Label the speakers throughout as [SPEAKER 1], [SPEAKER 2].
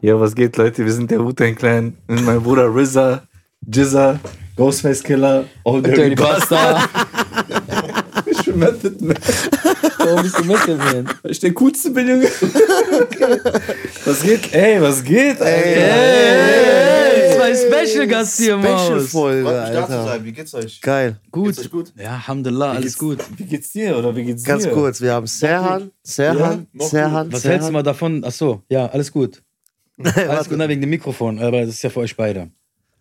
[SPEAKER 1] Ja, was geht, Leute? Wir sind der Wu-Tang Clan. Und mein Bruder RZA, Jizza, Ghostface Killer, All Dirty
[SPEAKER 2] Dirty
[SPEAKER 1] Bastard.
[SPEAKER 2] Bastard.
[SPEAKER 1] Ich bin Method Man.
[SPEAKER 2] Warum bist du Method Man?
[SPEAKER 1] Weil ich der coolste bin, Junge. was geht? Ey, was geht?
[SPEAKER 2] Hey,
[SPEAKER 1] Ey,
[SPEAKER 2] zwei Special Gast hier im Haus.
[SPEAKER 3] Special-Folge,
[SPEAKER 4] Freut mich da zu
[SPEAKER 3] Alter.
[SPEAKER 4] sein. Wie geht's euch?
[SPEAKER 3] Geil.
[SPEAKER 4] Geht's euch
[SPEAKER 2] Gut.
[SPEAKER 4] gut?
[SPEAKER 2] Ja, Alhamdulillah, alles gut.
[SPEAKER 1] Wie geht's dir oder wie geht's
[SPEAKER 3] Ganz
[SPEAKER 1] dir?
[SPEAKER 3] kurz, wir haben Serhan, Serhan,
[SPEAKER 4] Ja, noch
[SPEAKER 3] Serhan,
[SPEAKER 2] Was hältst du
[SPEAKER 3] Serhan.
[SPEAKER 2] mal davon? Ach so, ja, alles gut. Alles
[SPEAKER 3] Warte.
[SPEAKER 2] gut, nein, wegen dem Mikrofon, aber das ist ja für euch beide.
[SPEAKER 4] Also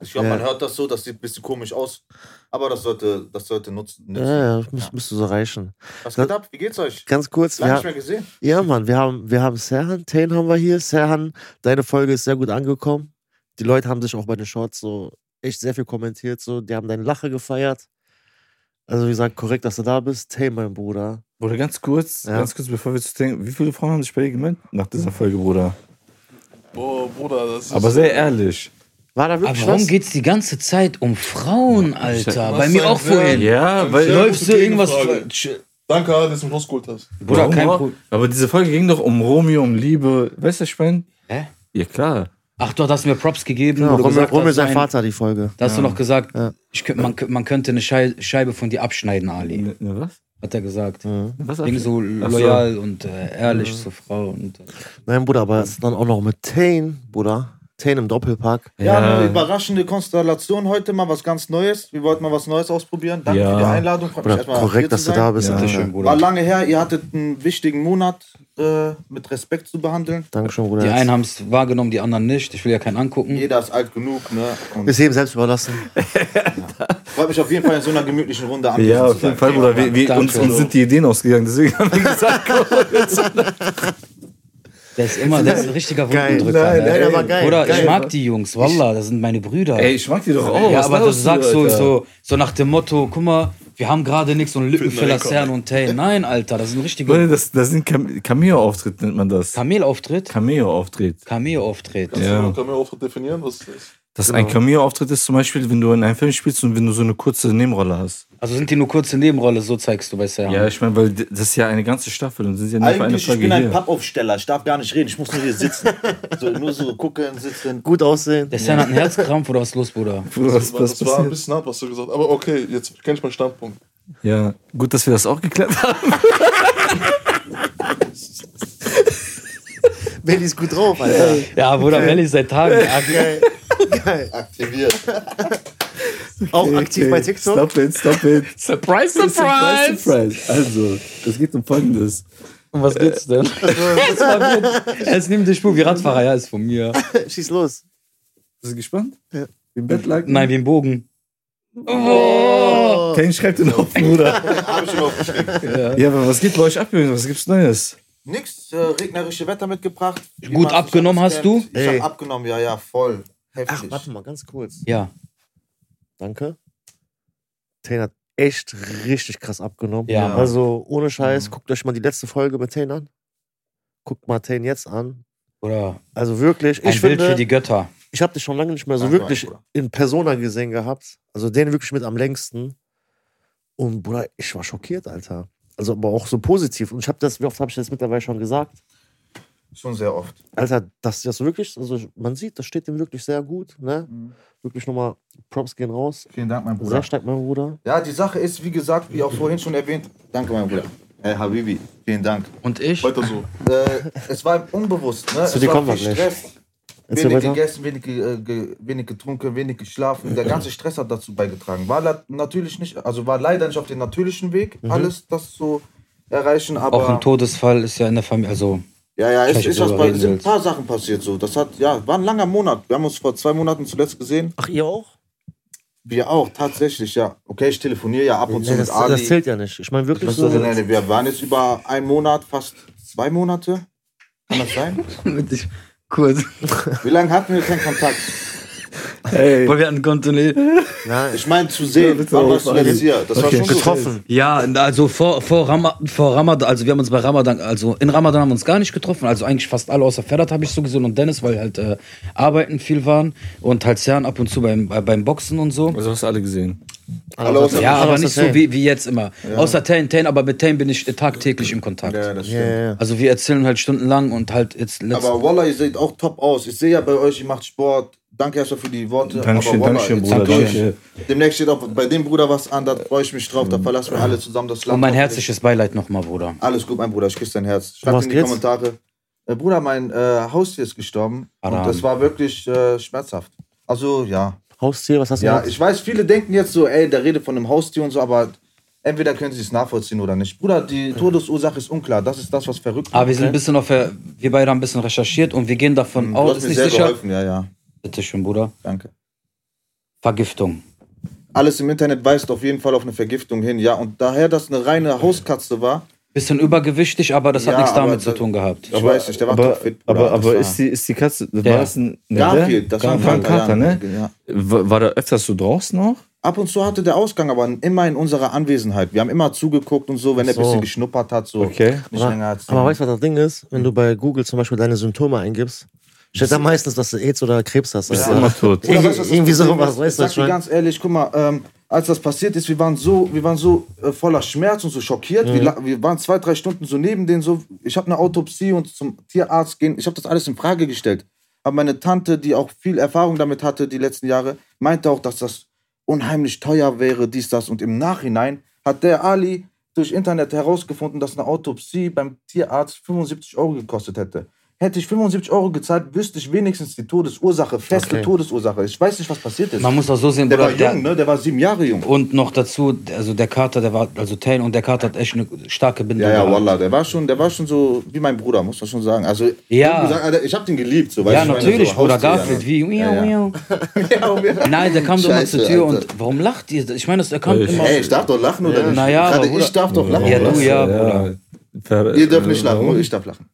[SPEAKER 4] Ich glaube,
[SPEAKER 3] Ja.
[SPEAKER 4] man hört das so, das sieht ein bisschen komisch aus. Aber das sollte, das sollte nutzen. nützen.
[SPEAKER 3] Ja, ja, das müsste so reichen.
[SPEAKER 4] Was geht ab? Wie geht's euch?
[SPEAKER 3] Ganz kurz,
[SPEAKER 4] Lange
[SPEAKER 3] wir,
[SPEAKER 4] nicht mehr gesehen.
[SPEAKER 3] Ja, Mann, wir haben, wir haben Serhan, Tain haben wir hier. Serhan, deine Folge ist sehr gut angekommen. Die Leute haben sich auch bei den Shorts so echt sehr viel kommentiert, so. Die haben deine Lache gefeiert. Also, wie gesagt, korrekt, dass du da bist. Tain, mein Bruder.
[SPEAKER 1] Bruder, ganz kurz,
[SPEAKER 3] Ja.
[SPEAKER 1] ganz kurz, bevor wir zu denken, wie viele Frauen haben sich bei dir gemeldet nach dieser Folge, Bruder?
[SPEAKER 5] Boah, Oh, Bruder, das ist.
[SPEAKER 1] Aber sehr ehrlich.
[SPEAKER 3] War da
[SPEAKER 2] Aber
[SPEAKER 3] wirklich
[SPEAKER 2] warum
[SPEAKER 3] was?
[SPEAKER 2] geht's die ganze Zeit um Frauen, Alter?
[SPEAKER 5] Was
[SPEAKER 2] Bei mir
[SPEAKER 5] denn,
[SPEAKER 2] auch
[SPEAKER 5] wer?
[SPEAKER 2] vorhin.
[SPEAKER 1] Ja, weil.
[SPEAKER 5] Sehr
[SPEAKER 2] Läufst du
[SPEAKER 5] gute
[SPEAKER 2] irgendwas?
[SPEAKER 5] Gegenfrage. Danke, dass du mich rausgeholt hast.
[SPEAKER 2] Bruder,
[SPEAKER 1] Warum
[SPEAKER 2] kein
[SPEAKER 1] war-
[SPEAKER 2] Problem.
[SPEAKER 1] Aber diese Folge ging doch um Romeo, um Liebe. Weißt du, ich meine?
[SPEAKER 2] Hä?
[SPEAKER 1] Ja, klar.
[SPEAKER 2] Ach, du hast mir Props gegeben.
[SPEAKER 3] Ja,
[SPEAKER 2] wo du
[SPEAKER 3] Rommel,
[SPEAKER 2] gesagt
[SPEAKER 3] Rommel
[SPEAKER 2] hast,
[SPEAKER 3] sein
[SPEAKER 2] nein.
[SPEAKER 3] Vater, die Folge.
[SPEAKER 2] Da hast du noch gesagt,
[SPEAKER 3] Ja.
[SPEAKER 2] ich, kö- man, kö- man könnte eine Schei Scheibe von dir abschneiden, Ali.
[SPEAKER 1] Ne, ne, was?
[SPEAKER 2] Hat er gesagt.
[SPEAKER 3] Mhm.
[SPEAKER 1] Was
[SPEAKER 2] Wegen so
[SPEAKER 1] Ach so.
[SPEAKER 2] loyal und äh, ehrlich zur Frau. Und, äh,
[SPEAKER 3] Nein, Bruder, aber es ist dann auch noch mit Tain, Bruder. Tain im Doppelpack.
[SPEAKER 4] Ja, eine überraschende Konstellation heute mal was ganz Neues. Wir wollten mal was Neues ausprobieren. Danke
[SPEAKER 1] Ja.
[SPEAKER 4] für die Einladung. Freut mich
[SPEAKER 3] Bruder,
[SPEAKER 4] erstmal, hier
[SPEAKER 3] korrekt,
[SPEAKER 4] zu
[SPEAKER 3] dass du
[SPEAKER 4] sein.
[SPEAKER 3] da bist.
[SPEAKER 1] Ja.
[SPEAKER 3] Alter.
[SPEAKER 2] Bitteschön,
[SPEAKER 4] War
[SPEAKER 2] Bruder.
[SPEAKER 4] lange her, ihr hattet einen wichtigen Monat äh, mit Respekt zu behandeln.
[SPEAKER 3] Dankeschön, Bruder.
[SPEAKER 2] Die einen haben es wahrgenommen, die anderen nicht. Ich will ja keinen angucken.
[SPEAKER 4] Jeder ist alt genug, ne? Und
[SPEAKER 3] ist jedem selbst überlassen.
[SPEAKER 4] freut mich auf jeden Fall in so einer gemütlichen Runde anwesend
[SPEAKER 1] Ja,
[SPEAKER 4] zu
[SPEAKER 1] auf jeden
[SPEAKER 4] sein.
[SPEAKER 1] Fall, Bruder. Wir, wir,
[SPEAKER 2] Danke.
[SPEAKER 1] uns, uns sind die Ideen ausgegangen, deswegen haben wir gesagt, komm.
[SPEAKER 2] Der ist immer, der ist ein richtiger
[SPEAKER 3] Geil.
[SPEAKER 2] Wundendrücker.
[SPEAKER 3] Nein,
[SPEAKER 2] der.
[SPEAKER 3] nein, aber geil,
[SPEAKER 2] Bruder,
[SPEAKER 3] geil.
[SPEAKER 2] ich mag die Jungs, Wallah, das sind meine Brüder.
[SPEAKER 1] Ey, ich mag die doch auch.
[SPEAKER 2] ja,
[SPEAKER 1] was
[SPEAKER 2] aber du
[SPEAKER 1] glaubst
[SPEAKER 2] sagst so,
[SPEAKER 1] Alter?
[SPEAKER 2] so, so nach dem Motto, guck mal, wir haben gerade nichts und Lippenfiller,
[SPEAKER 5] Finden wir
[SPEAKER 2] Cern und Tay. Nein, Alter, das sind
[SPEAKER 1] Leute,
[SPEAKER 2] richtige
[SPEAKER 1] Das, das sind Cam- Cameo-Auftritt, nennt man das.
[SPEAKER 2] Kamelauftritt,
[SPEAKER 1] Cameo-Auftritt.
[SPEAKER 2] Cameo-Auftritt.
[SPEAKER 5] Kannst
[SPEAKER 1] Ja.
[SPEAKER 5] du können wir auch definieren, was das ist?
[SPEAKER 1] Das ein Cameo-Auftritt ist zum Beispiel, wenn du in einem Film spielst und wenn du so eine kurze Nebenrolle hast.
[SPEAKER 2] Also sind die nur kurze Nebenrolle, so zeigst du bei Cern.
[SPEAKER 1] Ja, ich meine, weil d- das ist ja eine ganze Staffel und sind ja nur für eine
[SPEAKER 4] Eigentlich, ich
[SPEAKER 1] Folge
[SPEAKER 4] bin ein
[SPEAKER 1] hier.
[SPEAKER 4] Pappaufsteller. Ich darf gar nicht reden. Ich muss nur hier sitzen. so, nur so gucken, sitzen.
[SPEAKER 3] Gut aussehen.
[SPEAKER 2] Der Cern hat einen Herzkrampf oder was ist los, Bruder?
[SPEAKER 1] Bruder, was, was
[SPEAKER 5] das war ein
[SPEAKER 1] passiert?
[SPEAKER 5] bisschen hart, was du gesagt hast. Aber okay, jetzt kenne ich meinen Standpunkt.
[SPEAKER 1] Ja, gut, dass wir das auch geklärt haben.
[SPEAKER 3] Belly ist gut drauf, Alter.
[SPEAKER 2] Ja, Bruder, Melli ist seit Tagen.
[SPEAKER 3] Geil. Geil.
[SPEAKER 4] Aktiviert.
[SPEAKER 3] Auch aktiv bei TikTok.
[SPEAKER 1] Stop it, stop it.
[SPEAKER 2] surprise,
[SPEAKER 1] Surprise, surprise. Also, es geht um Folgendes.
[SPEAKER 2] Um was geht's denn? Jetzt mal mit. er ist neben der Spur wie Radfahrer, ja, ist von mir.
[SPEAKER 3] Schieß los.
[SPEAKER 1] Bist du gespannt?
[SPEAKER 3] Ja.
[SPEAKER 1] Im Bett lag.
[SPEAKER 2] Nein, wie im Bogen.
[SPEAKER 3] Oh.
[SPEAKER 1] Kein schreibt den auf, Bruder.
[SPEAKER 4] Hab ich überhaupt nicht
[SPEAKER 1] ja, aber was geht bei euch ab, Jungs? Was gibt's Neues?
[SPEAKER 4] Nix, äh, regnerische Wetter mitgebracht. Wie
[SPEAKER 2] Gut
[SPEAKER 4] war's? Ich
[SPEAKER 2] abgenommen
[SPEAKER 4] hab's
[SPEAKER 2] hast
[SPEAKER 4] gern.
[SPEAKER 2] du?
[SPEAKER 4] Ich
[SPEAKER 3] Ey.
[SPEAKER 4] hab abgenommen, ja, ja, voll.
[SPEAKER 3] Ach,
[SPEAKER 4] Heftig.
[SPEAKER 3] warte mal, ganz kurz.
[SPEAKER 2] Ja,
[SPEAKER 3] Danke. Tane hat echt richtig krass abgenommen.
[SPEAKER 2] Ja.
[SPEAKER 3] Also ohne Scheiß, guckt euch mal die letzte Folge mit Tane an. Guckt mal Tane jetzt an.
[SPEAKER 2] oder
[SPEAKER 3] Also wirklich,
[SPEAKER 2] ein
[SPEAKER 3] ich
[SPEAKER 2] Bild für
[SPEAKER 3] finde,
[SPEAKER 2] die Götter.
[SPEAKER 3] ich habe dich schon lange nicht mehr so
[SPEAKER 4] Danke,
[SPEAKER 3] wirklich
[SPEAKER 4] Bruder.
[SPEAKER 3] in Persona gesehen gehabt. Also den wirklich mit am längsten. Und Bruder, ich war schockiert, Alter. Also aber auch so positiv. Und ich habe das, wie oft habe ich das mittlerweile schon gesagt?
[SPEAKER 4] Schon sehr oft.
[SPEAKER 3] Alter, dass das wirklich, also man sieht, das steht ihm wirklich sehr gut, ne?
[SPEAKER 4] Mhm.
[SPEAKER 3] Wirklich nochmal Props gehen raus.
[SPEAKER 4] Vielen Dank, mein
[SPEAKER 3] Sehr stark, mein Bruder.
[SPEAKER 4] Ja, die Sache ist, wie gesagt, wie auch vorhin schon erwähnt. Danke, mein Bruder. Hey, Habibi, vielen Dank.
[SPEAKER 2] Und ich?
[SPEAKER 5] Weiter so.
[SPEAKER 4] Äh, es war unbewusst, ne?
[SPEAKER 3] Zu
[SPEAKER 4] es
[SPEAKER 3] dir
[SPEAKER 4] war
[SPEAKER 3] kommen wir
[SPEAKER 4] viel
[SPEAKER 3] gleich.
[SPEAKER 4] Stress.
[SPEAKER 3] Erzähl
[SPEAKER 4] Wenig
[SPEAKER 3] weiter.
[SPEAKER 4] gegessen, wenig, ge- äh, ge- wenig getrunken, wenig geschlafen. Der ganze Stress hat dazu beigetragen. War la- natürlich nicht, also war leider nicht auf dem natürlichen Weg,
[SPEAKER 3] Mhm.
[SPEAKER 4] alles das zu erreichen, aber.
[SPEAKER 2] Auch ein Todesfall ist ja in der Familie. Also,
[SPEAKER 4] Ja, ja, es
[SPEAKER 2] Vielleicht
[SPEAKER 4] ist
[SPEAKER 2] darüber
[SPEAKER 4] was bei,
[SPEAKER 2] reden
[SPEAKER 4] sind ein
[SPEAKER 2] willst.
[SPEAKER 4] paar Sachen passiert so. Das hat, ja, war ein langer Monat. Wir haben uns vor zwei Monaten zuletzt gesehen.
[SPEAKER 3] Ach, ihr auch?
[SPEAKER 4] Wir auch, tatsächlich, ja. Okay, ich telefoniere ja ab und zu
[SPEAKER 3] Nee, das,
[SPEAKER 4] mit Ali.
[SPEAKER 3] das zählt ja nicht. Ich meine wirklich
[SPEAKER 4] Was
[SPEAKER 3] so.
[SPEAKER 4] soll denn eine? Wir waren jetzt über einen Monat, fast zwei Monate. Kann das sein?
[SPEAKER 2] kurz.
[SPEAKER 4] Wie lange hatten wir keinen Kontakt?
[SPEAKER 1] Hey.
[SPEAKER 2] Weil wir an kontinuierlich.
[SPEAKER 3] Nein,
[SPEAKER 4] Ich meine, zu sehen,
[SPEAKER 1] Ja, bitte
[SPEAKER 4] wann
[SPEAKER 1] auf,
[SPEAKER 4] warst du
[SPEAKER 1] Ali.
[SPEAKER 4] jetzt hier? Das war
[SPEAKER 1] Okay.
[SPEAKER 4] schon
[SPEAKER 3] getroffen.
[SPEAKER 2] Ja, also vor, vor, Rama, vor Ramadan, also wir haben uns bei Ramadan, also in Ramadan haben wir uns gar nicht getroffen, also eigentlich fast alle außer Ferdat habe ich so gesehen und Dennis, weil halt äh, Arbeiten viel waren und halt Cern ab und zu beim, äh, beim Boxen und so.
[SPEAKER 1] Also hast du alle gesehen.
[SPEAKER 5] Alle außer-
[SPEAKER 2] Ja, aber nicht so
[SPEAKER 3] Serhan.
[SPEAKER 2] wie, wie jetzt immer. Außer Tane, Tane, aber mit Tane bin ich äh, tagtäglich im Kontakt.
[SPEAKER 4] Ja, das
[SPEAKER 3] Ja,
[SPEAKER 4] stimmt.
[SPEAKER 3] ja, ja.
[SPEAKER 2] Also wir erzählen halt stundenlang und halt jetzt letztes
[SPEAKER 4] Aber Wallah, ihr seht auch top aus. Ich sehe ja bei euch, ihr macht Sport. Danke erstmal für die Worte.
[SPEAKER 1] Dankeschön,
[SPEAKER 4] aber Wallah,
[SPEAKER 1] Dankeschön,
[SPEAKER 4] jetzt-
[SPEAKER 1] Bruder.
[SPEAKER 2] Dankeschön.
[SPEAKER 1] Danke.
[SPEAKER 4] Demnächst steht auch bei dem Bruder was an, da freue ich mich drauf. Da verlassen wir alle zusammen das Land.
[SPEAKER 2] Und mein
[SPEAKER 4] hoffentlich.
[SPEAKER 2] herzliches Beileid nochmal, Bruder.
[SPEAKER 4] Alles gut, mein Bruder, ich küsse dein Herz. Schreib
[SPEAKER 3] was
[SPEAKER 4] in die
[SPEAKER 3] geht's?
[SPEAKER 4] Kommentare. Äh, Bruder, mein äh, Haustier ist gestorben.
[SPEAKER 2] Aram.
[SPEAKER 4] Und das war wirklich äh, schmerzhaft. Also, ja.
[SPEAKER 3] Haustier, was hast du
[SPEAKER 4] Ja,
[SPEAKER 3] gehabt?
[SPEAKER 4] ich weiß, viele denken jetzt so, ey, der redet von einem Haustier und so, aber entweder können sie es nachvollziehen oder nicht. Bruder, die Todesursache ist unklar. Das ist das, was verrückt
[SPEAKER 2] Aber Ah, wir sind ein
[SPEAKER 4] macht, ne?
[SPEAKER 2] bisschen auf der, wir beide haben ein bisschen recherchiert und wir gehen davon
[SPEAKER 4] Mhm. Du
[SPEAKER 2] aus,
[SPEAKER 4] hast
[SPEAKER 2] ist
[SPEAKER 4] mir
[SPEAKER 2] nicht
[SPEAKER 4] sehr
[SPEAKER 2] sicher.
[SPEAKER 4] geholfen, ja, ja.
[SPEAKER 2] Bitte schön, Bruder.
[SPEAKER 4] Danke.
[SPEAKER 2] Vergiftung.
[SPEAKER 4] Alles im Internet weist auf jeden Fall auf eine Vergiftung hin, ja. Und daher, dass eine reine Hauskatze war,
[SPEAKER 2] Bisschen übergewichtig, aber das hat
[SPEAKER 4] Ja,
[SPEAKER 2] nichts
[SPEAKER 4] aber
[SPEAKER 2] damit zu
[SPEAKER 4] da-
[SPEAKER 2] tun gehabt.
[SPEAKER 4] ich weiß nicht, der war
[SPEAKER 1] aber,
[SPEAKER 4] top fit. Bruder.
[SPEAKER 1] aber,
[SPEAKER 4] Das
[SPEAKER 1] aber
[SPEAKER 4] war-
[SPEAKER 1] ist, die, ist die Katze,
[SPEAKER 2] Der.
[SPEAKER 1] war das ein... ne,
[SPEAKER 4] Garfield, das war ein
[SPEAKER 1] Garfield, Kater,
[SPEAKER 4] Kater,
[SPEAKER 1] ne?
[SPEAKER 4] ja.
[SPEAKER 1] War, war der öfters so draußen noch?
[SPEAKER 4] Ab und zu hatte der Ausgang, aber immer in unserer Anwesenheit. Wir haben immer zugeguckt und so, wenn er
[SPEAKER 3] so.
[SPEAKER 4] ein bisschen geschnuppert hat, so.
[SPEAKER 1] Okay.
[SPEAKER 4] Nicht länger als
[SPEAKER 3] Aber weißt du, was das Ding ist? Wenn du bei Google zum Beispiel deine Symptome eingibst, steht da meistens, dass du AIDS oder Krebs hast. Also,
[SPEAKER 1] Ist
[SPEAKER 3] Alter.
[SPEAKER 1] immer tot.
[SPEAKER 3] Oder-
[SPEAKER 4] weißt du, das
[SPEAKER 3] irgendwie
[SPEAKER 4] Problem
[SPEAKER 3] sowas,
[SPEAKER 4] ist?
[SPEAKER 3] weißt du,
[SPEAKER 4] Ich sag dir
[SPEAKER 3] schon.
[SPEAKER 4] ganz ehrlich, guck mal, ähm, als das passiert ist, wir waren so, wir waren so äh, voller Schmerz und so schockiert. Wir, la- wir waren zwei, drei Stunden so neben denen so. Ich habe eine Autopsie und zum Tierarzt gehen. Ich habe das alles in Frage gestellt. Aber meine Tante, die auch viel Erfahrung damit hatte die letzten Jahre, meinte auch, dass das unheimlich teuer wäre, dies, das. Und im Nachhinein hat der Ali durch Internet herausgefunden, dass eine Autopsie beim Tierarzt 75 Euro gekostet hätte. Hätte ich 75 Euro gezahlt, wüsste ich wenigstens die Todesursache, feste
[SPEAKER 3] Okay.
[SPEAKER 4] Todesursache. Ich weiß nicht, was passiert ist.
[SPEAKER 2] Man muss auch so sehen,
[SPEAKER 4] Der
[SPEAKER 2] Bruder.
[SPEAKER 4] war jung, ne? Der war sieben Jahre jung.
[SPEAKER 2] Und noch dazu, also der Kater, der war, also Tane und der Kater hat echt eine starke Bindung.
[SPEAKER 4] Ja, ja,
[SPEAKER 2] gehabt.
[SPEAKER 4] Wallah, der war schon, der war schon so wie mein Bruder, muss man schon sagen. Also,
[SPEAKER 2] Ja.
[SPEAKER 4] wie gesagt, Alter, ich hab den geliebt, so weißt
[SPEAKER 2] Ja,
[SPEAKER 4] du, ich meine,
[SPEAKER 2] natürlich,
[SPEAKER 4] so
[SPEAKER 2] Bruder
[SPEAKER 4] Haustier,
[SPEAKER 2] Garfield, wie.
[SPEAKER 4] Ja, ja. um-
[SPEAKER 2] miau, miau. Nein, der kam doch mal
[SPEAKER 4] Scheiße,
[SPEAKER 2] zur Tür
[SPEAKER 4] Alter.
[SPEAKER 2] und warum lacht ihr? Ich meine, das- er kam
[SPEAKER 1] Ich-
[SPEAKER 2] immer.
[SPEAKER 4] Ey, ich darf doch lachen, oder nicht?
[SPEAKER 2] Na ja,
[SPEAKER 4] Gerade
[SPEAKER 2] aber Bruder-
[SPEAKER 4] ich darf doch lachen.
[SPEAKER 2] Ja,
[SPEAKER 4] oder?
[SPEAKER 2] du, ja, Bruder.
[SPEAKER 1] Ver-
[SPEAKER 4] Ihr dürft nicht lachen,
[SPEAKER 1] Warum?
[SPEAKER 4] ich darf lachen.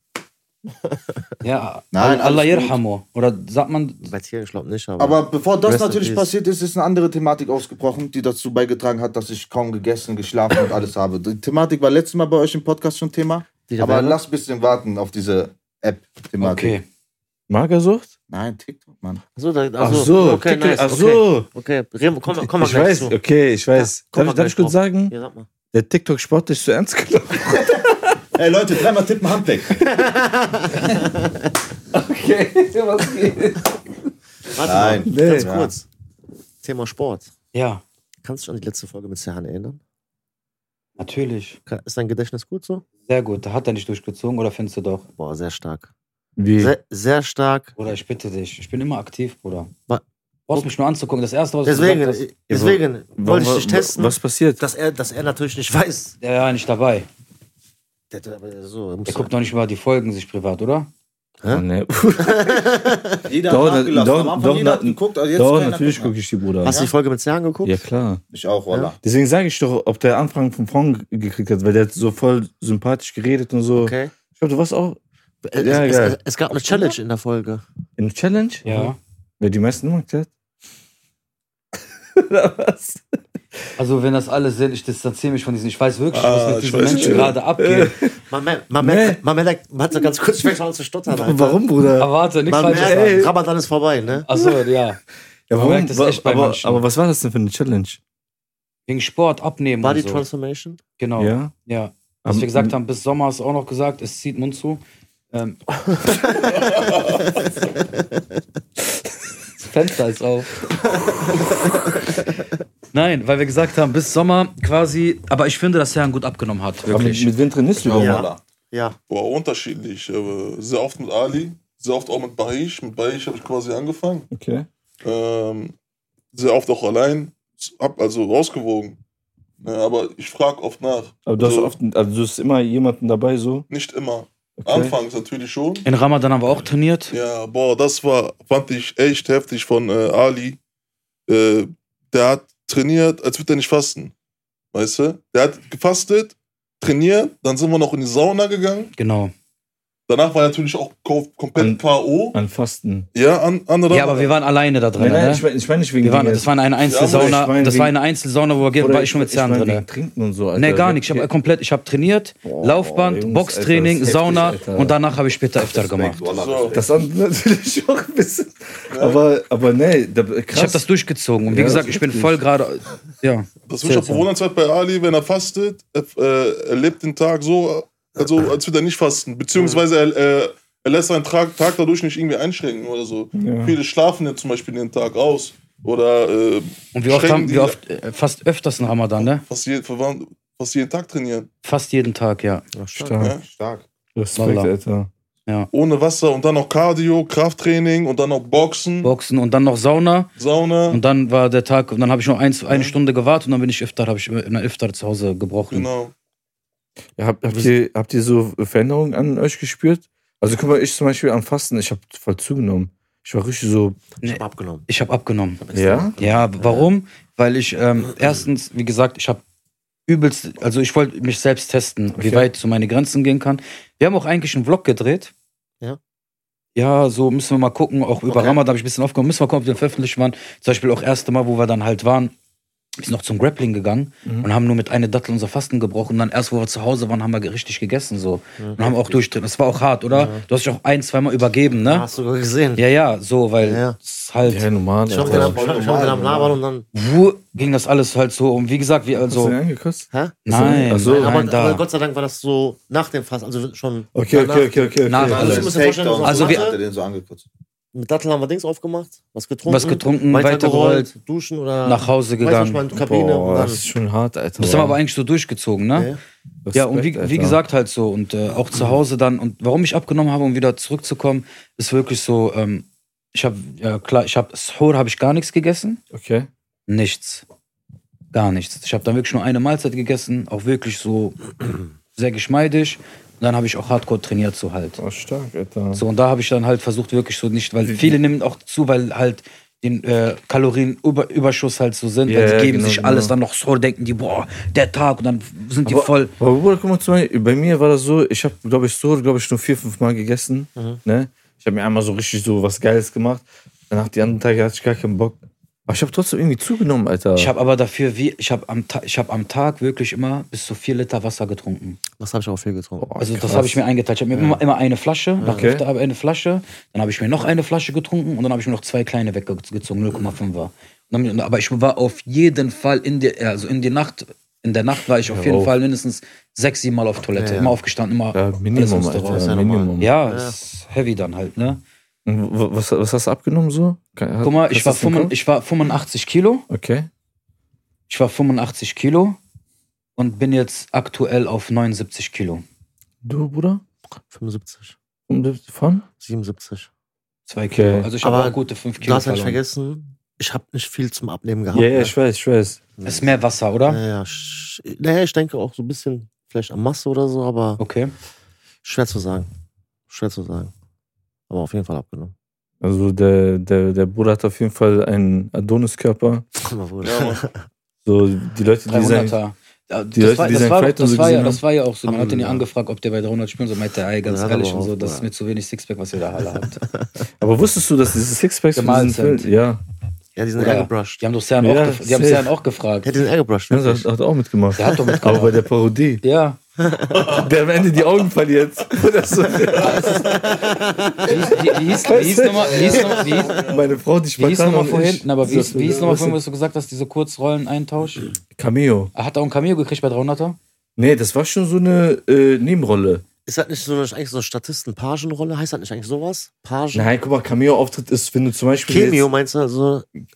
[SPEAKER 2] Ja,
[SPEAKER 4] Nein,
[SPEAKER 2] Allah
[SPEAKER 4] alles gut.
[SPEAKER 2] Yerhamu. Oder sagt man,
[SPEAKER 3] Bei Tieren, ich glaube nicht, aber.
[SPEAKER 4] Aber bevor das
[SPEAKER 3] Rest in
[SPEAKER 4] natürlich
[SPEAKER 3] peace.
[SPEAKER 4] passiert ist, ist eine andere Thematik ausgebrochen, die dazu beigetragen hat, dass ich kaum gegessen, geschlafen und alles habe. Die Thematik war letztes Mal bei euch im Podcast schon Thema,
[SPEAKER 3] Die
[SPEAKER 4] aber
[SPEAKER 3] Tabelle?
[SPEAKER 4] lass ein bisschen warten auf diese App-Thematik.
[SPEAKER 2] okay.
[SPEAKER 1] Magersucht?
[SPEAKER 4] Nein, TikTok, Mann.
[SPEAKER 3] Achso, da, achso,
[SPEAKER 1] Ach so,
[SPEAKER 3] okay,
[SPEAKER 1] Tickel,
[SPEAKER 3] nice.
[SPEAKER 1] ach so.
[SPEAKER 3] Okay, okay. Reden, komm, komm mal
[SPEAKER 1] Ich
[SPEAKER 3] gleich
[SPEAKER 1] weiß,
[SPEAKER 3] zu.
[SPEAKER 1] okay, ich weiß.
[SPEAKER 3] Ja, komm
[SPEAKER 1] darf
[SPEAKER 3] mal
[SPEAKER 1] ich, darf ich
[SPEAKER 3] gleich
[SPEAKER 1] kurz sagen,
[SPEAKER 3] Ja, sag mal.
[SPEAKER 1] der TikTok-Sport ist zu ernst genommen.
[SPEAKER 4] Ey Leute, dreimal tippen, Hand weg.
[SPEAKER 2] Okay, was geht?
[SPEAKER 3] Warte
[SPEAKER 4] Nein.
[SPEAKER 3] mal, ganz
[SPEAKER 1] Nee.
[SPEAKER 3] kurz. Thema Sport.
[SPEAKER 2] Ja,
[SPEAKER 3] Kannst du dich an die letzte Folge mit Serhan erinnern?
[SPEAKER 2] natürlich.
[SPEAKER 3] Ka- Ist dein Gedächtnis gut so?
[SPEAKER 2] Sehr gut. Hat er nicht durchgezogen oder findest du doch?
[SPEAKER 3] Boah, sehr stark.
[SPEAKER 1] Wie?
[SPEAKER 3] Sehr, sehr stark.
[SPEAKER 2] Bruder, ich bitte dich. Ich bin immer aktiv, Bruder.
[SPEAKER 3] Wa-
[SPEAKER 2] Du brauchst mich nur anzugucken. Das erste, was du
[SPEAKER 3] Deswegen, äh,
[SPEAKER 2] gesagt hast,
[SPEAKER 3] deswegen wollte ich dich
[SPEAKER 1] Wa- wa-
[SPEAKER 3] testen,
[SPEAKER 1] Was passiert?
[SPEAKER 3] dass, er, dass er natürlich nicht weiß.
[SPEAKER 2] der war nicht dabei.
[SPEAKER 3] Der, der, aber so,
[SPEAKER 2] Der
[SPEAKER 3] musst du,
[SPEAKER 2] guckt noch nicht mal die Folgen sich privat, oder?
[SPEAKER 1] Oh, nee.
[SPEAKER 4] Jeder
[SPEAKER 1] Doch,
[SPEAKER 4] hat nachgelassen.
[SPEAKER 1] doch,
[SPEAKER 4] Am Anfang
[SPEAKER 1] doch,
[SPEAKER 4] jeder hat
[SPEAKER 1] na-
[SPEAKER 4] geguckt, also jetzt
[SPEAKER 1] Doch,
[SPEAKER 4] keiner
[SPEAKER 1] natürlich
[SPEAKER 4] guckt
[SPEAKER 1] gucke ich die, Bruder.
[SPEAKER 3] hast du die Folge mit Serhan geguckt?
[SPEAKER 1] Ja, klar.
[SPEAKER 4] mehr. Ich auch, Wallah.
[SPEAKER 1] Deswegen sage ich doch, ob der Anfang von Frauen gekriegt hat, weil der hat so voll sympathisch geredet und so.
[SPEAKER 3] Okay.
[SPEAKER 1] Ich glaube, du warst auch äh,
[SPEAKER 3] Es,
[SPEAKER 1] Ja,
[SPEAKER 3] es,
[SPEAKER 1] geil.
[SPEAKER 3] es, es gab eine Challenge in der Folge.
[SPEAKER 1] in Challenge.
[SPEAKER 2] Ja.
[SPEAKER 1] Wer die meisten gemacht hat. Oder was?
[SPEAKER 2] Also, wenn das alle sind, ich distanziere mich von diesen. Ich weiß wirklich,
[SPEAKER 5] Ah,
[SPEAKER 2] was mit
[SPEAKER 5] ich
[SPEAKER 2] diesen
[SPEAKER 5] weiß
[SPEAKER 2] Menschen
[SPEAKER 5] schon.
[SPEAKER 2] gerade abgeht.
[SPEAKER 3] Man merkt, man
[SPEAKER 1] Nee.
[SPEAKER 3] merkt, man merkt, man hat so ganz kurz schwer zu stottern. Alter.
[SPEAKER 1] Warum, Bruder?
[SPEAKER 2] Aber warte, nichts
[SPEAKER 3] Man
[SPEAKER 2] falsches
[SPEAKER 3] merkt,
[SPEAKER 2] sagen.
[SPEAKER 3] Ramadan ist vorbei, ne?
[SPEAKER 2] Achso, ja.
[SPEAKER 1] Ja,
[SPEAKER 2] Man
[SPEAKER 1] warum?
[SPEAKER 2] merkt es
[SPEAKER 1] Wa-
[SPEAKER 2] echt bei
[SPEAKER 1] aber,
[SPEAKER 2] manchen.
[SPEAKER 1] aber was war das denn für eine Challenge?
[SPEAKER 2] Wegen Sport abnehmen
[SPEAKER 3] Body
[SPEAKER 2] und so.
[SPEAKER 3] Transformation?
[SPEAKER 2] Genau. Ja.
[SPEAKER 1] Ja.
[SPEAKER 2] Was
[SPEAKER 1] Am-
[SPEAKER 2] wir gesagt haben, bis Sommer hast du auch noch gesagt, es zieht Mund zu. Ähm. das Fenster ist auf. Nein, weil wir gesagt haben, bis Sommer quasi. Aber ich finde, dass Herrn gut abgenommen hat,
[SPEAKER 1] Aber mit,
[SPEAKER 2] wirklich.
[SPEAKER 1] mit wem trainierst du
[SPEAKER 4] Auch,
[SPEAKER 1] denn?
[SPEAKER 3] Ja.
[SPEAKER 4] Wallah.
[SPEAKER 3] Ja.
[SPEAKER 5] Boah, unterschiedlich. aber Sehr oft mit Ali, sehr oft auch mit Bahish. Mit Bahish habe ich quasi angefangen.
[SPEAKER 1] Okay.
[SPEAKER 5] Ähm, sehr oft auch allein. Hab also rausgewogen. Ja, aber ich frage oft nach.
[SPEAKER 1] Aber du hast
[SPEAKER 5] Also-
[SPEAKER 1] oft, also du hast immer jemanden dabei so.
[SPEAKER 5] Nicht immer.
[SPEAKER 1] Okay.
[SPEAKER 5] Anfangs natürlich schon.
[SPEAKER 2] In Ramadan haben wir auch trainiert.
[SPEAKER 5] Ja, boah, das war, fand ich echt heftig von äh, Ali. Äh, der hat trainiert, als würde er nicht fasten. Weißt du? Der hat gefastet, trainiert, dann sind wir noch in die Sauna gegangen.
[SPEAKER 2] Genau.
[SPEAKER 5] Danach war er natürlich auch ko-
[SPEAKER 1] An-
[SPEAKER 5] komplett K.O.
[SPEAKER 1] An Fasten.
[SPEAKER 5] Ja, an, andere.
[SPEAKER 2] Ja, aber wir waren alleine da drin.
[SPEAKER 1] Nein, nein, ich
[SPEAKER 2] ne?
[SPEAKER 1] meine ich mein nicht wegen
[SPEAKER 2] Wir waren,
[SPEAKER 1] dem
[SPEAKER 2] das war eine
[SPEAKER 1] Ja, aber ich
[SPEAKER 2] Einzelsauna.
[SPEAKER 1] mein,
[SPEAKER 2] Das
[SPEAKER 1] wegen-
[SPEAKER 2] war eine Einzelsauna, wo wir
[SPEAKER 1] Bruder,
[SPEAKER 2] war ich schon mit Zern
[SPEAKER 1] mein,
[SPEAKER 2] drin. ne?
[SPEAKER 1] wegen Trinken und so. Alter.
[SPEAKER 2] Nee, gar nicht. Ich habe
[SPEAKER 1] Okay.
[SPEAKER 2] komplett, ich habe trainiert,
[SPEAKER 1] Boah,
[SPEAKER 2] Laufband,
[SPEAKER 1] Jungs,
[SPEAKER 2] Boxtraining,
[SPEAKER 1] Alter, das ist
[SPEAKER 2] Sauna
[SPEAKER 1] heftig, Alter.
[SPEAKER 2] und danach habe ich später öfter gemacht.
[SPEAKER 4] Wallah.
[SPEAKER 5] So.
[SPEAKER 1] Das andere natürlich auch ein bisschen. Aber, aber nee, da, krass.
[SPEAKER 2] Ich habe das durchgezogen. Und wie
[SPEAKER 1] Ja,
[SPEAKER 2] gesagt,
[SPEAKER 1] das
[SPEAKER 2] ich bin
[SPEAKER 1] ist
[SPEAKER 2] voll gerade. Ja.
[SPEAKER 5] Das ist auch bewundernswert bei Ali, wenn er fastet, er, äh, er lebt den Tag so, also als würde er nicht fasten. Beziehungsweise er, äh, er lässt seinen Tag, Tag dadurch nicht irgendwie einschränken oder so.
[SPEAKER 1] Ja.
[SPEAKER 5] Viele schlafen ja zum Beispiel den Tag aus. Oder äh,
[SPEAKER 2] Und wie oft
[SPEAKER 5] schränken
[SPEAKER 2] haben
[SPEAKER 5] die-
[SPEAKER 2] wir oft, äh, fast öfters einen Ramadan, ne?
[SPEAKER 5] Fast, je, verwandt- fast jeden Tag trainieren.
[SPEAKER 2] Fast jeden Tag, ja.
[SPEAKER 3] Ach, stark.
[SPEAKER 1] Stark.
[SPEAKER 5] Ja.
[SPEAKER 4] Stark.
[SPEAKER 1] Respekt,
[SPEAKER 2] Wallah.
[SPEAKER 1] Alter.
[SPEAKER 5] Ohne Wasser und dann noch Cardio, Krafttraining und dann noch Boxen,
[SPEAKER 2] Boxen und dann noch Sauna.
[SPEAKER 5] Sauna.
[SPEAKER 2] Und dann war der Tag, und dann habe ich noch eins, eine Stunde gewartet und dann bin ich Iftar, habe ich einen Iftar zu Hause gebrochen.
[SPEAKER 5] genau.
[SPEAKER 1] Ja, hab, habt, ihr, habt ihr so Veränderungen an euch gespürt? Also guck mal, ich zum Beispiel am Fasten, ich habe voll zugenommen. Ich war richtig so.
[SPEAKER 3] Ich hab abgenommen.
[SPEAKER 2] Ich habe abgenommen.
[SPEAKER 1] Ja?
[SPEAKER 2] Ja, w- warum? Weil ich ähm, erstens, wie gesagt, ich habe übelst, also ich wollte mich selbst testen, wie
[SPEAKER 1] Okay.
[SPEAKER 2] weit so meine Grenzen gehen kann. Wir haben auch eigentlich einen Vlog gedreht.
[SPEAKER 3] Ja.
[SPEAKER 2] Ja, so müssen wir mal gucken. Auch über
[SPEAKER 3] Okay.
[SPEAKER 2] Ramadan habe ich ein bisschen aufgenommen. Müssen wir mal gucken, ob wir veröffentlicht waren. Zum Beispiel auch das erste Mal, wo wir dann halt waren, ist noch zum Grappling gegangen
[SPEAKER 3] Mhm.
[SPEAKER 2] und haben nur mit einer Dattel unser Fasten gebrochen. Und dann erst, wo wir zu Hause waren, haben wir ge- richtig gegessen so. und haben auch durchdreht. Das war auch hart, oder? Du hast dich auch ein, zweimal übergeben, ne?
[SPEAKER 3] Ja, Hast du sogar gesehen.
[SPEAKER 2] Ja, ja, so, weil
[SPEAKER 3] Ja, ja.
[SPEAKER 2] es halt.
[SPEAKER 1] Ja, normal.
[SPEAKER 3] Ich hab den
[SPEAKER 1] Alter.
[SPEAKER 3] am, ich hab den am Labern und dann.
[SPEAKER 2] Wo ging das alles halt so um? Wie gesagt, wir
[SPEAKER 1] Hast du
[SPEAKER 2] also.
[SPEAKER 1] den angekostet?
[SPEAKER 3] Hä?
[SPEAKER 2] Nein,
[SPEAKER 1] Ach so.
[SPEAKER 2] nein,
[SPEAKER 3] aber,
[SPEAKER 2] nein, da.
[SPEAKER 3] aber Gott sei Dank war das so nach dem Fass, also schon.
[SPEAKER 1] Okay,
[SPEAKER 3] danach.
[SPEAKER 1] okay, okay, okay. okay.
[SPEAKER 2] Na,
[SPEAKER 3] Also,
[SPEAKER 2] Also,
[SPEAKER 3] ich muss mir vorstellen,
[SPEAKER 4] Takedown.
[SPEAKER 2] also wir-
[SPEAKER 4] hat er den so angekotzt.
[SPEAKER 3] mit Datteln haben wir Dings aufgemacht, was getrunken,
[SPEAKER 2] Was getrunken,
[SPEAKER 3] weitergerollt, duschen oder
[SPEAKER 2] nach Hause
[SPEAKER 3] weiß nicht, mal in
[SPEAKER 2] gegangen.
[SPEAKER 3] die Kabine
[SPEAKER 1] Boah, das ist
[SPEAKER 3] und
[SPEAKER 1] schon hart, Alter.
[SPEAKER 2] Das haben wir aber eigentlich so durchgezogen,
[SPEAKER 3] dann.
[SPEAKER 2] ne?
[SPEAKER 3] Ja.
[SPEAKER 1] Respekt,
[SPEAKER 2] Ja, und wie,
[SPEAKER 1] Alter. Mhm.
[SPEAKER 2] wie gesagt, halt so. Und äh, auch zu Hause dann. Und warum ich abgenommen habe, um wieder zurückzukommen, ist wirklich so. Ähm, ich habe, ja klar, ich habe, Sahur habe ich gar nichts gegessen.
[SPEAKER 1] Okay.
[SPEAKER 2] Nichts. Gar nichts. Ich habe dann wirklich nur eine Mahlzeit gegessen. Auch wirklich so sehr geschmeidig. Und dann habe ich auch hardcore trainiert, so halt.
[SPEAKER 1] Oh, stark, Alter.
[SPEAKER 2] So, und da habe ich dann halt versucht, wirklich so nicht, weil viele nehmen auch zu, weil halt den äh, Kalorienüberschuss halt so sind,
[SPEAKER 1] Ja,
[SPEAKER 2] weil
[SPEAKER 1] ja,
[SPEAKER 2] die geben
[SPEAKER 1] genau,
[SPEAKER 2] sich
[SPEAKER 1] genau.
[SPEAKER 2] alles dann noch so, denken die, boah, der Tag und dann sind die
[SPEAKER 1] Aber-
[SPEAKER 2] voll.
[SPEAKER 1] Aber Bruder, guck mal, zum Beispiel, bei mir war das so, ich habe, glaube ich, so, glaube ich, nur vier, fünf Mal gegessen.
[SPEAKER 2] Mhm.
[SPEAKER 1] Ne? Ich habe mir einmal so richtig so was Geiles gemacht. Danach die anderen Tage hatte ich gar keinen Bock. Aber ich habe trotzdem irgendwie zugenommen, Alter.
[SPEAKER 2] Ich habe aber dafür, wie, ich habe am, Ta ich hab am Tag wirklich immer bis zu vier Liter Wasser getrunken.
[SPEAKER 3] Das habe ich auch viel getrunken.
[SPEAKER 1] Boah,
[SPEAKER 2] Also
[SPEAKER 1] krass.
[SPEAKER 2] das habe ich mir eingeteilt. Ich habe mir immer, immer eine Flasche, nach
[SPEAKER 1] Okay.
[SPEAKER 2] Hälfte aber eine Flasche, dann habe ich mir noch eine Flasche getrunken und dann habe ich mir noch zwei kleine weggezogen, 0,5er. Und dann- Aber ich war auf jeden Fall in der, also in die Nacht, in der Nacht war ich auf jeden
[SPEAKER 1] auf.
[SPEAKER 2] Fall mindestens sechs, sieben Mal auf Toilette.
[SPEAKER 3] Ja, ja.
[SPEAKER 2] Immer aufgestanden, immer
[SPEAKER 1] Ja, Minimum,
[SPEAKER 2] alles aus der
[SPEAKER 1] Alter.
[SPEAKER 2] Rolle.
[SPEAKER 3] ist ja normal.
[SPEAKER 1] Minimum.
[SPEAKER 2] Ja, ist heavy dann halt, ne?
[SPEAKER 1] Und w- Was, was hast du abgenommen so? Kann-
[SPEAKER 2] Guck mal,
[SPEAKER 1] hast
[SPEAKER 2] ich
[SPEAKER 1] du
[SPEAKER 2] war,
[SPEAKER 1] das im
[SPEAKER 2] 85,
[SPEAKER 1] Kopf?
[SPEAKER 2] ich war 85 Kilo.
[SPEAKER 1] Okay.
[SPEAKER 2] Ich war 85 Kilo und bin jetzt aktuell auf 79 Kilo.
[SPEAKER 1] Du, Bruder?
[SPEAKER 3] 75,
[SPEAKER 1] Um- Von?
[SPEAKER 3] 77.
[SPEAKER 2] Zwei
[SPEAKER 1] Okay.
[SPEAKER 2] Kilo. Also ich habe
[SPEAKER 3] Aber
[SPEAKER 2] auch gute 5
[SPEAKER 3] Du
[SPEAKER 2] Kilo.
[SPEAKER 3] hast ja nicht
[SPEAKER 2] verloren.
[SPEAKER 3] vergessen, ich habe nicht viel zum Abnehmen gehabt.
[SPEAKER 1] Ja, ja,
[SPEAKER 3] ne?
[SPEAKER 1] ich weiß, ich weiß.
[SPEAKER 2] Ist mehr Wasser, oder?
[SPEAKER 3] Naja, sch- naja, ich denke auch so ein bisschen vielleicht an Masse oder so, aber
[SPEAKER 2] Okay.
[SPEAKER 3] schwer zu sagen. Schwer zu sagen. Aber auf jeden Fall abgenommen.
[SPEAKER 1] Also der, der, der Bruder hat auf jeden Fall einen Adonis-Körper.
[SPEAKER 3] Guck mal, Bruder.
[SPEAKER 5] Ja, Mann.
[SPEAKER 1] So, die Leute, die sagen.
[SPEAKER 2] 300er. Ja, Das,
[SPEAKER 1] Leute,
[SPEAKER 2] war,
[SPEAKER 1] die
[SPEAKER 2] das,
[SPEAKER 1] sein
[SPEAKER 2] war,
[SPEAKER 1] Fight und
[SPEAKER 2] das,
[SPEAKER 1] so
[SPEAKER 2] war ja,
[SPEAKER 1] gesehen
[SPEAKER 2] das war ja auch so. Man hat ihn ja
[SPEAKER 3] Alhamdulillah.
[SPEAKER 2] angefragt, ob der bei 300 spielen soll. Meinte er, ey, ganz
[SPEAKER 3] Ja, hat
[SPEAKER 2] ehrlich
[SPEAKER 3] aber
[SPEAKER 2] und so,
[SPEAKER 3] auch,
[SPEAKER 2] das ist
[SPEAKER 3] Bruder.
[SPEAKER 2] mir zu wenig Sixpack, was ihr da alle habt.
[SPEAKER 1] Aber wusstest du, dass diese Sixpacks von
[SPEAKER 2] Gemalt
[SPEAKER 1] diesen Filmen-
[SPEAKER 2] sind.
[SPEAKER 1] Ja.
[SPEAKER 3] Ja, die sind
[SPEAKER 2] Ja.
[SPEAKER 3] airgebrushed.
[SPEAKER 2] Die haben doch Sern,
[SPEAKER 1] Ja,
[SPEAKER 2] auch, gef die haben
[SPEAKER 1] safe.
[SPEAKER 2] Sern auch gefragt.
[SPEAKER 3] Ja, die sind airgebrushed.
[SPEAKER 1] Ja, das
[SPEAKER 3] wirklich.
[SPEAKER 1] hat hat auch mitgemacht.
[SPEAKER 2] Der hat doch mitgemacht.
[SPEAKER 1] Aber bei der Parodie.
[SPEAKER 2] Ja.
[SPEAKER 1] Der am Ende die Augen verliert. Das so,
[SPEAKER 2] Wie, wie hieß, wie hieß nochmal? Wie hieß nochmal? Wie hieß,
[SPEAKER 1] meine Frau, die
[SPEAKER 2] wie hieß
[SPEAKER 1] Spartaner
[SPEAKER 2] nochmal
[SPEAKER 1] und
[SPEAKER 2] vorhin?
[SPEAKER 1] ich.
[SPEAKER 2] Na, aber wie hieß,
[SPEAKER 1] Das-
[SPEAKER 2] wie hieß nochmal
[SPEAKER 1] was
[SPEAKER 2] vorhin,
[SPEAKER 1] ist-
[SPEAKER 2] was du gesagt hast, diese Kurzrollen eintausch?
[SPEAKER 1] Cameo.
[SPEAKER 2] Er Hat er auch ein Cameo gekriegt bei 300er?
[SPEAKER 1] Nee, das war schon so eine äh, Nebenrolle.
[SPEAKER 3] Ist das nicht so eine, eigentlich so eine Statisten-Pagenrolle? Heißt das nicht eigentlich sowas? Pagen?
[SPEAKER 1] Nein, guck mal, Cameo-Auftritt ist, wenn du zum Beispiel.
[SPEAKER 3] Cameo meinst du? Also,
[SPEAKER 1] Jetzt,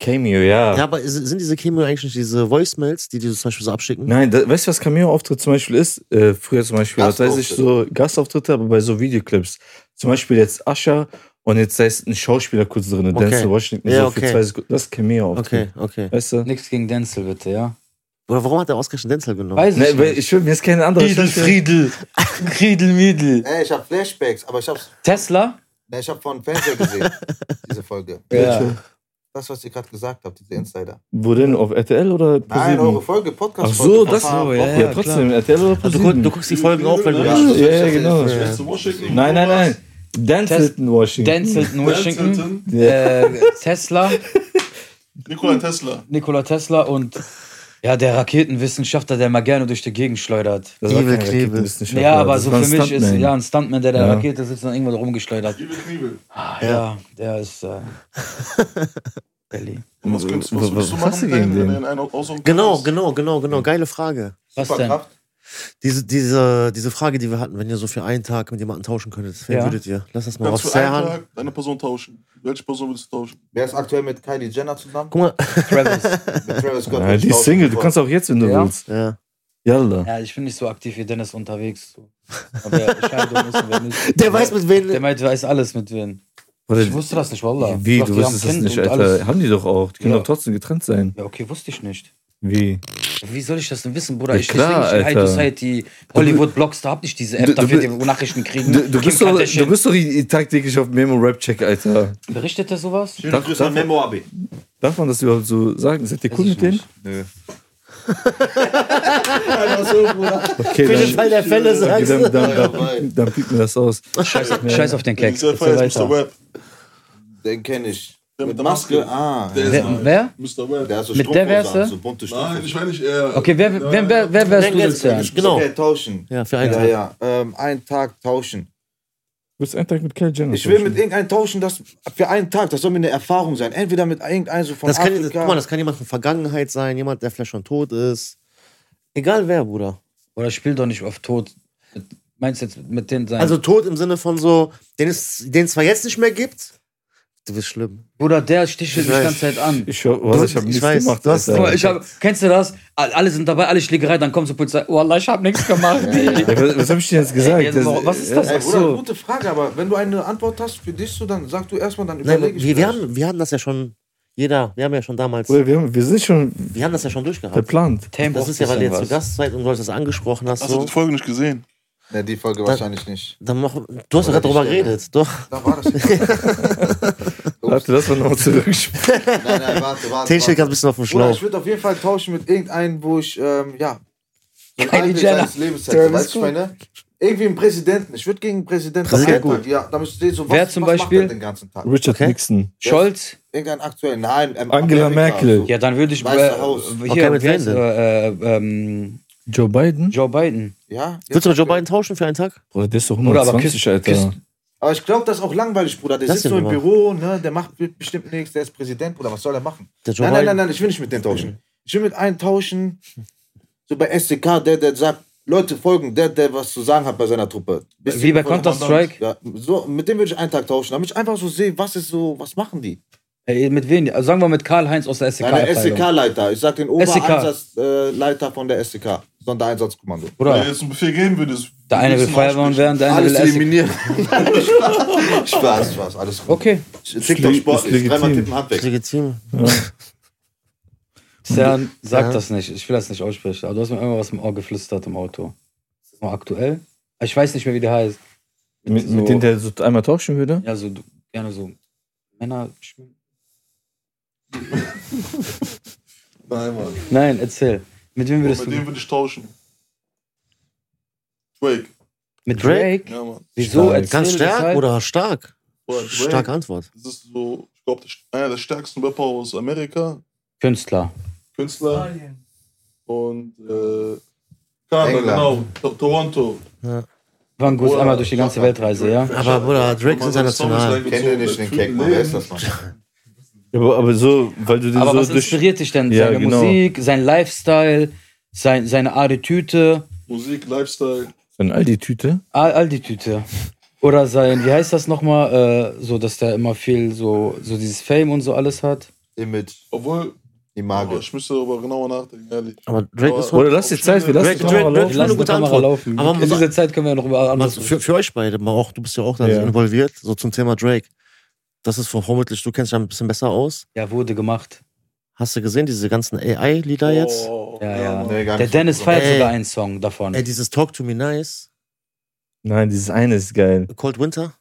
[SPEAKER 1] Cameo, ja.
[SPEAKER 3] ja, aber ist- sind diese Cameo eigentlich nicht diese Voicemails, die die so zum Beispiel so abschicken?
[SPEAKER 1] Nein, da, weißt du, was Cameo-Auftritt zum Beispiel ist? Äh, früher zum Beispiel, das weiß ich so, Gastauftritte, aber bei so Videoclips. Zum Beispiel jetzt Ascher und jetzt da ist ein Schauspieler kurz drin,
[SPEAKER 3] Okay.
[SPEAKER 1] Denzel Washington,
[SPEAKER 3] Ja,
[SPEAKER 1] so für
[SPEAKER 3] okay.
[SPEAKER 1] zwei Sekunden. Das ist Cameo-Auftritt.
[SPEAKER 3] Okay, okay.
[SPEAKER 1] Weißt du?
[SPEAKER 2] Nichts gegen Denzel, bitte, ja?
[SPEAKER 3] Oder warum hat er ausgerechnet Denzel genommen?
[SPEAKER 2] Weiß ich
[SPEAKER 1] Nee, weil
[SPEAKER 2] nicht.
[SPEAKER 1] ich will mir jetzt keine andere.
[SPEAKER 2] Friedel. Friedel, Miedel.
[SPEAKER 4] Ey, ich hab Flashbacks, aber ich hab's.
[SPEAKER 2] Tesla?
[SPEAKER 4] Ne, ich hab von Fernseher gesehen, diese Folge.
[SPEAKER 2] Ja.
[SPEAKER 4] Das, was ihr gerade gesagt habt, diese Insider.
[SPEAKER 1] Wo denn? Auf RTL oder
[SPEAKER 4] Nein,
[SPEAKER 1] ProSieben?
[SPEAKER 4] eure Folge, Podcast.
[SPEAKER 1] Ach so,
[SPEAKER 4] Folge.
[SPEAKER 1] das.
[SPEAKER 2] so,
[SPEAKER 1] ja,
[SPEAKER 2] ja,
[SPEAKER 1] ja,
[SPEAKER 2] ja,
[SPEAKER 1] trotzdem. RTL oder
[SPEAKER 3] Also,
[SPEAKER 1] ProSieben?
[SPEAKER 3] du, du guckst die Folgen auch, weil du
[SPEAKER 5] Ja.
[SPEAKER 3] willst.
[SPEAKER 1] ja, ja, genau.
[SPEAKER 5] Ich will zu Washington.
[SPEAKER 1] Nein, nein, nein. Denzelton Washington.
[SPEAKER 2] Denzelton Washington.
[SPEAKER 5] Washington.
[SPEAKER 1] Ja.
[SPEAKER 2] Äh, Tesla,
[SPEAKER 5] Nikola Tesla.
[SPEAKER 2] Nikola Tesla und Ja, der Raketenwissenschaftler, der mal gerne durch die Gegend schleudert.
[SPEAKER 1] Das war
[SPEAKER 3] Evil
[SPEAKER 1] kein
[SPEAKER 3] Klebe.
[SPEAKER 1] Raketenwissenschaftler,
[SPEAKER 2] ja, aber
[SPEAKER 1] das
[SPEAKER 2] so
[SPEAKER 1] war ein
[SPEAKER 2] für mich ist
[SPEAKER 1] Stuntman.
[SPEAKER 2] ja ein Stuntman, der der
[SPEAKER 1] Ja.
[SPEAKER 2] Rakete sitzt und irgendwo rumgeschleudert. Ah, ja. der ist äh, Belly.
[SPEAKER 5] Und was könntest was
[SPEAKER 1] Also, Was-
[SPEAKER 5] würdest du
[SPEAKER 1] was hast
[SPEAKER 5] machen,
[SPEAKER 1] du
[SPEAKER 5] wenn
[SPEAKER 1] gegen
[SPEAKER 5] wenn
[SPEAKER 1] den?
[SPEAKER 5] er in einen aushauen
[SPEAKER 3] Genau,
[SPEAKER 5] könntest?
[SPEAKER 3] genau, genau, genau. Geile Frage.
[SPEAKER 2] Was denn?
[SPEAKER 3] Diese, diese, diese Frage, die wir hatten, wenn ihr so für einen Tag mit jemandem tauschen könntet, wer
[SPEAKER 2] Ja.
[SPEAKER 3] würdet ihr? Lass das mal
[SPEAKER 5] Kannst du
[SPEAKER 3] auf
[SPEAKER 5] für einen
[SPEAKER 3] Serhan.
[SPEAKER 5] Tag eine Person tauschen? Welche Person würdest du tauschen?
[SPEAKER 4] Wer ist aktuell mit Kylie Jenner zusammen?
[SPEAKER 3] Guck mal.
[SPEAKER 2] Travis.
[SPEAKER 4] Mit Travis Scott.
[SPEAKER 1] Ja, die ist Single, du kannst auch jetzt, wenn du
[SPEAKER 2] Ja.
[SPEAKER 1] willst.
[SPEAKER 3] Ja.
[SPEAKER 1] Yalla.
[SPEAKER 2] Ja, ich bin nicht so aktiv wie Dennis unterwegs. Aber der Scheidung ist und wer nicht.
[SPEAKER 3] Der weiß, mit
[SPEAKER 2] Der
[SPEAKER 3] wem.
[SPEAKER 2] meint, weiß alles mit wem. Ich
[SPEAKER 1] Oder,
[SPEAKER 2] wusste das nicht, Wallah. Ich
[SPEAKER 1] wie,
[SPEAKER 2] dachte,
[SPEAKER 1] du
[SPEAKER 2] die
[SPEAKER 1] wusstest
[SPEAKER 2] haben
[SPEAKER 1] das
[SPEAKER 2] Kind
[SPEAKER 1] nicht,
[SPEAKER 2] und
[SPEAKER 1] Alter.
[SPEAKER 2] alles.
[SPEAKER 1] Haben die doch auch. Die können
[SPEAKER 2] Ja.
[SPEAKER 1] doch trotzdem getrennt sein.
[SPEAKER 2] Ja, okay, wusste ich nicht.
[SPEAKER 1] Wie?
[SPEAKER 2] Wie soll ich das denn wissen, Bruder?
[SPEAKER 1] Ja,
[SPEAKER 2] ich
[SPEAKER 1] klar,
[SPEAKER 2] deswegen ich High
[SPEAKER 1] Alter.
[SPEAKER 2] Society, Hollywood Blogstar, hab nicht diese App,
[SPEAKER 1] Du- du
[SPEAKER 2] dafür
[SPEAKER 1] bi-
[SPEAKER 2] die Nachrichten kriegen.
[SPEAKER 1] Du, du,
[SPEAKER 2] Kim
[SPEAKER 1] bist doch,
[SPEAKER 2] Kardashian.
[SPEAKER 1] du bist doch die- tagtäglich auf Memo-Rap-Check, Alter.
[SPEAKER 2] Berichtet er sowas?
[SPEAKER 1] Darf- Grüße darf- an
[SPEAKER 4] Memo Abi.
[SPEAKER 1] Darf man das überhaupt so sagen? Seid ihr cool mit denen?
[SPEAKER 4] Nö.
[SPEAKER 1] Okay,
[SPEAKER 3] Für den Fall der Fälle
[SPEAKER 1] dann,
[SPEAKER 3] sagst
[SPEAKER 1] dann, dann,
[SPEAKER 3] du.
[SPEAKER 1] dann, dann, dann piept mir das aus.
[SPEAKER 2] Scheiß, Scheiß auf den Keks.
[SPEAKER 5] Dieser
[SPEAKER 2] Erzähl
[SPEAKER 5] Fall ist Mr.
[SPEAKER 2] weiter.
[SPEAKER 5] Web.
[SPEAKER 4] Den kenne ich.
[SPEAKER 5] Der
[SPEAKER 4] mit der Maske? Ah.
[SPEAKER 5] Der ist
[SPEAKER 2] Wer? wer?
[SPEAKER 5] Mr. Web.
[SPEAKER 4] Der hat so
[SPEAKER 2] Mit der wärst
[SPEAKER 4] Strumpfhose
[SPEAKER 2] du?
[SPEAKER 4] an, so bunte Strumpfhose.
[SPEAKER 5] Nein, ich meine nicht äh, er.
[SPEAKER 2] Okay, wer,
[SPEAKER 5] Nein,
[SPEAKER 2] wer, wer, wer wärst
[SPEAKER 3] Nein,
[SPEAKER 2] du jetzt
[SPEAKER 3] jetzt-
[SPEAKER 2] denn?
[SPEAKER 3] Genau.
[SPEAKER 4] Okay, tauschen.
[SPEAKER 3] Ja, für einen
[SPEAKER 4] ja,
[SPEAKER 3] Tag.
[SPEAKER 4] ja. Ähm, einen Tag tauschen.
[SPEAKER 1] Du bist ein Tag mit Kylie Jenner.
[SPEAKER 4] Ich will mit irgendeinem tauschen, das für einen Tag, das soll mir eine Erfahrung sein. Entweder mit irgendeinem so von
[SPEAKER 3] Das kann,
[SPEAKER 4] Afrika.
[SPEAKER 3] das, guck mal, das kann jemand von Vergangenheit sein, jemand, der vielleicht schon tot ist. Egal wer, Bruder.
[SPEAKER 2] Oder spiel doch nicht auf tot. Meinst du jetzt mit den sein?
[SPEAKER 3] Also tot im Sinne von so, den es den es zwar jetzt nicht mehr gibt. Du bist schlimm.
[SPEAKER 2] Bruder, der stichelt mich
[SPEAKER 3] Ich
[SPEAKER 2] die
[SPEAKER 3] weiß.
[SPEAKER 2] ganze Zeit an.
[SPEAKER 1] Ich, hör- was, ich
[SPEAKER 3] Ich
[SPEAKER 1] habe nichts
[SPEAKER 3] weiß,
[SPEAKER 1] gemacht.
[SPEAKER 3] du hast-
[SPEAKER 1] Alter.
[SPEAKER 2] Guck mal, ich hab, kennst du das? All- Alle sind dabei, alle Schlägerei, dann kommt zur Polizei. Wallah, ich hab nichts gemacht.
[SPEAKER 1] Ja, was was habe ich denn jetzt gesagt?
[SPEAKER 2] Ey, warum- was ist das?
[SPEAKER 4] Ey,
[SPEAKER 2] Ach
[SPEAKER 4] Bruder,
[SPEAKER 2] so.
[SPEAKER 4] gute Frage, aber wenn du eine Antwort hast für dich, so, dann sag du erstmal, dann
[SPEAKER 3] Nein,
[SPEAKER 4] überlege
[SPEAKER 3] aber
[SPEAKER 4] ich.
[SPEAKER 3] wir, wir,
[SPEAKER 4] vielleicht.
[SPEAKER 3] haben, wir haben das ja schon, jeder, wir haben ja schon damals,
[SPEAKER 1] Bruder, wir, haben, wir sind schon
[SPEAKER 3] wir haben das ja schon durchgehabt.
[SPEAKER 1] verplant.
[SPEAKER 2] Tame
[SPEAKER 3] Das
[SPEAKER 2] braucht
[SPEAKER 3] ist ja, weil
[SPEAKER 2] ein
[SPEAKER 3] ihr jetzt
[SPEAKER 2] bisschen
[SPEAKER 3] zu Gast seid und du hast das angesprochen hast.
[SPEAKER 5] Hast du
[SPEAKER 3] So.
[SPEAKER 5] die Folge nicht gesehen?
[SPEAKER 4] Ja, die Folge wahrscheinlich nicht.
[SPEAKER 3] Dann mach, du hast ja
[SPEAKER 4] Oder
[SPEAKER 3] gerade drüber
[SPEAKER 4] die Stelle.
[SPEAKER 3] geredet. Doch.
[SPEAKER 4] Da war das. nein,
[SPEAKER 1] Warte, lass mal nochmal zurückspielen.
[SPEAKER 4] nein, warte, warte.
[SPEAKER 3] Ten steht gerade ein
[SPEAKER 4] warte.
[SPEAKER 3] bisschen auf dem
[SPEAKER 4] Bruder,
[SPEAKER 3] Schlauch.
[SPEAKER 4] ich würde auf jeden Fall tauschen mit irgendeinem, wo ich, ähm, ja, so
[SPEAKER 2] Kylie
[SPEAKER 4] einen Einblick
[SPEAKER 2] Jenner.
[SPEAKER 4] seines Lebens hätte.
[SPEAKER 2] Travis
[SPEAKER 4] Weißt du, ich meine? Irgendwie einen Präsidenten. Ich würde gegen einen Präsidenten.
[SPEAKER 3] Präsident?
[SPEAKER 4] Einen Tag, Ja, damit ich sehe, so, was,
[SPEAKER 2] Wer zum
[SPEAKER 4] was
[SPEAKER 2] Beispiel?
[SPEAKER 4] macht er den ganzen Tag?
[SPEAKER 1] Richard
[SPEAKER 3] Okay.
[SPEAKER 1] Nixon.
[SPEAKER 2] Scholz?
[SPEAKER 4] Irgendeinen aktuellen. Nein, ähm,
[SPEAKER 1] Angela
[SPEAKER 4] Amerika,
[SPEAKER 1] Merkel.
[SPEAKER 4] so.
[SPEAKER 2] Ja, dann würde ich. äh,
[SPEAKER 4] Weiße Haus.
[SPEAKER 2] hier,
[SPEAKER 3] Okay, mit
[SPEAKER 2] wer
[SPEAKER 3] wem
[SPEAKER 2] ist,
[SPEAKER 3] denn?
[SPEAKER 2] äh, äh, ähm,
[SPEAKER 1] Joe Biden?
[SPEAKER 2] Joe Biden.
[SPEAKER 4] Ja,
[SPEAKER 3] Willst du mit Joe Biden tauschen für einen Tag?
[SPEAKER 1] Bruder, der ist doch
[SPEAKER 2] Oder aber
[SPEAKER 1] 120,
[SPEAKER 2] küss-
[SPEAKER 1] Alter.
[SPEAKER 2] küss-
[SPEAKER 4] Aber ich glaube, das ist auch langweilig, Bruder. Der
[SPEAKER 3] Das
[SPEAKER 4] sitzt
[SPEAKER 3] sind
[SPEAKER 4] nur im
[SPEAKER 3] wir mal.
[SPEAKER 4] Büro, ne? der macht bestimmt nichts, der ist Präsident, Bruder. Was soll er machen?
[SPEAKER 3] Der Joe
[SPEAKER 4] Nein, nein, nein,
[SPEAKER 3] Biden.
[SPEAKER 4] nein, ich will nicht mit dem tauschen. Ich will mit einem tauschen, so bei SCK, der, der sagt, Leute folgen, der, der was zu sagen hat bei seiner Truppe. Bis
[SPEAKER 2] Wie bei
[SPEAKER 4] Folge-
[SPEAKER 2] Counter-Strike?
[SPEAKER 4] Ja, so, mit dem würde ich einen Tag tauschen, damit ich einfach so sehe, was ist so, was machen die?
[SPEAKER 2] Äh, mit wem? Also sagen wir mit Karl-Heinz aus der SDK.
[SPEAKER 4] Nein, der SCK-Leiter. Ich sag den
[SPEAKER 2] SCK.
[SPEAKER 4] Obereinsatzleiter von der SCK, Sondereinsatzkommando.
[SPEAKER 5] Wenn er
[SPEAKER 2] Oder?
[SPEAKER 5] jetzt einen Befehl geben würdest.
[SPEAKER 2] Der eine will
[SPEAKER 5] würdest du ihn
[SPEAKER 2] Feuerwehrmann werden, der eine
[SPEAKER 4] Alles
[SPEAKER 2] will E SDK.
[SPEAKER 4] eliminieren. Spaß, Spaß, alles gut.
[SPEAKER 2] Okay.
[SPEAKER 4] TikTok sportlich,
[SPEAKER 1] Ist
[SPEAKER 4] dreimal
[SPEAKER 1] legitim.
[SPEAKER 4] tippen, Handweg.
[SPEAKER 3] Legitim.
[SPEAKER 2] Stern, sag
[SPEAKER 3] Ja.
[SPEAKER 2] das nicht. Ich will das nicht aussprechen. Aber du hast mir immer was im Ohr geflüstert im Auto. Ist das noch aktuell? Ah, Ich weiß nicht mehr, wie der heißt.
[SPEAKER 1] Mit,
[SPEAKER 2] so-
[SPEAKER 1] mit denen der so einmal tauschen würde?
[SPEAKER 2] Ja, so du- gerne so Männer schminken.
[SPEAKER 5] Nein, Mann.
[SPEAKER 2] Nein, erzähl. Mit wem würdest
[SPEAKER 5] Mit
[SPEAKER 2] du?
[SPEAKER 5] dem würde ich tauschen. Drake.
[SPEAKER 2] Mit
[SPEAKER 3] Drake?
[SPEAKER 2] Drake?
[SPEAKER 5] Ja, Mann.
[SPEAKER 2] Wieso?
[SPEAKER 1] Stark.
[SPEAKER 2] Erzähl,
[SPEAKER 3] Ganz stark
[SPEAKER 2] weshalb?
[SPEAKER 3] oder stark?
[SPEAKER 5] Boah, Drake.
[SPEAKER 3] Starke Antwort.
[SPEAKER 5] Das ist so, ich glaube, einer der stärksten Rapper aus Amerika.
[SPEAKER 2] Künstler.
[SPEAKER 5] Künstler. Und äh, Kanada, genau.
[SPEAKER 4] England.
[SPEAKER 5] To- Toronto.
[SPEAKER 2] Van Gogh
[SPEAKER 5] Oder
[SPEAKER 2] einmal durch die ganze
[SPEAKER 5] Schottland.
[SPEAKER 2] Weltreise, ja?
[SPEAKER 3] Aber Bruder, Drake ist international.
[SPEAKER 4] Kennt ihr nicht den Keck, Mann? Wer ist das, Mann?
[SPEAKER 1] Ja, aber, aber so, weil du den
[SPEAKER 2] Aber
[SPEAKER 1] so
[SPEAKER 2] was
[SPEAKER 1] durch.
[SPEAKER 2] inspiriert dich denn?
[SPEAKER 1] Ja,
[SPEAKER 2] Seine
[SPEAKER 1] genau.
[SPEAKER 2] Musik, sein Lifestyle, sein, seine Attitüte,
[SPEAKER 5] Musik, Lifestyle.
[SPEAKER 1] Dann all die Tüte.
[SPEAKER 2] all, all die Tüte. Oder sein, wie heißt das nochmal, äh, so dass der immer viel so, so dieses Fame und so alles hat.
[SPEAKER 4] Image,
[SPEAKER 5] Obwohl,
[SPEAKER 4] Image.
[SPEAKER 5] oh, ich müsste darüber genauer nachdenken, ehrlich.
[SPEAKER 3] Aber Drake ist
[SPEAKER 1] Oder
[SPEAKER 3] heute.
[SPEAKER 1] lass die Zeit, wir lassen
[SPEAKER 3] Drake-
[SPEAKER 1] die Kamera
[SPEAKER 3] Drake-
[SPEAKER 1] laufen.
[SPEAKER 3] Drake- eine gute Antwort.
[SPEAKER 2] laufen.
[SPEAKER 3] Aber
[SPEAKER 2] In
[SPEAKER 3] muss-
[SPEAKER 2] dieser Zeit können wir ja noch über
[SPEAKER 3] Mann,
[SPEAKER 2] anderes
[SPEAKER 3] Für, für euch beide, mal auch, du bist ja auch da
[SPEAKER 1] Ja.
[SPEAKER 3] involviert, so zum Thema Drake. Das ist vermutlich, du kennst dich ja ein bisschen besser aus.
[SPEAKER 2] Ja, wurde gemacht.
[SPEAKER 3] Hast du gesehen, diese ganzen AI-Lieder jetzt?
[SPEAKER 5] Oh,
[SPEAKER 2] Ja, ja.
[SPEAKER 5] Mann.
[SPEAKER 4] Nee, gar
[SPEAKER 2] Der
[SPEAKER 4] nicht.
[SPEAKER 2] Dennis feiert
[SPEAKER 3] Ey.
[SPEAKER 2] sogar einen Song davon.
[SPEAKER 3] Ey, dieses Talk to Me Nice,
[SPEAKER 1] Nein, dieses eine ist geil.
[SPEAKER 3] Cold Winter.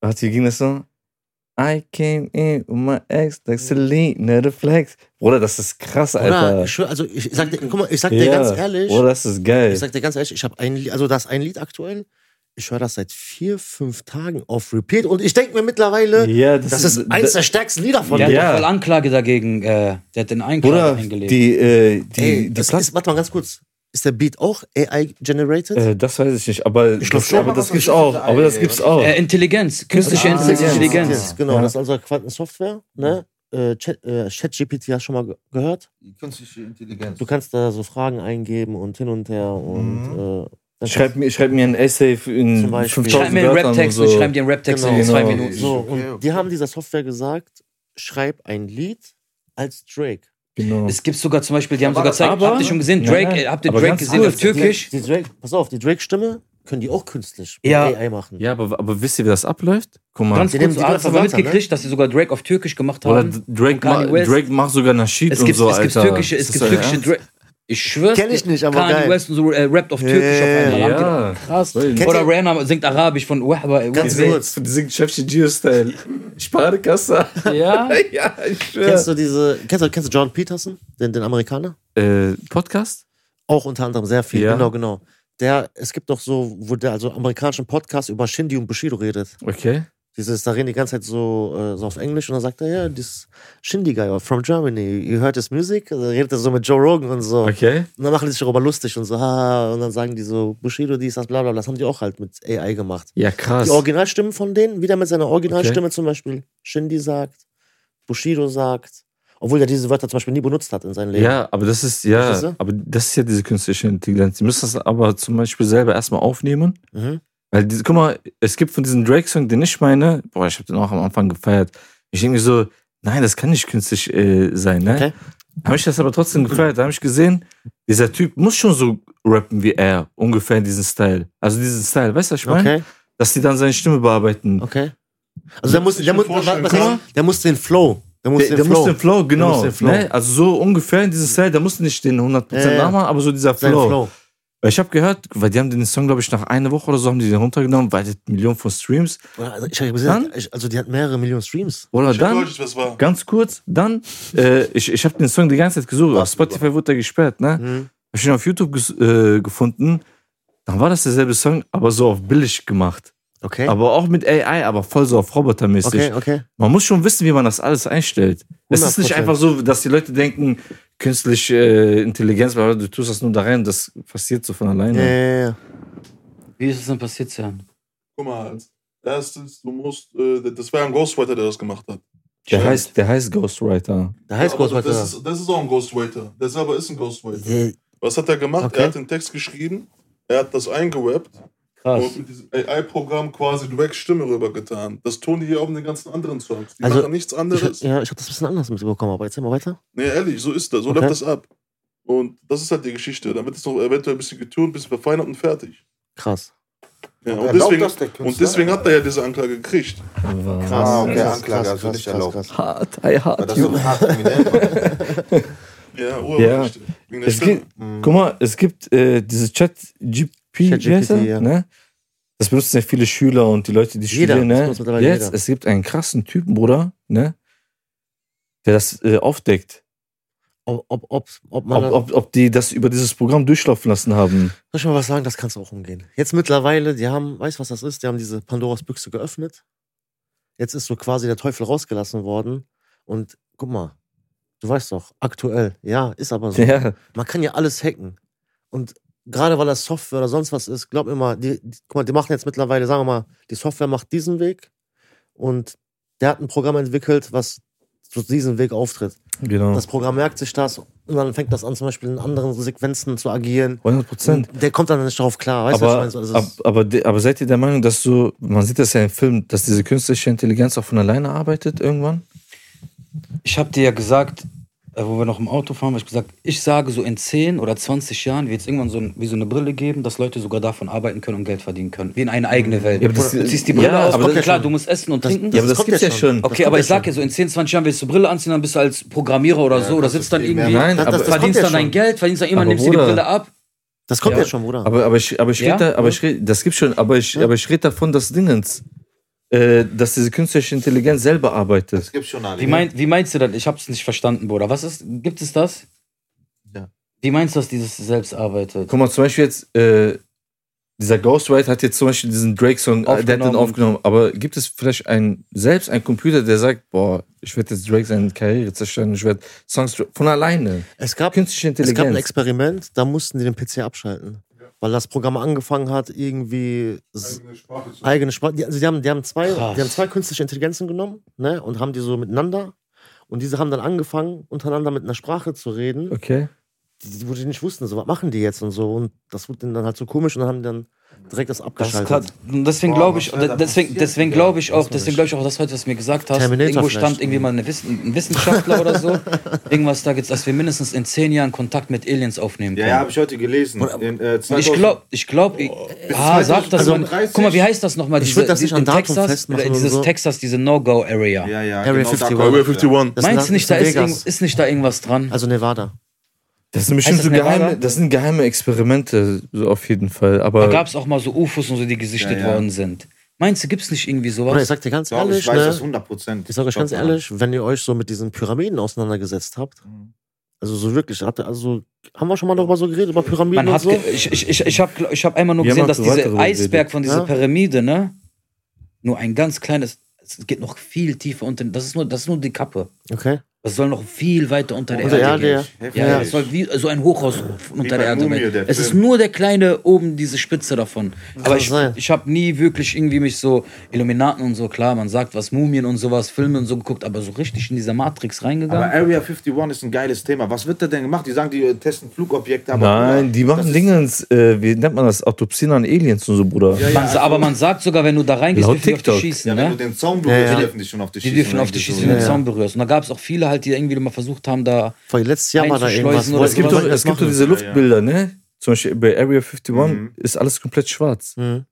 [SPEAKER 1] Warte, wie ging das so? I came in with my ex, like Selena the Flex. Bruder, das ist krass,
[SPEAKER 3] Oder,
[SPEAKER 1] Alter.
[SPEAKER 3] ich schwör, also ich sag dir, guck mal, ich sag dir ganz ehrlich,
[SPEAKER 1] Bruder, das ist geil.
[SPEAKER 3] ich sag dir ganz ehrlich, ich habe ein Lied, also das ist ein Lied aktuell. Ich höre das seit vier, fünf Tagen auf Repeat und ich denke mir mittlerweile,
[SPEAKER 1] Ja, das,
[SPEAKER 3] das ist eins der stärksten Lieder von
[SPEAKER 2] Der
[SPEAKER 3] dir.
[SPEAKER 2] hat
[SPEAKER 1] Ja.
[SPEAKER 2] doch voll Anklage dagegen. Äh, der hat den Einklage
[SPEAKER 1] Bruder,
[SPEAKER 2] eingelegt.
[SPEAKER 1] die, äh, die,
[SPEAKER 3] Ey,
[SPEAKER 1] die
[SPEAKER 3] das
[SPEAKER 1] Platte-
[SPEAKER 3] ist, warte mal ganz kurz. Ist der Beat auch AI-generated?
[SPEAKER 1] Äh, das weiß ich nicht, aber, ich
[SPEAKER 3] glaub
[SPEAKER 1] das,
[SPEAKER 3] schon,
[SPEAKER 1] aber
[SPEAKER 4] aber
[SPEAKER 1] das
[SPEAKER 4] was
[SPEAKER 1] gibt's
[SPEAKER 4] ist
[SPEAKER 1] auch.
[SPEAKER 4] das?
[SPEAKER 1] Aber das gibt's auch.
[SPEAKER 2] äh, Intelligenz, künstliche
[SPEAKER 1] Ah,
[SPEAKER 2] Intelligenz.
[SPEAKER 1] Intelligenz.
[SPEAKER 3] Genau,
[SPEAKER 1] Ja.
[SPEAKER 3] das ist also Quantensoftware. Ne? Äh, Chat- äh, ChatGPT hast du schon mal ge- gehört.
[SPEAKER 4] Die künstliche Intelligenz.
[SPEAKER 3] Du kannst da so Fragen eingeben und hin und her und äh, dann
[SPEAKER 1] Mhm. Schreib mir, schreib mir ein Essay in
[SPEAKER 3] Zum Beispiel.
[SPEAKER 1] 5000
[SPEAKER 2] Schreib mir einen
[SPEAKER 1] Wörtern oder
[SPEAKER 2] Rap-Text,
[SPEAKER 1] so.
[SPEAKER 2] ich schreib dir einen Rap-Text in
[SPEAKER 3] Genau.
[SPEAKER 2] zwei
[SPEAKER 1] Genau.
[SPEAKER 2] Minuten.
[SPEAKER 3] so
[SPEAKER 4] Oh, Okay,
[SPEAKER 3] und
[SPEAKER 4] okay.
[SPEAKER 3] die haben dieser Software gesagt, schreib ein Lied als Drake.
[SPEAKER 1] Genau.
[SPEAKER 3] Hm.
[SPEAKER 2] Es gibt sogar zum Beispiel, die haben
[SPEAKER 4] Aber-
[SPEAKER 2] sogar gezeigt,
[SPEAKER 1] aber-
[SPEAKER 2] habt ihr schon gesehen,
[SPEAKER 1] Nein,
[SPEAKER 2] Drake,
[SPEAKER 1] nein.
[SPEAKER 2] äh, habt ihr
[SPEAKER 1] Aber
[SPEAKER 2] Drake
[SPEAKER 1] ganz
[SPEAKER 2] gesehen
[SPEAKER 1] kurz,
[SPEAKER 2] auf Türkisch?
[SPEAKER 3] Die Drake, pass auf, die Drake-Stimme können die auch künstlich mit
[SPEAKER 2] Ja.
[SPEAKER 3] AI machen.
[SPEAKER 1] Ja, aber, aber wisst ihr, wie das abläuft? Guck mal.
[SPEAKER 2] Ganz
[SPEAKER 3] Die nehmen
[SPEAKER 2] kurz,
[SPEAKER 3] die
[SPEAKER 2] hast du aber
[SPEAKER 3] Wörter, ne?
[SPEAKER 2] mitgekriegt, dass sie sogar Drake auf Türkisch gemacht
[SPEAKER 1] Oder
[SPEAKER 2] haben?
[SPEAKER 1] D- Drake, ma
[SPEAKER 2] Kanye West.
[SPEAKER 1] Drake macht sogar Nasheed
[SPEAKER 2] Es gibt,
[SPEAKER 1] und so,
[SPEAKER 2] es gibt
[SPEAKER 1] Alter.
[SPEAKER 2] türkische, es
[SPEAKER 1] Ist
[SPEAKER 2] gibt
[SPEAKER 1] das
[SPEAKER 2] türkische
[SPEAKER 1] euer Ernst?
[SPEAKER 2] Drake. Ich schwör's.
[SPEAKER 3] Kenn ich
[SPEAKER 2] dir,
[SPEAKER 3] nicht, aber
[SPEAKER 2] Kanye
[SPEAKER 3] geil.
[SPEAKER 2] West und so äh, rappt auf
[SPEAKER 3] Ja,
[SPEAKER 2] Türkisch auf einmal. Haben die-
[SPEAKER 1] Ja.
[SPEAKER 2] Krass.
[SPEAKER 1] Kennt
[SPEAKER 2] Oder
[SPEAKER 3] ihr-
[SPEAKER 2] Rihanna singt Arabisch von Wahba. äh,
[SPEAKER 3] Ganz
[SPEAKER 2] Wahba.
[SPEAKER 3] kurz.
[SPEAKER 1] Die singt Chefsche Geo-Style. Sparkasse.
[SPEAKER 2] Ja.
[SPEAKER 1] ja, ich
[SPEAKER 3] Kennst du diese, kennst du, kennst du John Peterson, den, den Amerikaner?
[SPEAKER 1] Äh, Podcast?
[SPEAKER 3] Auch unter anderem sehr viel,
[SPEAKER 1] Ja.
[SPEAKER 3] genau, genau. Der, es gibt doch so, wo der also amerikanischen Podcast über Shindy und Bushido redet.
[SPEAKER 1] Okay.
[SPEAKER 3] Dieses, da reden die ganze Zeit so, äh, so auf Englisch und dann sagt er, ja, this Shindy guy from Germany, you heard his music? Und dann redet er so mit Joe Rogan und so.
[SPEAKER 1] Okay.
[SPEAKER 3] Und dann machen die sich darüber lustig und so, ha, und dann sagen die so, Bushido, dies, das, bla, bla, bla. Das haben die auch halt mit AI gemacht.
[SPEAKER 1] Ja, krass.
[SPEAKER 3] Die Originalstimmen von denen, wieder mit seiner Originalstimme zum Beispiel. Shindy sagt, Bushido sagt, obwohl der diese Wörter zum Beispiel nie benutzt hat in seinem Leben.
[SPEAKER 1] Ja, aber das ist, ja,
[SPEAKER 3] Verstehst du?
[SPEAKER 1] aber das ist ja diese künstliche Intelligenz. Die müssen das aber zum Beispiel selber erstmal aufnehmen.
[SPEAKER 3] Mhm.
[SPEAKER 1] Weil, diese, guck mal, es gibt von diesem Drake-Song, den ich meine, boah, ich habe den auch am Anfang gefeiert. Ich denke mir so, nein, das kann nicht künstlich äh, sein, ne?
[SPEAKER 3] Okay.
[SPEAKER 1] Habe ich das aber trotzdem gefeiert. Da habe ich gesehen, dieser Typ muss schon so rappen wie er, ungefähr in diesem Style. Also diesen Style, weißt du, was ich meine?
[SPEAKER 3] Okay,
[SPEAKER 1] Dass die dann seine Stimme bearbeiten.
[SPEAKER 3] okay. Also der muss,
[SPEAKER 5] Ich
[SPEAKER 3] der,
[SPEAKER 5] mir
[SPEAKER 3] muss, was,
[SPEAKER 5] vorstellen
[SPEAKER 3] was
[SPEAKER 5] kann.
[SPEAKER 3] heißt, der muss den Flow. Der muss
[SPEAKER 1] Der,
[SPEAKER 3] den
[SPEAKER 1] der
[SPEAKER 3] Flow.
[SPEAKER 1] muss den Flow, genau.
[SPEAKER 3] muss den Flow.
[SPEAKER 1] Ne? Also so ungefähr in diesem Style, der muss nicht den 100%
[SPEAKER 3] Ja, ja.
[SPEAKER 1] nachmachen, aber so dieser
[SPEAKER 3] Sein
[SPEAKER 1] Flow.
[SPEAKER 3] Flow.
[SPEAKER 1] Weil Ich habe gehört, weil die haben den Song, glaube ich, nach einer Woche oder so haben die den runtergenommen, weil das Millionen von Streams.
[SPEAKER 3] Also, ich, hab gesehen,
[SPEAKER 1] Dann?
[SPEAKER 3] ich, also die hat mehrere Millionen Streams.
[SPEAKER 1] Oder
[SPEAKER 5] Ich hab
[SPEAKER 1] dann,
[SPEAKER 5] deutlich, was war.
[SPEAKER 1] ganz kurz, dann, äh, ich, ich habe den Song die ganze Zeit gesucht. Auf Spotify wurde er gesperrt, ne?
[SPEAKER 3] Mhm.
[SPEAKER 1] Hab ich ihn auf YouTube ges äh, gefunden. Dann war das derselbe Song, aber so auf billig gemacht.
[SPEAKER 3] Okay.
[SPEAKER 1] Aber auch mit AI, aber voll so auf robotermäßig.
[SPEAKER 3] okay, okay.
[SPEAKER 1] Man muss schon wissen, wie man das alles einstellt. Es ist nicht
[SPEAKER 3] 100%.
[SPEAKER 1] einfach so, dass die Leute denken, künstliche äh, Intelligenz, aber du tust das nur da rein, das passiert so von alleine.
[SPEAKER 3] Ja, ja, ja.
[SPEAKER 2] Wie ist das denn passiert, Jan?
[SPEAKER 5] Guck mal, als erstens, du musst, äh, das war ja ein Ghostwriter, der das gemacht hat.
[SPEAKER 1] Der,
[SPEAKER 5] Stimmt.
[SPEAKER 1] heißt, der heißt Ghostwriter.
[SPEAKER 3] Der heißt
[SPEAKER 5] Aber
[SPEAKER 3] Ghostwriter.
[SPEAKER 5] Das ist, das ist auch ein Ghostwriter. Der selber ist ein Ghostwriter.
[SPEAKER 3] Der-
[SPEAKER 5] Was hat er gemacht?
[SPEAKER 3] Okay.
[SPEAKER 5] Er hat den Text geschrieben, er hat das eingerappt
[SPEAKER 2] Krass.
[SPEAKER 5] und mit diesem AI-Programm quasi direkt Stimme rübergetan. Das tun die hier auch in den ganzen anderen Songs. Die
[SPEAKER 3] Also,
[SPEAKER 5] machen nichts anderes.
[SPEAKER 3] Ich, ja, ich habe das ein bisschen anders mitbekommen, aber erzähl mal weiter.
[SPEAKER 5] Nee, ehrlich, so ist das. So
[SPEAKER 3] Okay.
[SPEAKER 5] läuft das ab. Und das ist halt die Geschichte. Dann wird es noch eventuell ein bisschen getunt, ein bisschen verfeinert und fertig.
[SPEAKER 3] Krass.
[SPEAKER 5] Ja,
[SPEAKER 4] Erlaubt
[SPEAKER 5] und, deswegen,
[SPEAKER 4] das ne? der Künstler?
[SPEAKER 5] und deswegen hat er ja diese Anklage gekriegt.
[SPEAKER 4] Ah, okay,
[SPEAKER 3] Krass,
[SPEAKER 4] Anklage,
[SPEAKER 3] krass,
[SPEAKER 4] also
[SPEAKER 3] krass,
[SPEAKER 4] nicht
[SPEAKER 3] krass,
[SPEAKER 4] erlaubt.
[SPEAKER 3] krass.
[SPEAKER 1] Hart, ei,
[SPEAKER 4] Weil
[SPEAKER 1] hart.
[SPEAKER 4] das so ein hart kriminell war.
[SPEAKER 5] Ja,
[SPEAKER 1] Ja.
[SPEAKER 5] Urheberrechte. Wegen der
[SPEAKER 1] Es
[SPEAKER 5] Stimme.
[SPEAKER 1] gibt,
[SPEAKER 3] Mhm.
[SPEAKER 1] guck mal, es gibt äh, dieses Chat GP,
[SPEAKER 3] ChatGPT, ja.
[SPEAKER 1] ne? Das benutzen ja viele Schüler und die Leute, die
[SPEAKER 3] Jeder,
[SPEAKER 1] studieren,
[SPEAKER 3] das
[SPEAKER 1] ne?
[SPEAKER 3] benutzt mittlerweile
[SPEAKER 1] Jetzt,
[SPEAKER 3] jeder.
[SPEAKER 1] es gibt einen krassen Typen, Bruder, ne? Der das äh, aufdeckt.
[SPEAKER 3] Ob, ob, ob, ob man
[SPEAKER 1] Ob, ob, ob die das über dieses Programm durchlaufen lassen haben.
[SPEAKER 3] Soll ich mal was sagen? Das kannst du auch umgehen. Jetzt mittlerweile, die haben, weißt du, was das ist? Die haben diese Pandoras Büchse geöffnet. Jetzt ist so quasi der Teufel rausgelassen worden. Und guck mal, du weißt doch, aktuell, ja, ist aber so.
[SPEAKER 1] Ja,
[SPEAKER 3] Man kann ja alles hacken. Und gerade weil das Software oder sonst was ist, glaub mir mal, die, die, guck mal, die machen jetzt mittlerweile, sagen wir mal, die Software macht diesen Weg und der hat ein Programm entwickelt, was so diesen Weg auftritt.
[SPEAKER 1] genau.
[SPEAKER 3] Das Programm merkt sich das und dann fängt das an, zum Beispiel in anderen Sequenzen zu agieren.
[SPEAKER 1] 100 Prozent.
[SPEAKER 3] Der kommt dann nicht drauf klar, weißt du, was ich
[SPEAKER 1] aber,
[SPEAKER 3] meine? So, also das
[SPEAKER 1] ab,
[SPEAKER 3] ist-
[SPEAKER 1] aber, de- aber seid ihr der Meinung, dass so, man sieht das ja im Film, dass diese künstliche Intelligenz auch von alleine arbeitet irgendwann?
[SPEAKER 2] Ich habe dir ja gesagt, äh, wo wir noch im Auto fahren, hab ich gesagt, ich sage so in 10 oder 20 Jahren wird es irgendwann so, ein, wie so eine Brille geben, dass Leute sogar davon arbeiten können und Geld verdienen können. Wie in eine eigene Welt.
[SPEAKER 1] Ja, aber das-
[SPEAKER 2] du ziehst die Brille
[SPEAKER 1] Ja,
[SPEAKER 2] aus,
[SPEAKER 1] aber das-
[SPEAKER 2] kommt ja klar, du musst essen und trinken.
[SPEAKER 1] Ja, aber das
[SPEAKER 3] kommt
[SPEAKER 1] gibt's ja schon.
[SPEAKER 3] Das
[SPEAKER 2] Okay,
[SPEAKER 3] kommt
[SPEAKER 2] aber
[SPEAKER 3] ja
[SPEAKER 2] ich sag
[SPEAKER 3] schon.
[SPEAKER 2] ja so, in 10, 20 Jahren willst du Brille anziehen, dann bist du als Programmierer oder so, oder
[SPEAKER 4] das
[SPEAKER 2] sitzt
[SPEAKER 4] ist
[SPEAKER 2] dann
[SPEAKER 4] viel mehr.
[SPEAKER 2] irgendwie,
[SPEAKER 1] Nein, aber-
[SPEAKER 3] das kommt
[SPEAKER 2] verdienst
[SPEAKER 3] ja
[SPEAKER 2] dann dein
[SPEAKER 3] schon.
[SPEAKER 2] Geld, verdienst dann irgendwann,
[SPEAKER 1] Aber
[SPEAKER 2] nimmst du die
[SPEAKER 1] Bruder,
[SPEAKER 2] Brille ab.
[SPEAKER 3] Das kommt
[SPEAKER 1] Ja.
[SPEAKER 3] ja, schon, Bruder.
[SPEAKER 1] Aber, aber ich, aber ich
[SPEAKER 2] Ja?
[SPEAKER 1] rede, da- aber ich rede, das gibt schon, aber ich,
[SPEAKER 3] Ja.
[SPEAKER 1] aber ich rede davon, dass Dingens, äh, dass diese künstliche Intelligenz selber
[SPEAKER 4] Das
[SPEAKER 1] arbeitet.
[SPEAKER 4] gibt's schon alle. ne?
[SPEAKER 2] Wie, mein, wie meinst du das? Ich hab's nicht verstanden, Bruder. Was ist, gibt es das?
[SPEAKER 4] Ja.
[SPEAKER 2] Wie meinst du, dass dieses selbst arbeitet?
[SPEAKER 1] Guck mal, zum Beispiel jetzt, äh, dieser Ghostwriter hat jetzt zum Beispiel diesen Drake-Song, äh, der hat den
[SPEAKER 2] Aufgenommen.
[SPEAKER 1] aufgenommen, aber gibt es vielleicht einen, selbst einen Computer, der sagt, boah, ich werde jetzt Drake seine Karriere zerstören, ich werde Songs dra- von alleine.
[SPEAKER 3] Es gab,
[SPEAKER 1] Künstliche
[SPEAKER 3] es
[SPEAKER 1] Intelligenz.
[SPEAKER 3] gab ein Experiment, da mussten die den PC abschalten. Weil das Programm angefangen hat, irgendwie s- eigene Sprache. Die, also die, haben, die, haben zwei,
[SPEAKER 2] Krass.
[SPEAKER 3] die haben zwei künstliche Intelligenzen genommen ne, und haben die so miteinander. Und diese haben dann angefangen, untereinander mit einer Sprache zu reden,
[SPEAKER 1] okay.
[SPEAKER 3] die, die, wo die nicht wussten, so was machen die jetzt und so. Und das wurde denen dann halt so komisch und dann haben die dann direkt das
[SPEAKER 2] Das ist
[SPEAKER 3] abgeschaltet.
[SPEAKER 2] klar. Und Deswegen
[SPEAKER 4] Boah,
[SPEAKER 2] glaube
[SPEAKER 4] was
[SPEAKER 2] ich,
[SPEAKER 4] soll da
[SPEAKER 2] deswegen,
[SPEAKER 4] passieren?
[SPEAKER 2] deswegen glaube ich auch,
[SPEAKER 3] man nicht.
[SPEAKER 2] deswegen glaube ich auch, dass heute, was du mir gesagt hast,
[SPEAKER 3] Terminator
[SPEAKER 2] irgendwo
[SPEAKER 3] vielleicht.
[SPEAKER 2] stand irgendwie mal eine Wissen, ein Wissenschaftler oder so, irgendwas da gibt's, dass wir mindestens in zehn Jahren Kontakt mit Aliens aufnehmen
[SPEAKER 4] Ja,
[SPEAKER 2] können.
[SPEAKER 4] ja, habe ich heute gelesen. In, äh,
[SPEAKER 2] Und ich
[SPEAKER 4] 2000
[SPEAKER 2] glaube, ich glaube, ah, sag das
[SPEAKER 4] Also-
[SPEAKER 2] mal. Guck mal, wie heißt das nochmal?
[SPEAKER 3] Ich
[SPEAKER 2] Diese-
[SPEAKER 3] würd das nicht
[SPEAKER 2] in
[SPEAKER 3] an Datum
[SPEAKER 2] Texas,
[SPEAKER 3] festmachen
[SPEAKER 2] äh,
[SPEAKER 3] oder
[SPEAKER 2] Dieses
[SPEAKER 3] so.
[SPEAKER 2] Texas, diese No-Go-Area.
[SPEAKER 4] Ja, ja,
[SPEAKER 3] Area
[SPEAKER 4] genau da
[SPEAKER 3] 51.
[SPEAKER 4] kommt
[SPEAKER 5] Highway
[SPEAKER 4] das,
[SPEAKER 5] 51.
[SPEAKER 3] Das
[SPEAKER 2] Meinst du
[SPEAKER 3] in
[SPEAKER 2] nicht, da ist,
[SPEAKER 3] Vegas.
[SPEAKER 2] irgend, ist nicht da irgendwas dran?
[SPEAKER 3] Also Nevada.
[SPEAKER 1] Das sind
[SPEAKER 2] Heißt
[SPEAKER 1] bestimmt
[SPEAKER 2] das
[SPEAKER 1] so geheime,
[SPEAKER 2] Nevada?
[SPEAKER 1] das sind geheime Experimente, so auf jeden Fall.
[SPEAKER 2] da
[SPEAKER 1] Aber
[SPEAKER 2] gab es auch mal so UFOs und so, die gesichtet
[SPEAKER 4] Ja, ja.
[SPEAKER 2] worden sind. Meinst du, gibt's nicht irgendwie
[SPEAKER 3] Oder ich
[SPEAKER 2] sowas?
[SPEAKER 3] sag dir ganz
[SPEAKER 4] Ja,
[SPEAKER 3] ehrlich,
[SPEAKER 4] ich weiß
[SPEAKER 3] ne,
[SPEAKER 4] das 100 Prozent.
[SPEAKER 3] Ich sage euch ganz ehrlich, wenn ihr euch so mit diesen Pyramiden auseinandergesetzt habt,
[SPEAKER 2] Mhm.
[SPEAKER 3] also so wirklich, habt ihr- also haben wir schon mal darüber so geredet, über Pyramiden
[SPEAKER 2] Man
[SPEAKER 3] und
[SPEAKER 2] hat,
[SPEAKER 3] so?
[SPEAKER 2] ge- ich, ich, ich, ich habe ich hab einmal nur
[SPEAKER 1] Wir haben
[SPEAKER 2] gesehen,
[SPEAKER 1] auch
[SPEAKER 2] dass
[SPEAKER 1] privat
[SPEAKER 2] dieser
[SPEAKER 1] darüber
[SPEAKER 2] Eisberg
[SPEAKER 1] geredet.
[SPEAKER 2] von dieser
[SPEAKER 3] Ja.
[SPEAKER 2] Pyramide, ne? Nur ein ganz kleines, es geht noch viel tiefer unter, das ist nur, das ist nur die Kappe.
[SPEAKER 3] Okay.
[SPEAKER 2] Das soll noch viel weiter unter der
[SPEAKER 3] Unter der
[SPEAKER 2] Erde
[SPEAKER 3] Erde,
[SPEAKER 2] gehen.
[SPEAKER 3] ja.
[SPEAKER 2] Also, Ja, ja, es soll wie so ein Hochhaus unter
[SPEAKER 4] bei
[SPEAKER 2] der Erde.
[SPEAKER 4] Mumie,
[SPEAKER 2] sein.
[SPEAKER 4] der
[SPEAKER 2] es ist
[SPEAKER 4] Film.
[SPEAKER 2] nur der kleine oben diese Spitze davon. Aber ich,
[SPEAKER 3] sein.
[SPEAKER 2] ich habe nie wirklich irgendwie mich so Illuminaten und so klar, man sagt was Mumien und sowas, Filme und so geguckt, aber so richtig in dieser Matrix
[SPEAKER 4] Aber
[SPEAKER 2] reingegangen.
[SPEAKER 4] Area 51 ist ein geiles Thema. Was wird da denn gemacht? Die sagen, die äh, testen Flugobjekte, aber.
[SPEAKER 1] nein, die
[SPEAKER 4] Das
[SPEAKER 1] machen
[SPEAKER 4] ist-
[SPEAKER 1] Dinge, ins, äh, wie nennt man das, Autopsien an Aliens und so, Bruder.
[SPEAKER 4] Ja,
[SPEAKER 2] man,
[SPEAKER 4] ja, also-
[SPEAKER 2] aber man sagt sogar, wenn du da reingehst,
[SPEAKER 1] Laut
[SPEAKER 2] dürfen die auf dich
[SPEAKER 1] TikTok.
[SPEAKER 2] schießen,
[SPEAKER 4] Ja,
[SPEAKER 2] ne?
[SPEAKER 4] wenn du den Zaun berührst,
[SPEAKER 3] Ja, ja.
[SPEAKER 4] die dürfen dich schon auf dich
[SPEAKER 2] Die
[SPEAKER 4] schießen.
[SPEAKER 2] dürfen auf dich schießen, wenn
[SPEAKER 4] Ja,
[SPEAKER 2] du den
[SPEAKER 3] ja.
[SPEAKER 2] Zaun berührst. Und da gab es auch viele halt, die irgendwie mal versucht haben, da.
[SPEAKER 3] Vor letztes Jahr war da irgendwas.
[SPEAKER 2] Einzuschleusen oder
[SPEAKER 3] wo-
[SPEAKER 1] Es gibt
[SPEAKER 3] wo
[SPEAKER 1] doch,
[SPEAKER 3] man
[SPEAKER 1] es
[SPEAKER 3] das
[SPEAKER 1] gibt doch
[SPEAKER 3] machen.
[SPEAKER 1] diese Luftbilder, ne? Zum Beispiel bei Area 51
[SPEAKER 4] Mhm.
[SPEAKER 1] ist alles komplett schwarz.
[SPEAKER 3] Mhm.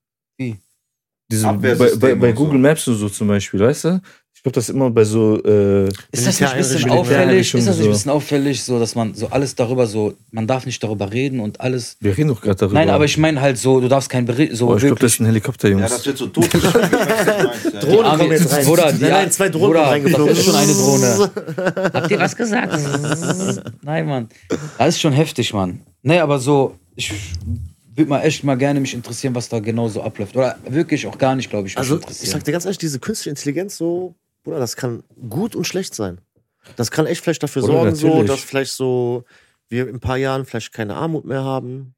[SPEAKER 1] Diese, bei,
[SPEAKER 4] Abwehrsysteme
[SPEAKER 1] bei, bei
[SPEAKER 4] und so.
[SPEAKER 1] Google Maps und so zum Beispiel, weißt du? Ich glaube, das ist immer bei so. Äh,
[SPEAKER 2] Ist das nicht ein bisschen
[SPEAKER 3] Militäreinrichtungen,
[SPEAKER 2] auffällig? Ist das nicht
[SPEAKER 1] so.
[SPEAKER 2] ein bisschen auffällig, so dass man so alles darüber so, man darf nicht darüber reden und alles.
[SPEAKER 1] wir reden doch gerade darüber.
[SPEAKER 2] Nein, aber ich meine halt so, du darfst kein Bericht, so
[SPEAKER 1] Boah, ich glaube, das
[SPEAKER 2] wirklich.
[SPEAKER 1] ist ein Helikopter,
[SPEAKER 4] ja,
[SPEAKER 1] Jungs.
[SPEAKER 4] das wird so tot. ich weiß, was du meinst, ja.
[SPEAKER 3] Drohnen
[SPEAKER 2] Arme-
[SPEAKER 3] kommen jetzt rein.
[SPEAKER 2] Bruder, die-
[SPEAKER 3] nein, nein, zwei Drohnen
[SPEAKER 2] Bruder,
[SPEAKER 3] kommen reingeflogen.
[SPEAKER 2] das ist schon eine Drohne. Habt ihr was gesagt? Nein, Mann. Das ist schon heftig, Mann. Nee, aber so, ich würde mal echt mal gerne mich interessieren, was da genau so abläuft. Oder wirklich auch gar nicht, glaube ich, mich
[SPEAKER 3] Also, ich
[SPEAKER 2] interessieren.
[SPEAKER 3] sag dir ganz ehrlich, diese künstliche Intelligenz, so, Bruder, das kann gut und schlecht sein. Das kann echt vielleicht dafür
[SPEAKER 1] Bruder,
[SPEAKER 3] sorgen, so,
[SPEAKER 1] natürlich.
[SPEAKER 3] dass vielleicht so wir in ein paar Jahren vielleicht keine Armut mehr haben.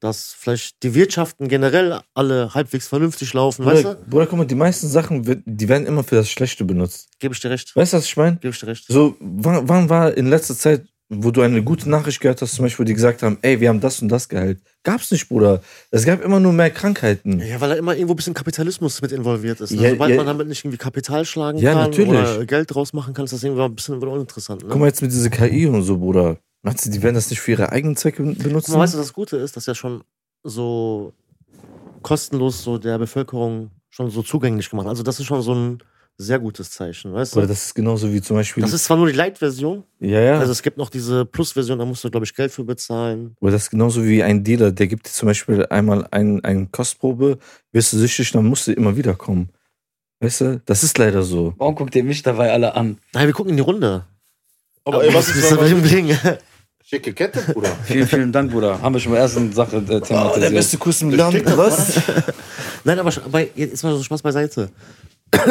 [SPEAKER 3] Dass vielleicht die Wirtschaften generell alle halbwegs vernünftig laufen, weißt
[SPEAKER 1] Bruder,
[SPEAKER 3] du?
[SPEAKER 1] Bruder, guck mal, die meisten Sachen, wird- die werden immer für das Schlechte benutzt.
[SPEAKER 3] Gebe ich dir recht.
[SPEAKER 1] Weißt du, was ich meine?
[SPEAKER 3] Gebe ich dir recht.
[SPEAKER 1] So, wann, wann war in letzter Zeit, wo du eine gute Nachricht gehört hast, zum Beispiel, wo die gesagt haben, ey, wir haben das und das geheilt? Gab's nicht, Bruder. Es gab immer nur mehr Krankheiten.
[SPEAKER 3] Ja, weil da immer irgendwo ein bisschen Kapitalismus mit involviert ist. Ne?
[SPEAKER 1] Ja,
[SPEAKER 3] Sobald
[SPEAKER 1] ja.
[SPEAKER 3] man damit nicht irgendwie Kapital schlagen
[SPEAKER 1] Ja,
[SPEAKER 3] kann
[SPEAKER 1] natürlich.
[SPEAKER 3] oder Geld draus machen kann, ist das irgendwie ein bisschen wieder uninteressant. Ne?
[SPEAKER 1] Guck mal jetzt mit dieser KI und so, Bruder. Meinst du, die werden das nicht für ihre eigenen Zwecke
[SPEAKER 3] Guck
[SPEAKER 1] benutzen?
[SPEAKER 3] mal, weißt
[SPEAKER 5] Hm.
[SPEAKER 3] du, das Gute ist, dass ja schon so kostenlos so der Bevölkerung schon so zugänglich gemacht. Also das ist schon so ein sehr gutes Zeichen, weißt
[SPEAKER 1] Bruder,
[SPEAKER 3] du?
[SPEAKER 1] das ist genauso wie zum Beispiel.
[SPEAKER 3] Das ist zwar nur die Light-Version,
[SPEAKER 1] ja, ja.
[SPEAKER 3] also es gibt noch diese Plus-Version, da musst du, glaube ich, Geld für bezahlen.
[SPEAKER 1] Aber das ist genauso wie ein Dealer, der gibt dir zum Beispiel einmal ein, eine Kostprobe, wirst du süchtig, dann musst du immer wieder kommen. Weißt du, das ist leider so.
[SPEAKER 2] Warum guckt ihr mich dabei alle an?
[SPEAKER 3] Nein, wir gucken in die Runde.
[SPEAKER 5] Aber ey, was ist,
[SPEAKER 3] das?
[SPEAKER 5] wenn man,
[SPEAKER 4] Schicke Kette, Bruder.
[SPEAKER 2] Vielen, vielen Dank, Bruder. Haben wir schon bei der ersten Sache äh, thematisiert.
[SPEAKER 1] Oh, Kuss im Land, Also, was?
[SPEAKER 3] Nein, aber, sch- aber jetzt ist mal so Spaß beiseite.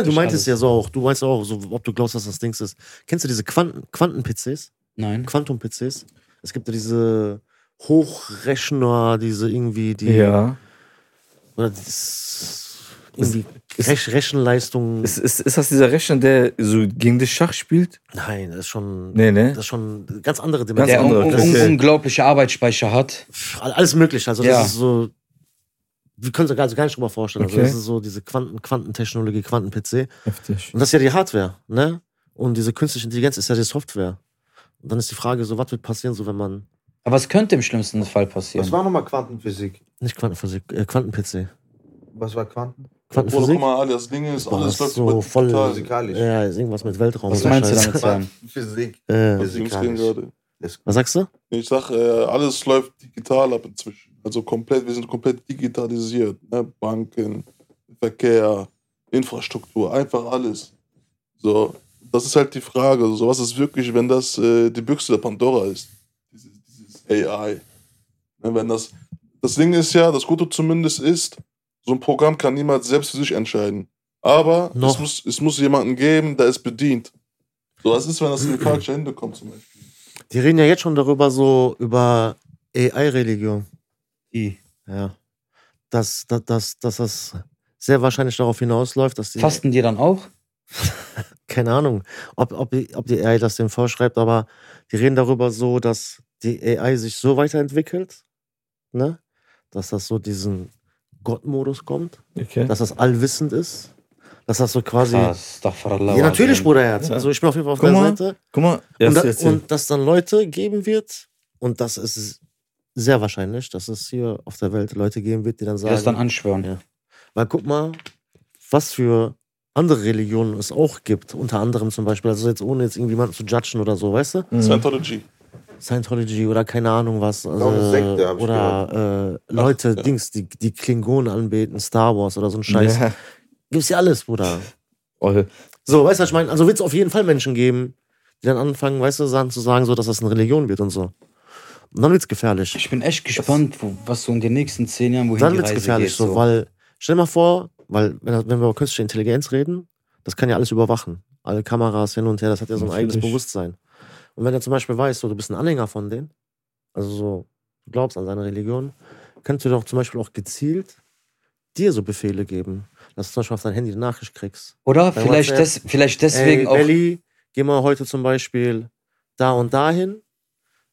[SPEAKER 3] Du meintest ja so auch, du weißt auch, so, ob du glaubst, dass das Dings ist. Kennst du diese Quanten- Quanten-PCs?
[SPEAKER 2] Nein.
[SPEAKER 3] Quantum-PCs? Es gibt ja diese Hochrechner, diese irgendwie, die.
[SPEAKER 1] Ja.
[SPEAKER 3] Oder dieses, irgendwie Rech Rechenleistung.
[SPEAKER 1] Ist, ist, ist das dieser Rechner, der so gegen dich Schach spielt?
[SPEAKER 3] nein, das ist schon.
[SPEAKER 1] Nee, ne?
[SPEAKER 3] Das ist schon eine ganz andere
[SPEAKER 2] Der
[SPEAKER 3] Dimension.
[SPEAKER 1] andere,
[SPEAKER 2] un un
[SPEAKER 1] okay.
[SPEAKER 2] unglaubliche Arbeitsspeicher hat.
[SPEAKER 3] Pff, Alles möglich. Also, das
[SPEAKER 2] Ja.
[SPEAKER 3] ist so. Wir können uns gar, also gar nicht drüber vorstellen.
[SPEAKER 1] Okay.
[SPEAKER 3] Also, das ist so diese Quanten Quantentechnologie, Quanten-PC.
[SPEAKER 1] Heftig.
[SPEAKER 3] Und das ist ja die Hardware, ne? Und diese künstliche Intelligenz ist ja die Software. Und dann ist die Frage so, was wird passieren, so wenn man
[SPEAKER 2] Aber es könnte im schlimmsten Fall passieren.
[SPEAKER 4] Was war nochmal Quantenphysik?
[SPEAKER 3] nicht Quantenphysik, äh, Quanten-PC.
[SPEAKER 4] Was war Quanten?
[SPEAKER 5] Bruder, guck
[SPEAKER 3] Quantenphysik?
[SPEAKER 5] mal, Ali, das Ding ist,
[SPEAKER 3] Boah,
[SPEAKER 5] alles
[SPEAKER 3] das ist
[SPEAKER 5] läuft
[SPEAKER 3] so
[SPEAKER 5] über
[SPEAKER 3] voll.
[SPEAKER 5] total.
[SPEAKER 4] physikalisch.
[SPEAKER 3] Ja, ist irgendwas mit Weltraum.
[SPEAKER 2] Was
[SPEAKER 3] oder
[SPEAKER 2] meinst du
[SPEAKER 3] Scheiß.
[SPEAKER 2] damit, Sam?
[SPEAKER 4] Physik.
[SPEAKER 3] Äh,
[SPEAKER 5] Die Jungs reden gerade.
[SPEAKER 3] was sagst du?
[SPEAKER 5] Ich sag, äh, alles läuft digital ab inzwischen. Also komplett, wir sind komplett digitalisiert. Ne? Banken, Verkehr, Infrastruktur, einfach alles. So, das ist halt die Frage. So, was ist wirklich, wenn das äh, die Büchse der Pandora ist? Dieses, dieses AI. Ne? Wenn das, Das Ding ist ja, das Gute zumindest ist, so ein Programm kann niemand selbst für sich entscheiden. Aber es
[SPEAKER 3] Noch.
[SPEAKER 5] muss, es muss jemanden geben, der es bedient. So, was ist, wenn das in die falsche Hände kommt zum Beispiel?
[SPEAKER 3] Die reden ja jetzt schon darüber, so über AI-Religion.
[SPEAKER 2] Die
[SPEAKER 3] Ja. Dass, dass, dass, dass das sehr wahrscheinlich darauf hinausläuft, dass die.
[SPEAKER 2] fasten die dann auch?
[SPEAKER 3] keine Ahnung, ob, ob, die- ob die AI das dem vorschreibt, aber die reden darüber so, dass die AI sich so weiterentwickelt, ne? dass das so diesen Gottmodus kommt,
[SPEAKER 1] Okay.
[SPEAKER 3] dass das allwissend ist, dass das so quasi.
[SPEAKER 2] Krass, Astaghfirullah.
[SPEAKER 3] Ja, natürlich, Bruder Herz.
[SPEAKER 1] Ja.
[SPEAKER 3] Also ich bin auf jeden Fall auf
[SPEAKER 1] Guck
[SPEAKER 3] der
[SPEAKER 1] mal.
[SPEAKER 3] Seite.
[SPEAKER 1] Guck mal,
[SPEAKER 3] Und,
[SPEAKER 1] erst
[SPEAKER 3] da,
[SPEAKER 1] jetzt
[SPEAKER 3] und dass dann Leute geben wird, und das ist sehr wahrscheinlich, dass es hier auf der Welt Leute geben wird, die dann
[SPEAKER 2] Die das dann
[SPEAKER 3] sagen,
[SPEAKER 2] anschwören.
[SPEAKER 3] Ja. weil guck mal, was für andere Religionen es auch gibt. Unter anderem zum Beispiel, also jetzt ohne jetzt irgendjemanden zu judgen oder so, weißt
[SPEAKER 5] Mhm.
[SPEAKER 3] du?
[SPEAKER 5] Scientology.
[SPEAKER 3] Scientology oder keine Ahnung was. Also,
[SPEAKER 4] Auch eine Sekte, hab ich
[SPEAKER 3] oder äh, Leute,
[SPEAKER 5] ja.
[SPEAKER 3] Dings, die, die Klingonen anbeten, Star Wars oder so ein Scheiß.
[SPEAKER 1] Ja.
[SPEAKER 3] Gibt's ja alles, Bruder.
[SPEAKER 1] Eure-
[SPEAKER 3] So, weißt du, was ich meine? Also wird es auf jeden Fall Menschen geben, die dann anfangen, weißt du, sagen, zu sagen, so, dass das eine Religion wird und so. Und dann wird's gefährlich.
[SPEAKER 2] Ich bin echt gespannt, wo, was so in den nächsten zehn Jahren, wohin
[SPEAKER 3] Dann
[SPEAKER 2] die
[SPEAKER 3] wird's
[SPEAKER 2] Reise
[SPEAKER 3] gefährlich,
[SPEAKER 2] geht.
[SPEAKER 3] so, weil, stell dir mal vor, weil, wenn, wenn wir über künstliche Intelligenz reden, das kann ja alles überwachen. Alle Kameras hin und her, das hat ja so ein eigenes
[SPEAKER 1] Natürlich.
[SPEAKER 3] Bewusstsein. Und wenn er zum Beispiel weiß, so, du bist ein Anhänger von denen, also so, du glaubst an seine Religion, kannst du doch zum Beispiel auch gezielt dir so Befehle geben, dass du zum Beispiel auf dein Handy eine Nachricht kriegst.
[SPEAKER 2] Oder
[SPEAKER 3] Bei
[SPEAKER 2] vielleicht, des,
[SPEAKER 3] WhatsApp.
[SPEAKER 2] vielleicht deswegen
[SPEAKER 3] Ey,
[SPEAKER 2] auch.
[SPEAKER 3] Belly, geh mal heute zum Beispiel da und dahin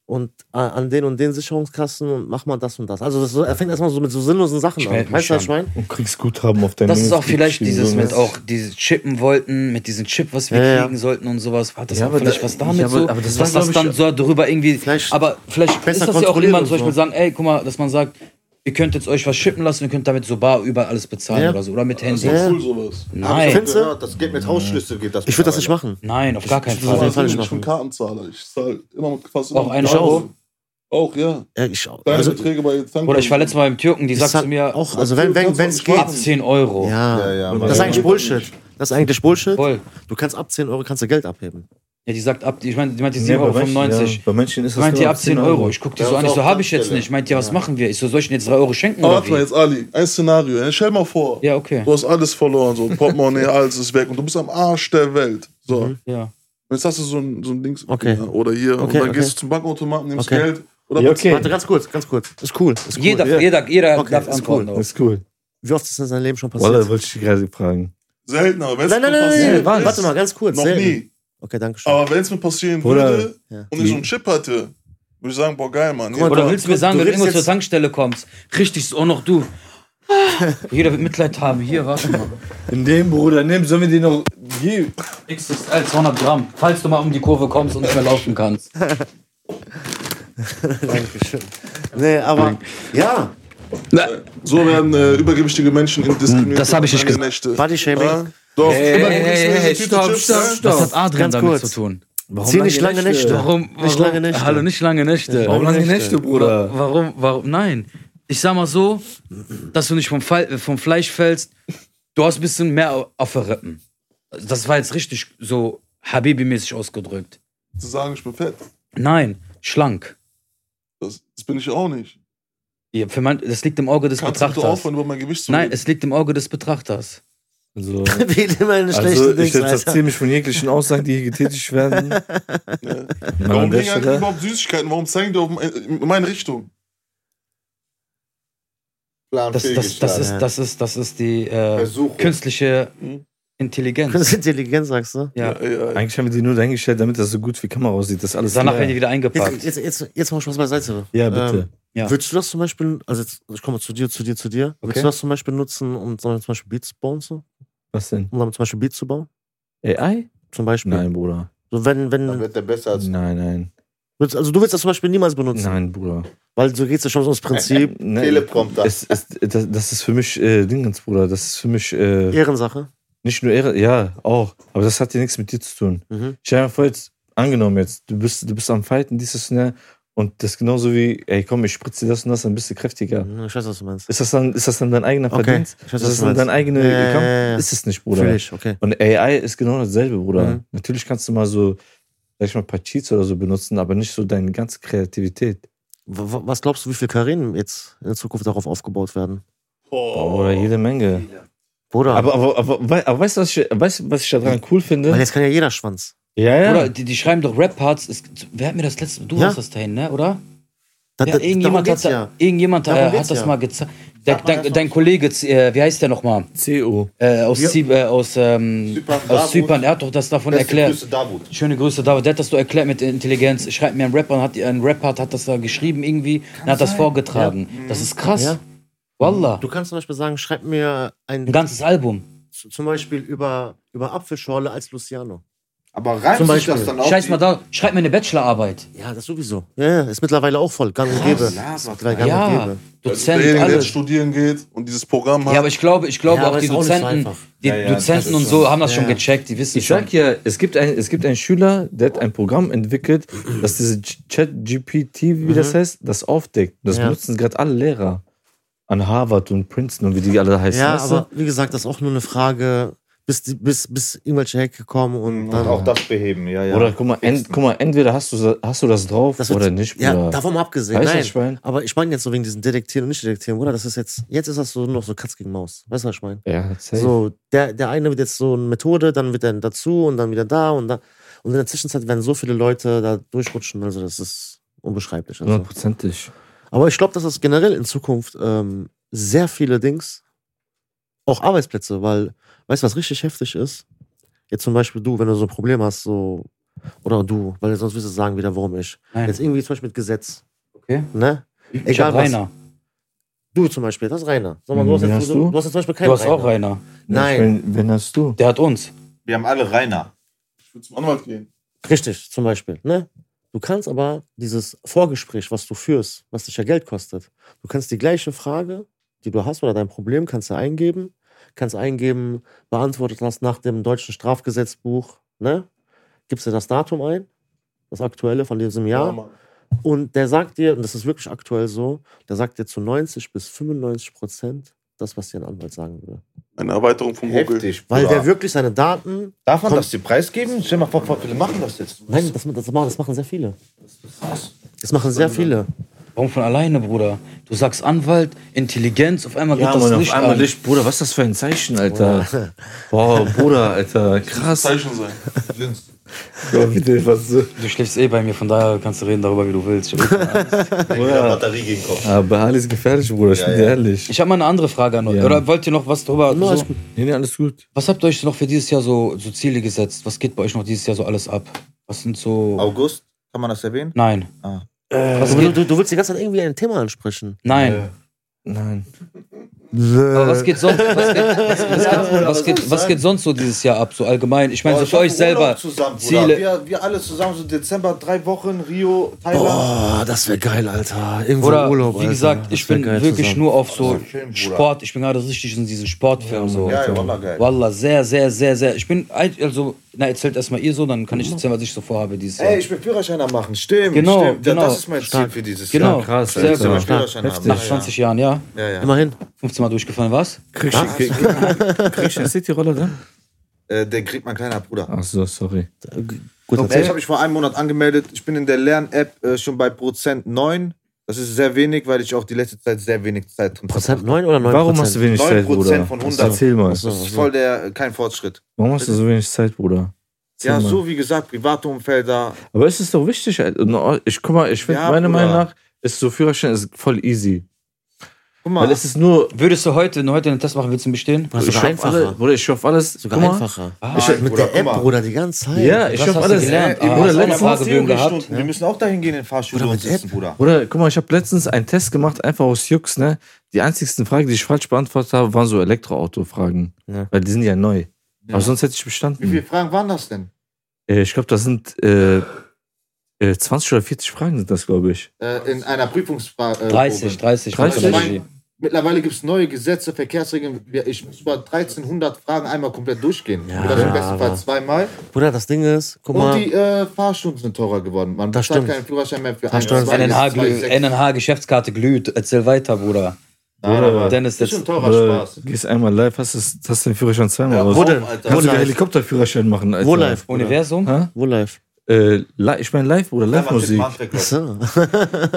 [SPEAKER 3] und äh, an den und den Sicherungskasten und mach mal das und das. Also das so, er fängt erstmal so mit so sinnlosen Sachen
[SPEAKER 2] Ich
[SPEAKER 3] an.
[SPEAKER 2] meld mich
[SPEAKER 3] Weißt du, was ich
[SPEAKER 2] schon.
[SPEAKER 3] meine?
[SPEAKER 1] und kriegst Guthaben auf deinem
[SPEAKER 2] Das ist auch vielleicht
[SPEAKER 1] Mitglied-
[SPEAKER 2] dieses
[SPEAKER 1] so,
[SPEAKER 2] mit
[SPEAKER 1] ne?
[SPEAKER 2] auch diese Chippen wollten, mit diesem Chip, was wir
[SPEAKER 3] Ja, ja.
[SPEAKER 2] kriegen sollten und sowas. Hat das
[SPEAKER 1] Ja,
[SPEAKER 2] auch
[SPEAKER 1] aber
[SPEAKER 2] vielleicht
[SPEAKER 1] da-
[SPEAKER 2] was damit
[SPEAKER 1] ja, aber-
[SPEAKER 2] so?
[SPEAKER 1] aber das
[SPEAKER 2] dass
[SPEAKER 1] war,
[SPEAKER 2] das
[SPEAKER 1] glaub
[SPEAKER 2] dann
[SPEAKER 1] ich,
[SPEAKER 2] so darüber irgendwie.
[SPEAKER 3] Vielleicht
[SPEAKER 2] aber vielleicht ist
[SPEAKER 3] besser
[SPEAKER 2] das ja auch
[SPEAKER 3] kontrollieren
[SPEAKER 2] jemand, zum
[SPEAKER 3] und so.
[SPEAKER 2] Beispiel sagen, ey, guck mal, dass man sagt, ihr könnt jetzt euch was schippen lassen, ihr könnt damit so bar über alles bezahlen
[SPEAKER 3] Ja.
[SPEAKER 2] oder so. Oder mit
[SPEAKER 5] Das
[SPEAKER 2] Handy.
[SPEAKER 5] ist doch
[SPEAKER 3] Ja.
[SPEAKER 5] cool, sowas.
[SPEAKER 2] Nein,
[SPEAKER 3] Findest du?
[SPEAKER 4] Gehört, das geht mit Hausschlüssel, geht das.
[SPEAKER 3] Ich würde das nicht machen.
[SPEAKER 2] nein, auf gar keinen
[SPEAKER 3] Das ist auf
[SPEAKER 2] Fall.
[SPEAKER 3] jeden Fall
[SPEAKER 5] ich
[SPEAKER 3] nicht
[SPEAKER 5] bin
[SPEAKER 3] machen.
[SPEAKER 5] Kartenzahler. Ich zahle immer mit fast
[SPEAKER 2] Auch
[SPEAKER 5] immer.
[SPEAKER 2] ein
[SPEAKER 3] Ich auch.
[SPEAKER 2] Euro.
[SPEAKER 5] Auch, ja.
[SPEAKER 3] Ja, ich, auch.
[SPEAKER 5] Deine
[SPEAKER 3] also,
[SPEAKER 5] Beträge bei Tank.
[SPEAKER 2] Oder ich war letztes Mal beim Türken, die
[SPEAKER 3] ich
[SPEAKER 2] sagt
[SPEAKER 3] sag
[SPEAKER 2] zu mir,
[SPEAKER 3] auch, also wenn wenn wenn es
[SPEAKER 5] Ab-
[SPEAKER 3] geht,
[SPEAKER 2] ab 10 Euro.
[SPEAKER 3] ja.
[SPEAKER 4] Ja, ja,
[SPEAKER 3] Das ist
[SPEAKER 5] Ja.
[SPEAKER 3] eigentlich Bullshit. Das ist eigentlich Bullshit.
[SPEAKER 2] Voll.
[SPEAKER 3] Du kannst ab 10 Euro kannst du Geld abheben.
[SPEAKER 2] Ja, die sagt ab, ich meine, die meint die
[SPEAKER 1] Ja,
[SPEAKER 2] 7,95
[SPEAKER 1] bei
[SPEAKER 2] Euro.
[SPEAKER 1] Menschen- ja, Bei Menschen ist das
[SPEAKER 2] Meint
[SPEAKER 1] nur
[SPEAKER 2] ihr ab 10 Euro? Ich guck die
[SPEAKER 4] Ja,
[SPEAKER 2] so an,
[SPEAKER 4] ist
[SPEAKER 2] ich so,
[SPEAKER 4] auch
[SPEAKER 2] habe ich jetzt
[SPEAKER 4] Tankstelle.
[SPEAKER 2] nicht. Meint ihr, was machen wir? Ich so, soll ich denn jetzt 3 Euro schenken oder
[SPEAKER 5] Aber Ah, warte mal
[SPEAKER 2] wie?
[SPEAKER 5] jetzt, Ali, ein Szenario. Ja, Stell mal vor,
[SPEAKER 2] Ja, okay.
[SPEAKER 5] du hast alles verloren, so Portemonnaie, alles ist weg und du bist am Arsch der Welt. So,
[SPEAKER 2] Ja.
[SPEAKER 5] Und jetzt hast du so ein, so ein Dings
[SPEAKER 3] Mhm. Okay.
[SPEAKER 5] Ja, oder hier und
[SPEAKER 3] Okay,
[SPEAKER 5] dann
[SPEAKER 3] okay.
[SPEAKER 5] gehst du zum Bankautomaten, nimmst
[SPEAKER 3] Okay.
[SPEAKER 5] Geld oder
[SPEAKER 1] Ja, okay.
[SPEAKER 3] Warte, ganz kurz, ganz kurz. Ist cool. Ist cool.
[SPEAKER 2] Jeder,
[SPEAKER 1] Ja.
[SPEAKER 2] jeder, jeder
[SPEAKER 3] Okay,
[SPEAKER 2] darf
[SPEAKER 3] ist
[SPEAKER 2] antworten.
[SPEAKER 1] Das ist cool.
[SPEAKER 3] Wie oft ist das in deinem Leben schon passiert?
[SPEAKER 1] Walla, wollte ich dich gerade fragen.
[SPEAKER 5] selten, aber wenn es
[SPEAKER 3] nein,
[SPEAKER 5] mir
[SPEAKER 3] nein, nein, nein,
[SPEAKER 5] passiert
[SPEAKER 3] nein.
[SPEAKER 5] ist,
[SPEAKER 3] Warte mal, ganz kurz.
[SPEAKER 5] noch
[SPEAKER 3] selten.
[SPEAKER 5] nie.
[SPEAKER 3] Okay, danke schön.
[SPEAKER 5] Aber wenn es mir passieren
[SPEAKER 1] Bruder,
[SPEAKER 5] würde
[SPEAKER 3] ja.
[SPEAKER 5] und ich so einen Chip hatte, würde ich sagen, boah geil, Mann. Hier,
[SPEAKER 3] mal,
[SPEAKER 2] Oder
[SPEAKER 3] Aber
[SPEAKER 2] willst du
[SPEAKER 3] du-
[SPEAKER 2] mir sagen,
[SPEAKER 3] du
[SPEAKER 2] wenn du
[SPEAKER 3] redest
[SPEAKER 2] irgendwo zur
[SPEAKER 3] jetzt-
[SPEAKER 2] Tankstelle kommst, richtig ist auch noch du. Jeder wird Mitleid haben. Hier, warte mal.
[SPEAKER 1] In dem, Bruder, nimm, sollen wir dir noch geben?
[SPEAKER 2] X ist 200 Gramm. Falls du mal um die Kurve kommst und nicht mehr laufen kannst.
[SPEAKER 3] Dankeschön. Nee, aber ja,
[SPEAKER 5] so werden äh, übergewichtige Menschen diskriminiert.
[SPEAKER 2] Hm, Das hab ich nicht gesagt.
[SPEAKER 5] Nächte.
[SPEAKER 3] Bodyshaming.
[SPEAKER 5] Ja? Doch. ne?
[SPEAKER 2] Was hat Adrian
[SPEAKER 3] Ganz
[SPEAKER 2] damit
[SPEAKER 3] kurz.
[SPEAKER 2] zu tun?
[SPEAKER 1] Warum
[SPEAKER 3] Zieh nicht lange Nächte.
[SPEAKER 2] Warum, warum?
[SPEAKER 3] Nicht lange Nächte.
[SPEAKER 2] Hallo, nicht lange Nächte.
[SPEAKER 1] Warum lange
[SPEAKER 3] Nächte?
[SPEAKER 1] Nächte,
[SPEAKER 2] Oder
[SPEAKER 1] Bruder?
[SPEAKER 2] warum, warum? Nein. Ich sag mal so, dass du nicht vom, Fall, äh, vom Fleisch fällst. Du hast ein bisschen mehr au- auf der Rippen. Das war jetzt richtig so Habibi-mäßig ausgedrückt.
[SPEAKER 5] Zu sagen, ich bin fett.
[SPEAKER 2] Nein, schlank.
[SPEAKER 5] Das, das bin ich auch nicht.
[SPEAKER 2] Ja, für mein, das liegt im Auge des
[SPEAKER 5] Kannst du bitte
[SPEAKER 2] Betrachters.
[SPEAKER 5] aufhören, über mein Gewicht zu
[SPEAKER 2] Nein,
[SPEAKER 5] reden?
[SPEAKER 2] es liegt im Auge des Betrachters.
[SPEAKER 1] Also,
[SPEAKER 3] Wähle immer eine schlechte
[SPEAKER 1] also ich
[SPEAKER 3] Dings, Alter.
[SPEAKER 1] distanziere mich von jeglichen Aussagen, die hier getätigt werden.
[SPEAKER 5] Ja.
[SPEAKER 1] Mann, an der
[SPEAKER 5] Warum liegen eigentlich
[SPEAKER 1] Stelle.
[SPEAKER 5] überhaupt Süßigkeiten? Warum zeigen die auf mein- in meine Richtung?
[SPEAKER 2] Das, das, das, ist, das, ist, das ist die äh,
[SPEAKER 4] Versuchung.
[SPEAKER 2] künstliche
[SPEAKER 5] Hm?
[SPEAKER 2] Intelligenz.
[SPEAKER 3] Künstliche Intelligenz, sagst du?
[SPEAKER 2] Ja.
[SPEAKER 5] ja, Also ja.
[SPEAKER 1] Eigentlich haben wir die nur dahingestellt, damit das so gut wie Kamera aussieht. Das alles
[SPEAKER 2] Danach
[SPEAKER 1] leer.
[SPEAKER 2] werden die wieder
[SPEAKER 3] Jetzt,
[SPEAKER 2] eingepackt.
[SPEAKER 3] jetzt, jetzt, jetzt mach Spaß beiseite. Ähm,
[SPEAKER 1] Ja, bitte.
[SPEAKER 2] Ja.
[SPEAKER 3] Würdest du das zum Beispiel, also jetzt, ich komme zu dir, zu dir, zu dir.
[SPEAKER 2] Okay.
[SPEAKER 3] Würdest du das zum Beispiel nutzen, um zum Beispiel Beats zu bauen, so?
[SPEAKER 1] Was denn?
[SPEAKER 3] um damit zum Beispiel Beats zu bauen?
[SPEAKER 1] AI?
[SPEAKER 3] Zum Beispiel.
[SPEAKER 1] Nein, Bruder.
[SPEAKER 3] So, wenn,
[SPEAKER 4] Dann
[SPEAKER 3] wenn,
[SPEAKER 4] wird der besser als.
[SPEAKER 1] Nein, nein.
[SPEAKER 3] würdest, also du willst das zum Beispiel niemals benutzen,
[SPEAKER 1] Nein, Bruder.
[SPEAKER 3] weil so geht es ja schon so ums Prinzip.
[SPEAKER 1] Äh, Nein.
[SPEAKER 4] Teleprompter.
[SPEAKER 1] Es ist, das, das ist für mich äh, Dingens, Bruder. Das ist für mich äh,
[SPEAKER 3] Ehrensache.
[SPEAKER 1] nicht nur Ehre, ja, auch. Aber das hat ja nichts mit dir zu tun.
[SPEAKER 3] Mhm.
[SPEAKER 1] Stell dir mal vor, jetzt, angenommen jetzt, du bist, du bist am Fighten, dieses und das, und das genauso wie, ey komm, ich spritze dir das und das, dann bist du kräftiger.
[SPEAKER 3] Mhm, Ich weiß, was du meinst.
[SPEAKER 1] Ist das dann, ist das dann dein eigener
[SPEAKER 3] Okay.
[SPEAKER 1] Verdienst?
[SPEAKER 3] Ich weiß,
[SPEAKER 1] ist
[SPEAKER 3] was
[SPEAKER 1] das
[SPEAKER 3] du
[SPEAKER 1] dann
[SPEAKER 3] meinst.
[SPEAKER 1] dein eigener
[SPEAKER 3] Ja, ja,
[SPEAKER 1] Kampf?
[SPEAKER 3] ja, ja.
[SPEAKER 1] Ist es nicht,
[SPEAKER 3] Fühl
[SPEAKER 1] Bruder.
[SPEAKER 3] ich, okay.
[SPEAKER 1] Und AI ist genau dasselbe, Bruder.
[SPEAKER 3] Mhm.
[SPEAKER 1] Natürlich kannst du mal so, sag ich mal, ein paar Cheats oder so benutzen, aber nicht so deine ganze Kreativität.
[SPEAKER 3] W- w- Was glaubst du, wie viele Karrieren jetzt in der Zukunft darauf aufgebaut werden? Oh.
[SPEAKER 5] Boah.
[SPEAKER 1] Oder jede Menge.
[SPEAKER 3] Bruder,
[SPEAKER 1] Aber, aber, aber, wei- aber weißt du, was ich, weißt, du, was ich daran cool
[SPEAKER 3] weil
[SPEAKER 1] finde?
[SPEAKER 3] jetzt kann ja jeder Schwanz.
[SPEAKER 1] Ja, ja.
[SPEAKER 2] Oder die, die schreiben doch Rap-Parts. Es- Wer hat mir das letzte Du
[SPEAKER 3] Ja.
[SPEAKER 2] hast das dahin, ne? oder?
[SPEAKER 3] Da,
[SPEAKER 2] Ja, irgendjemand
[SPEAKER 3] darum geht's
[SPEAKER 2] hat, da- irgendjemand,
[SPEAKER 3] Darum
[SPEAKER 2] äh,
[SPEAKER 3] geht's
[SPEAKER 2] hat das
[SPEAKER 3] ja.
[SPEAKER 2] mal gezeigt. De,
[SPEAKER 3] Sag mal
[SPEAKER 2] de,
[SPEAKER 3] das
[SPEAKER 2] dein
[SPEAKER 3] noch.
[SPEAKER 2] Kollege, Z- äh, wie heißt der nochmal?
[SPEAKER 1] CO.
[SPEAKER 2] Äh, aus
[SPEAKER 3] Ja.
[SPEAKER 2] Zyp- äh, aus, ähm,
[SPEAKER 4] Zypern,
[SPEAKER 2] aus
[SPEAKER 4] Davut.
[SPEAKER 2] Zypern, er hat doch das davon erklärt.
[SPEAKER 4] Davut.
[SPEAKER 2] Schöne Grüße, David. Der hat das so erklärt mit Intelligenz. Schreibt mir ein Rapper, und hat ein Rapper hat, hat das da geschrieben irgendwie und hat das vorgetragen. Das ist krass.
[SPEAKER 3] Ja.
[SPEAKER 2] Wallah.
[SPEAKER 3] Du kannst zum Beispiel sagen, schreib mir ein,
[SPEAKER 2] Ein ganzes Album.
[SPEAKER 3] z- zum Beispiel über, über Apfelschorle als Luciano.
[SPEAKER 4] Aber reimt
[SPEAKER 3] Zum
[SPEAKER 4] sich das
[SPEAKER 3] Beispiel.
[SPEAKER 4] dann auch?
[SPEAKER 2] Scheiß mal da, schreib mir eine Bachelorarbeit.
[SPEAKER 3] Ja, das sowieso. Ja, Ja, ist mittlerweile auch voll. Gang und gäbe. Ist mittlerweile gang und
[SPEAKER 2] Ja,
[SPEAKER 3] gäbe.
[SPEAKER 2] Dozent,
[SPEAKER 5] derjenige, der jetzt
[SPEAKER 2] alles.
[SPEAKER 5] studieren geht und dieses Programm hat.
[SPEAKER 2] Ja, aber ich glaube, ich glaube
[SPEAKER 3] Ja,
[SPEAKER 2] auch
[SPEAKER 3] aber
[SPEAKER 2] die
[SPEAKER 3] ist auch nicht so
[SPEAKER 2] Dozenten,
[SPEAKER 3] einfach.
[SPEAKER 2] die
[SPEAKER 4] Ja, ja, das
[SPEAKER 2] Dozenten
[SPEAKER 4] ist
[SPEAKER 2] und so haben das schon
[SPEAKER 3] Ja.
[SPEAKER 2] gecheckt, die wissen
[SPEAKER 1] Ich
[SPEAKER 2] schon.
[SPEAKER 1] sag ja, es gibt, ein, es gibt einen Schüler, der hat ein Programm entwickelt, das diese Chat-GPT, wie das heißt, das aufdeckt. Das
[SPEAKER 3] Mhm. Ja.
[SPEAKER 1] benutzen gerade alle Lehrer an Harvard und Princeton und wie die alle heißen.
[SPEAKER 3] Ja,
[SPEAKER 1] weißt du?
[SPEAKER 3] aber wie gesagt, das ist auch nur eine Frage, bis, die, bis, bis irgendwelche Hacke kommen und
[SPEAKER 4] Und
[SPEAKER 3] dann.
[SPEAKER 4] auch das beheben, ja, ja.
[SPEAKER 1] Oder guck mal, ent, guck mal entweder hast du, hast du das drauf
[SPEAKER 3] Das wird-
[SPEAKER 1] oder nicht.
[SPEAKER 3] Ja,
[SPEAKER 1] Bruder.
[SPEAKER 3] davon mal abgesehen.
[SPEAKER 1] Weißt du,
[SPEAKER 3] nein.
[SPEAKER 1] was ich mein?
[SPEAKER 3] Aber ich meine jetzt so wegen diesen Detektieren und Nicht-Detektieren, oder? Das ist jetzt, jetzt ist das so nur noch so Katz gegen Maus. Weißt du, was ich meine?
[SPEAKER 1] ja safe.
[SPEAKER 3] So, der, der eine wird jetzt so eine Methode, dann wird er dazu und dann wieder da und da. Und in der Zwischenzeit werden so viele Leute da durchrutschen, also das ist unbeschreiblich. Also.
[SPEAKER 1] hundertprozentig.
[SPEAKER 3] Aber ich glaube, dass das generell in Zukunft ähm, sehr viele Dings, auch Arbeitsplätze, weil, weißt du, was richtig heftig ist? Jetzt zum Beispiel du, wenn du so ein Problem hast, so, oder du, weil sonst wirst du sagen wieder, warum ich.
[SPEAKER 2] Nein.
[SPEAKER 3] Jetzt irgendwie zum Beispiel mit Gesetz.
[SPEAKER 2] Okay.
[SPEAKER 3] Ne?
[SPEAKER 2] ich hab
[SPEAKER 3] Egal was.
[SPEAKER 2] Rainer. Hm,
[SPEAKER 3] Du zum Beispiel, das ist Rainer. Sag mal,
[SPEAKER 1] Wen
[SPEAKER 3] du, hast
[SPEAKER 1] hast
[SPEAKER 3] jetzt,
[SPEAKER 1] du?
[SPEAKER 3] du? du hast jetzt zum Beispiel keinen
[SPEAKER 2] Du hast auch Rainer.
[SPEAKER 3] Nein.
[SPEAKER 1] Wenn, wenn hast du?
[SPEAKER 2] Der hat uns.
[SPEAKER 4] Wir haben alle Rainer.
[SPEAKER 5] Ich will zum Anwalt gehen.
[SPEAKER 3] Richtig, zum Beispiel. Ne? Du kannst aber dieses Vorgespräch, was du führst, was dich ja Geld kostet, du kannst die gleiche Frage, die du hast oder dein Problem, kannst du eingeben, kannst eingeben, beantwortet das nach dem deutschen Strafgesetzbuch, ne? gibst dir das Datum ein, das aktuelle von diesem Jahr,
[SPEAKER 5] Mann.
[SPEAKER 3] und der sagt dir, und das ist wirklich aktuell so, der sagt dir zu 90 bis 95 Prozent das, was dir ein Anwalt sagen würde.
[SPEAKER 5] Eine Erweiterung von Google.
[SPEAKER 4] Heftig.
[SPEAKER 3] Weil
[SPEAKER 4] Bruder.
[SPEAKER 3] der wirklich seine Daten,
[SPEAKER 4] Darf man
[SPEAKER 3] Komm.
[SPEAKER 4] das dir preisgeben? Stell mal vor, voll viele machen das jetzt.
[SPEAKER 3] nein, das, das, machen, das machen sehr viele. Das machen sehr viele.
[SPEAKER 2] Warum von alleine, Bruder? Du sagst Anwalt, Intelligenz, auf einmal
[SPEAKER 1] Ja,
[SPEAKER 2] geht das
[SPEAKER 1] Mann, auf
[SPEAKER 2] Licht
[SPEAKER 1] einmal
[SPEAKER 2] an.
[SPEAKER 1] Licht. Bruder, was ist das für ein Zeichen, Alter? Boah, Bruder, Alter, krass.
[SPEAKER 5] Zeichen sein.
[SPEAKER 1] Boah, bitte, was so.
[SPEAKER 2] Du schläfst eh bei mir, von daher kannst du reden darüber, wie du willst.
[SPEAKER 1] Bruder.
[SPEAKER 4] Batterie gegen Kopf.
[SPEAKER 1] Aber alles gefährlich, Bruder, ich bin dir ehrlich.
[SPEAKER 2] Ich habe mal eine andere Frage an euch.
[SPEAKER 1] Ja.
[SPEAKER 2] Oder wollt ihr noch was drüber?
[SPEAKER 3] Nur
[SPEAKER 2] so,
[SPEAKER 3] als-
[SPEAKER 1] Nee, nee, alles gut.
[SPEAKER 2] was habt ihr euch noch für dieses Jahr so, so Ziele gesetzt? Was geht bei euch noch dieses Jahr so alles ab? Was sind so.
[SPEAKER 4] August, kann man das erwähnen?
[SPEAKER 2] Nein.
[SPEAKER 4] Ah.
[SPEAKER 1] Also
[SPEAKER 2] Was
[SPEAKER 3] Du,
[SPEAKER 2] geht?
[SPEAKER 3] du, du willst die ganze Zeit irgendwie ein Thema ansprechen.
[SPEAKER 2] Nein.
[SPEAKER 1] Nein.
[SPEAKER 2] Aber was geht sonst? Was geht, was, was, geht, was, geht, was geht sonst so dieses Jahr ab? So allgemein. Ich meine,
[SPEAKER 4] Boah,
[SPEAKER 2] so
[SPEAKER 4] ich
[SPEAKER 2] für
[SPEAKER 4] hab
[SPEAKER 2] euch selber.
[SPEAKER 4] Urlaub Zusammen, Bruder.
[SPEAKER 2] Ziele.
[SPEAKER 4] Wir, wir alle zusammen, so Dezember, drei Wochen, Rio, Thailand.
[SPEAKER 3] Boah, das wäre geil, Alter. Irgendwo
[SPEAKER 2] Oder
[SPEAKER 3] im Urlaub,
[SPEAKER 2] wie
[SPEAKER 3] Alter.
[SPEAKER 2] gesagt,
[SPEAKER 3] Das
[SPEAKER 2] ich
[SPEAKER 3] wär
[SPEAKER 2] bin
[SPEAKER 3] geil
[SPEAKER 2] wirklich
[SPEAKER 3] zusammen.
[SPEAKER 2] nur auf so
[SPEAKER 4] schön, Bruder.
[SPEAKER 2] Sport. Ich bin gerade richtig in diesem Sportfilm so.
[SPEAKER 4] Ja, ja, wallah, geil.
[SPEAKER 2] Wallah, sehr, sehr, sehr, sehr. Ich bin alt- also, na, erzählt erstmal ihr so, dann kann ich erzählen, was ich so vorhabe dieses Jahr.
[SPEAKER 4] Ey, ich will Führerschein machen. Stimmt,
[SPEAKER 2] Genau,
[SPEAKER 4] stimmt. Ja,
[SPEAKER 2] genau.
[SPEAKER 4] Das ist mein Ziel für dieses
[SPEAKER 2] genau,
[SPEAKER 4] Jahr.
[SPEAKER 1] krass,
[SPEAKER 2] sehr
[SPEAKER 1] Alter.
[SPEAKER 4] Stimmt,
[SPEAKER 2] gut.
[SPEAKER 4] ich will Führerschein haben.
[SPEAKER 2] Nach 20 Jahren, ja.
[SPEAKER 4] Ja, ja. ja.
[SPEAKER 3] Immerhin.
[SPEAKER 2] 15 Mal durchgefallen, was?
[SPEAKER 1] Kriegst du krieg, krieg, krieg ich eine City-Roller ne? dann?
[SPEAKER 4] Äh, der kriegt mein kleiner Bruder.
[SPEAKER 1] Ach so, sorry.
[SPEAKER 3] Gut,
[SPEAKER 4] Ey, ich
[SPEAKER 3] erzähl.
[SPEAKER 4] habe mich vor einem Monat angemeldet. Ich bin in der Lern-App äh, schon bei Prozent 9. Das ist sehr wenig, weil ich auch die letzte Zeit sehr wenig Zeit drin
[SPEAKER 3] Prozent
[SPEAKER 4] verbracht
[SPEAKER 3] 9 oder 9
[SPEAKER 1] Warum hast du wenig Zeit,
[SPEAKER 4] 9%
[SPEAKER 1] Bruder?
[SPEAKER 4] von Also, 100.
[SPEAKER 1] Erzähl mal.
[SPEAKER 4] habe. Das ist voll der, äh, kein Fortschritt.
[SPEAKER 1] Warum hast du so wenig Zeit, Bruder? Erzähl
[SPEAKER 4] Ja,
[SPEAKER 1] mal.
[SPEAKER 4] so wie gesagt, private Umfelder.
[SPEAKER 1] Aber es ist doch wichtig. Alter. Ich guck mal, ich finde,
[SPEAKER 4] Ja,
[SPEAKER 1] meiner
[SPEAKER 4] Bruder.
[SPEAKER 1] Meinung nach ist so Führerschein ist voll easy.
[SPEAKER 4] Guck mal,
[SPEAKER 1] Weil es ist nur.
[SPEAKER 2] Würdest du heute, wenn du heute einen Test machen, willst du ihn bestehen?
[SPEAKER 3] War
[SPEAKER 1] ich
[SPEAKER 3] sogar
[SPEAKER 1] hoffe alle,
[SPEAKER 3] einfacher.
[SPEAKER 1] Bruder, ich hoffe alles.
[SPEAKER 3] Sogar
[SPEAKER 1] guck mal.
[SPEAKER 3] einfacher.
[SPEAKER 2] Ah,
[SPEAKER 3] Ich,
[SPEAKER 4] nein,
[SPEAKER 3] mit
[SPEAKER 4] Bruder,
[SPEAKER 3] der App,
[SPEAKER 4] guck mal.
[SPEAKER 3] Bruder, die ganze Zeit.
[SPEAKER 1] Ja, ich
[SPEAKER 2] Das
[SPEAKER 1] hoffe
[SPEAKER 2] hast du
[SPEAKER 1] alles.
[SPEAKER 2] gelernt.
[SPEAKER 1] Ey,
[SPEAKER 2] Ah,
[SPEAKER 1] Bruder,
[SPEAKER 2] hast du eine
[SPEAKER 1] letztens,
[SPEAKER 2] Frage. Fragebögen gehabt.
[SPEAKER 4] Stunden. Wir müssen auch dahin gehen in den Fahrstuhl
[SPEAKER 3] Oder
[SPEAKER 4] und
[SPEAKER 3] mit
[SPEAKER 4] sitzen,
[SPEAKER 3] App.
[SPEAKER 4] Bruder.
[SPEAKER 1] Bruder, guck mal, ich habe letztens einen Test gemacht, einfach aus Jux, ne? Die einzigsten Fragen, die ich falsch beantwortet habe, waren so Elektroauto-Fragen.
[SPEAKER 3] Ja.
[SPEAKER 1] Weil die sind ja neu.
[SPEAKER 4] Ja.
[SPEAKER 1] Aber sonst hätte ich
[SPEAKER 4] Wie
[SPEAKER 1] bestanden.
[SPEAKER 4] viele Fragen waren das denn?
[SPEAKER 1] Äh, Ich glaube, das sind äh, äh, 20 oder 40 Fragen sind das, glaube ich.
[SPEAKER 4] Äh, in einer Prüfungsfrage. Äh, Also
[SPEAKER 2] 30, 30,
[SPEAKER 1] 30?
[SPEAKER 2] 30.
[SPEAKER 4] Mittlerweile gibt es neue Gesetze, Verkehrsregeln. Wir- Ich muss mal 1300 Fragen einmal komplett durchgehen.
[SPEAKER 3] Ja,
[SPEAKER 4] Oder im besten Fall
[SPEAKER 3] aber-
[SPEAKER 4] zweimal.
[SPEAKER 3] Bruder, das Ding ist, guck
[SPEAKER 4] Und
[SPEAKER 3] mal.
[SPEAKER 4] die äh, Fahrstunden sind teurer geworden. Man
[SPEAKER 3] Das
[SPEAKER 4] bezahlt
[SPEAKER 3] stimmt.
[SPEAKER 4] keinen Führerschein mehr für
[SPEAKER 3] Das stimmt.
[SPEAKER 4] zwei,
[SPEAKER 2] NNH,
[SPEAKER 4] zwei,
[SPEAKER 2] glüht,
[SPEAKER 4] sechs.
[SPEAKER 2] NNH Geschäftskarte glüht. Erzähl weiter, Bruder.
[SPEAKER 4] Nein, aber
[SPEAKER 2] Dennis,
[SPEAKER 4] das ist schon
[SPEAKER 2] jetzt-
[SPEAKER 4] teurer
[SPEAKER 1] Bruder,
[SPEAKER 4] Spaß.
[SPEAKER 1] gehst einmal live, hast, das, hast den Führerschein zweimal
[SPEAKER 4] Ja,
[SPEAKER 1] raus.
[SPEAKER 3] Wo denn?
[SPEAKER 4] Alter.
[SPEAKER 1] Kannst du
[SPEAKER 3] Wo
[SPEAKER 1] den
[SPEAKER 3] live?
[SPEAKER 1] Helikopterführerschein machen, Alter?
[SPEAKER 3] Wo live? Bruder?
[SPEAKER 2] Universum?
[SPEAKER 1] Hä?
[SPEAKER 3] Wo live?
[SPEAKER 1] Äh, li- ich meine live, Bruder, Live-Musik.
[SPEAKER 3] So.